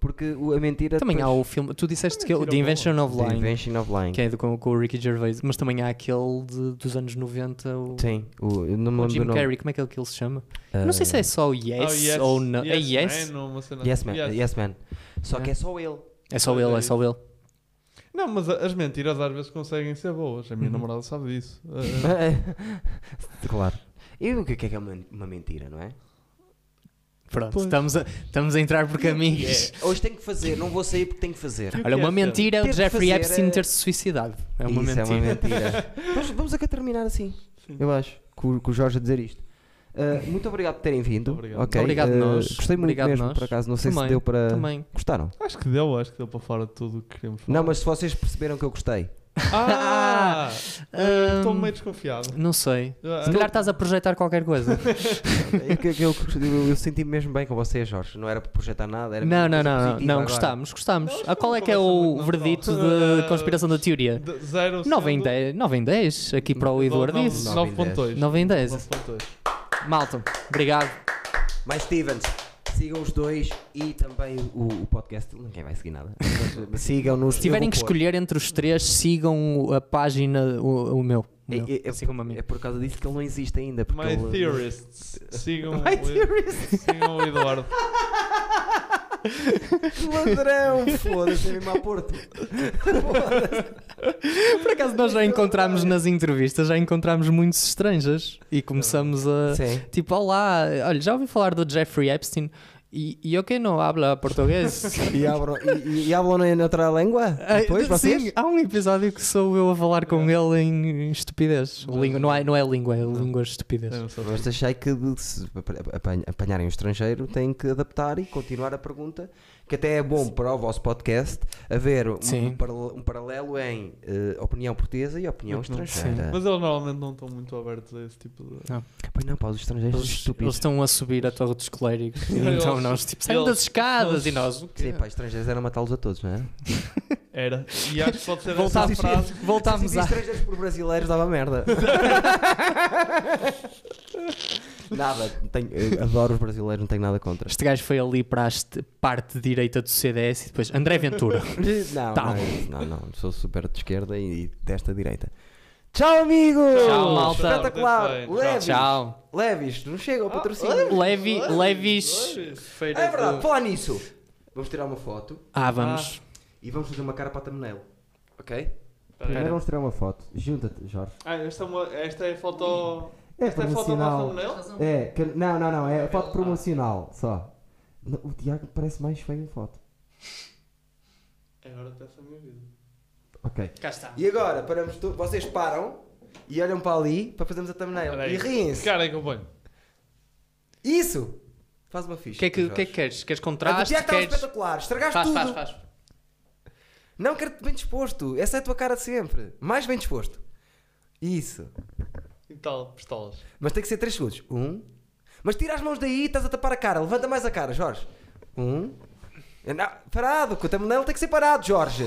Speaker 1: Porque o- a mentira.
Speaker 2: Também há
Speaker 1: depois-
Speaker 2: o filme, tu disseste
Speaker 3: Também
Speaker 2: que é o
Speaker 3: tira
Speaker 2: The
Speaker 3: o
Speaker 2: Invention of
Speaker 1: The
Speaker 2: Lying,
Speaker 1: Invention of Lying.
Speaker 2: que é do- com, com o Ricky Gervais, mas também há aquele de- dos anos 90, o,
Speaker 1: Sim, o, eu não me
Speaker 2: o
Speaker 1: lembro
Speaker 2: Jim
Speaker 1: do nome.
Speaker 2: Carrey, como é que ele, que ele se chama?
Speaker 1: Ah,
Speaker 2: não sei se é só o Yes,
Speaker 3: Ah, o yes
Speaker 2: ou não. é Yes?
Speaker 3: Man, ou uma cena- assim.
Speaker 1: Yes Man. Yes Man. Só que é só ele.
Speaker 2: É só ele, é só ele.
Speaker 3: Não, mas a- as mentiras às vezes conseguem ser boas. A minha
Speaker 2: Uhum.
Speaker 3: namorada sabe disso. Uh,
Speaker 1: claro. E o que é que é uma, uma mentira, não é?
Speaker 2: Pronto,
Speaker 3: Pois.
Speaker 2: estamos a, estamos a entrar por caminhos.
Speaker 1: É, Hoje tenho que fazer, não vou sair porque tenho que fazer.
Speaker 3: Que o
Speaker 2: Olha,
Speaker 3: que
Speaker 2: uma
Speaker 3: é,
Speaker 2: mentira é o
Speaker 1: Teve que
Speaker 2: Jeffrey
Speaker 1: fazer,
Speaker 2: Epstein
Speaker 1: é-
Speaker 2: ter se suicidado. É uma
Speaker 1: Isso
Speaker 2: mentira.
Speaker 1: é uma mentira. vamos, vamos até terminar assim, eu acho, com, o- com o Jorge a dizer isto. Uh, muito obrigado por terem vindo.
Speaker 3: Obrigado.
Speaker 1: ok?
Speaker 2: Obrigado
Speaker 1: Uh,
Speaker 2: nós.
Speaker 1: Gostei muito
Speaker 2: Obrigado
Speaker 1: mesmo,
Speaker 2: nós.
Speaker 1: por acaso. Não sei
Speaker 2: Também,
Speaker 1: se deu para.
Speaker 2: Também.
Speaker 1: Gostaram?
Speaker 3: Acho que deu, acho que deu para fora tudo o que queríamos falar.
Speaker 1: Não, mas se vocês perceberam que eu gostei.
Speaker 3: Ah!
Speaker 2: Ahm,
Speaker 3: Estou meio desconfiado.
Speaker 2: Hum, Não sei.
Speaker 3: Ah,
Speaker 2: Se calhar tá- estás a projetar qualquer coisa.
Speaker 1: É que- que eu, eu, senti-me mesmo bem com vocês, Jorge. Não era para projetar nada, era mesmo
Speaker 2: não, não,
Speaker 1: coisa
Speaker 2: não, não.
Speaker 1: positiva
Speaker 2: Não,
Speaker 1: agora.
Speaker 2: gostámos, gostámos.
Speaker 3: Não, acho
Speaker 2: Ah,
Speaker 3: que
Speaker 2: qual
Speaker 3: é
Speaker 2: é
Speaker 3: uma
Speaker 2: que é
Speaker 3: conversa
Speaker 2: o
Speaker 3: muito
Speaker 2: verdito
Speaker 3: natural.
Speaker 2: de conspiração da teoria?
Speaker 3: Ah, De zero
Speaker 2: 9 em
Speaker 3: sendo-
Speaker 2: 10, 9 em 10 aqui para o Eduardo
Speaker 3: Nove-
Speaker 2: disse.
Speaker 1: não.
Speaker 3: 9.2.
Speaker 2: 9 em 10.
Speaker 3: 9.2.
Speaker 2: Malta, obrigado.
Speaker 1: Mais Stevens, sigam os dois e também o, o podcast. Ninguém vai seguir nada. Mas Sigam-nos.
Speaker 2: Se tiverem que escolher entre os três, sigam a página, o, o meu. o
Speaker 1: É,
Speaker 2: meu.
Speaker 1: é- é-
Speaker 2: Sigam-me a mim.
Speaker 1: É por causa disso que ele não existe
Speaker 2: É
Speaker 1: ainda. Porque
Speaker 3: My
Speaker 1: ele-
Speaker 3: Theorists. Sigam,
Speaker 1: My
Speaker 3: o-
Speaker 1: Theorists.
Speaker 3: sigam o Eduardo.
Speaker 1: Que ladrão, foda-se, é mesmo a Porto.
Speaker 2: Por acaso nós já encontramos nas entrevistas, já encontramos muitos estranjas e começamos a
Speaker 1: Sim.
Speaker 2: tipo, olá, olha, já ouvi falar do Jeffrey Epstein e, e eu que não habla português.
Speaker 1: E abram, e, e hablam em outra língua? Depois,
Speaker 2: Ah, sim,
Speaker 1: vocês?
Speaker 2: há um episódio que sou eu a falar com ele em estupidez. Língua- não, é, não é língua, é língua de estupidez.
Speaker 3: É, não sei.
Speaker 1: Mas achei que de- se apan- apanharem um estrangeiro têm que adaptar e continuar a pergunta, que até é bom para o vosso podcast haver um,
Speaker 2: Sim.
Speaker 1: um parale- um paralelo em eh, opinião portuguesa e opinião
Speaker 2: Opinião-
Speaker 1: estrangeira.
Speaker 3: Mas eles normalmente não estão muito abertos a esse tipo de.
Speaker 1: Pois não, pá, os estrangeiros são
Speaker 2: Eles, eles
Speaker 1: estúpidos.
Speaker 2: estão a subir a torre dos clérigos. E
Speaker 3: Eles-
Speaker 2: então nós tipo, saímos
Speaker 3: eles-
Speaker 2: das escadas
Speaker 3: eles-
Speaker 2: e nós. o quê?
Speaker 1: Sim, pá, estrangeiros era matá-los a todos, não é?
Speaker 3: Era. E acho que pode ser
Speaker 2: Voltar-
Speaker 3: essa frase.
Speaker 2: Voltámos
Speaker 1: Se
Speaker 2: a.
Speaker 1: estrangeiros por brasileiros dava merda. nada, tenho- eu adoro os brasileiros, não tenho nada contra.
Speaker 2: Este gajo foi ali para a este- parte direita do CDS e depois André Ventura.
Speaker 1: Não,
Speaker 2: Tá.
Speaker 1: não, é isso, não, não, sou super de esquerda e desta direita. Tchau, amigos!
Speaker 2: Tchau, malta.
Speaker 1: Espetacular!
Speaker 3: Até bem.
Speaker 1: Levis!
Speaker 2: Tchau. Ah,
Speaker 1: Levis, não chega ao patrocínio.
Speaker 2: Levi, Levis.
Speaker 3: Feira
Speaker 1: É verdade, falar nisso! Vamos tirar uma foto
Speaker 2: Ah, vamos.
Speaker 1: e vamos fazer uma cara para a thumbnail. Ok?
Speaker 3: Espera.
Speaker 1: vamos tirar uma foto. Junta-te, Jorge.
Speaker 3: Ah, esta, é uma- esta é a foto.
Speaker 1: É
Speaker 3: esta é a foto da
Speaker 1: promocional.
Speaker 3: thumbnail?
Speaker 1: É, que- não, não, não, é foto promocional só. Não, O Tiago parece mais feio em foto.
Speaker 3: É Agora peço a minha vida.
Speaker 1: Ok.
Speaker 2: Cá está.
Speaker 1: E agora, paramos tu- vocês param e olham para ali para fazermos a thumbnail
Speaker 3: Olha aí.
Speaker 1: e riem-se.
Speaker 3: Cara, é que eu ponho.
Speaker 1: Isso! Faz uma ficha.
Speaker 2: O que é que, o que é que
Speaker 1: Jorge.
Speaker 2: queres? Queres
Speaker 1: A do
Speaker 2: contraste?
Speaker 1: Tiago estava
Speaker 2: Queres...
Speaker 1: espetacular, estragaste
Speaker 2: Faz,
Speaker 1: tudo.
Speaker 2: faz, faz.
Speaker 1: Não quero-te bem disposto, essa é a tua cara de sempre. Mais bem disposto. Isso.
Speaker 3: E tal, pistolas.
Speaker 1: Mas tem que ser 3 segundos. Um. Mas tira as mãos daí, estás a tapar a cara. Levanta mais a cara, Jorge. Um. Não, parado, que o thumbnail tem que ser parado, Jorge.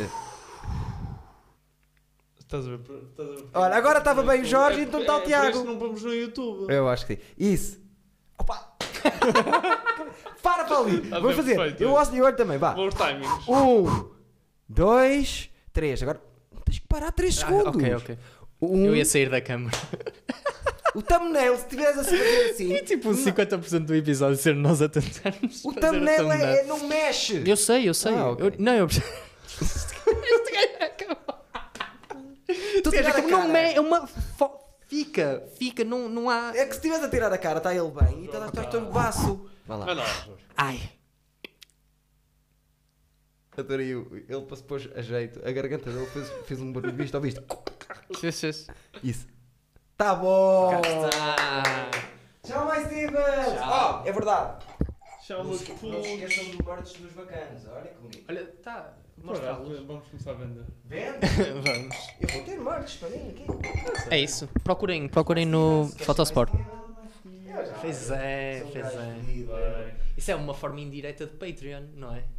Speaker 3: Estás a ver? por- Estás a ver por-
Speaker 1: Olha, agora estava bem o Jorge,
Speaker 3: É-
Speaker 1: então
Speaker 3: é-
Speaker 1: está o
Speaker 3: é por
Speaker 1: Tiago.
Speaker 3: isso que não vamos no YouTube.
Speaker 1: Eu acho que sim. Isso. Opa! para para ali.
Speaker 3: Tá
Speaker 1: Vamos
Speaker 3: bem,
Speaker 1: fazer.
Speaker 3: perfeito.
Speaker 2: é.
Speaker 1: Eu gosto de olho também, vá.
Speaker 3: Bons timings.
Speaker 1: Um, dois, três. Agora tens que parar 3
Speaker 2: Ah,
Speaker 1: segundos.
Speaker 2: ok, ok.
Speaker 1: Um,
Speaker 2: Eu ia sair da câmara.
Speaker 1: O thumbnail, se tiveres assim, fazer
Speaker 2: E
Speaker 1: assim.
Speaker 2: tipo, 50% do episódio ser nós a tentarmos.
Speaker 1: o
Speaker 2: fazer a
Speaker 1: thumbnail é,
Speaker 2: thumbnail.
Speaker 1: é- não mexe.
Speaker 2: Eu sei, eu sei.
Speaker 1: Ah, ok.
Speaker 2: eu, não, eu. é
Speaker 1: tu
Speaker 2: Ou
Speaker 1: tiras
Speaker 2: seja,
Speaker 1: a
Speaker 2: como não
Speaker 1: cara.
Speaker 2: é, é uma. fo- Fica, fica, não, não há.
Speaker 1: É que se estiveres a tirar a cara, está ele bem e estás a tirar o baço. Vai
Speaker 3: Vai lá, Jorge.
Speaker 2: Ai.
Speaker 1: Adorei, o- ele para se pôr a jeito, a garganta dele fez, fez um barulho, viste, ouviste? Isso. Tá bom! Tchau, mais Stevens!
Speaker 2: Tchau.
Speaker 1: Oh, é verdade.
Speaker 3: Chama-se pulos.
Speaker 1: do merch dos bacanos, olha comigo.
Speaker 2: Olha, tá.
Speaker 3: Por acaso, Vamos começar a vender.
Speaker 1: Vende?
Speaker 2: Vamos.
Speaker 1: Eu vou ter merch para mim aqui.
Speaker 2: É isso. Procurem, procurem no Fotosport.
Speaker 1: Eu já-
Speaker 2: Pois é,
Speaker 1: sou um
Speaker 2: pois
Speaker 1: gajo
Speaker 2: é.
Speaker 1: fedido, é.
Speaker 2: Isso é uma forma indireta de Patreon, não é?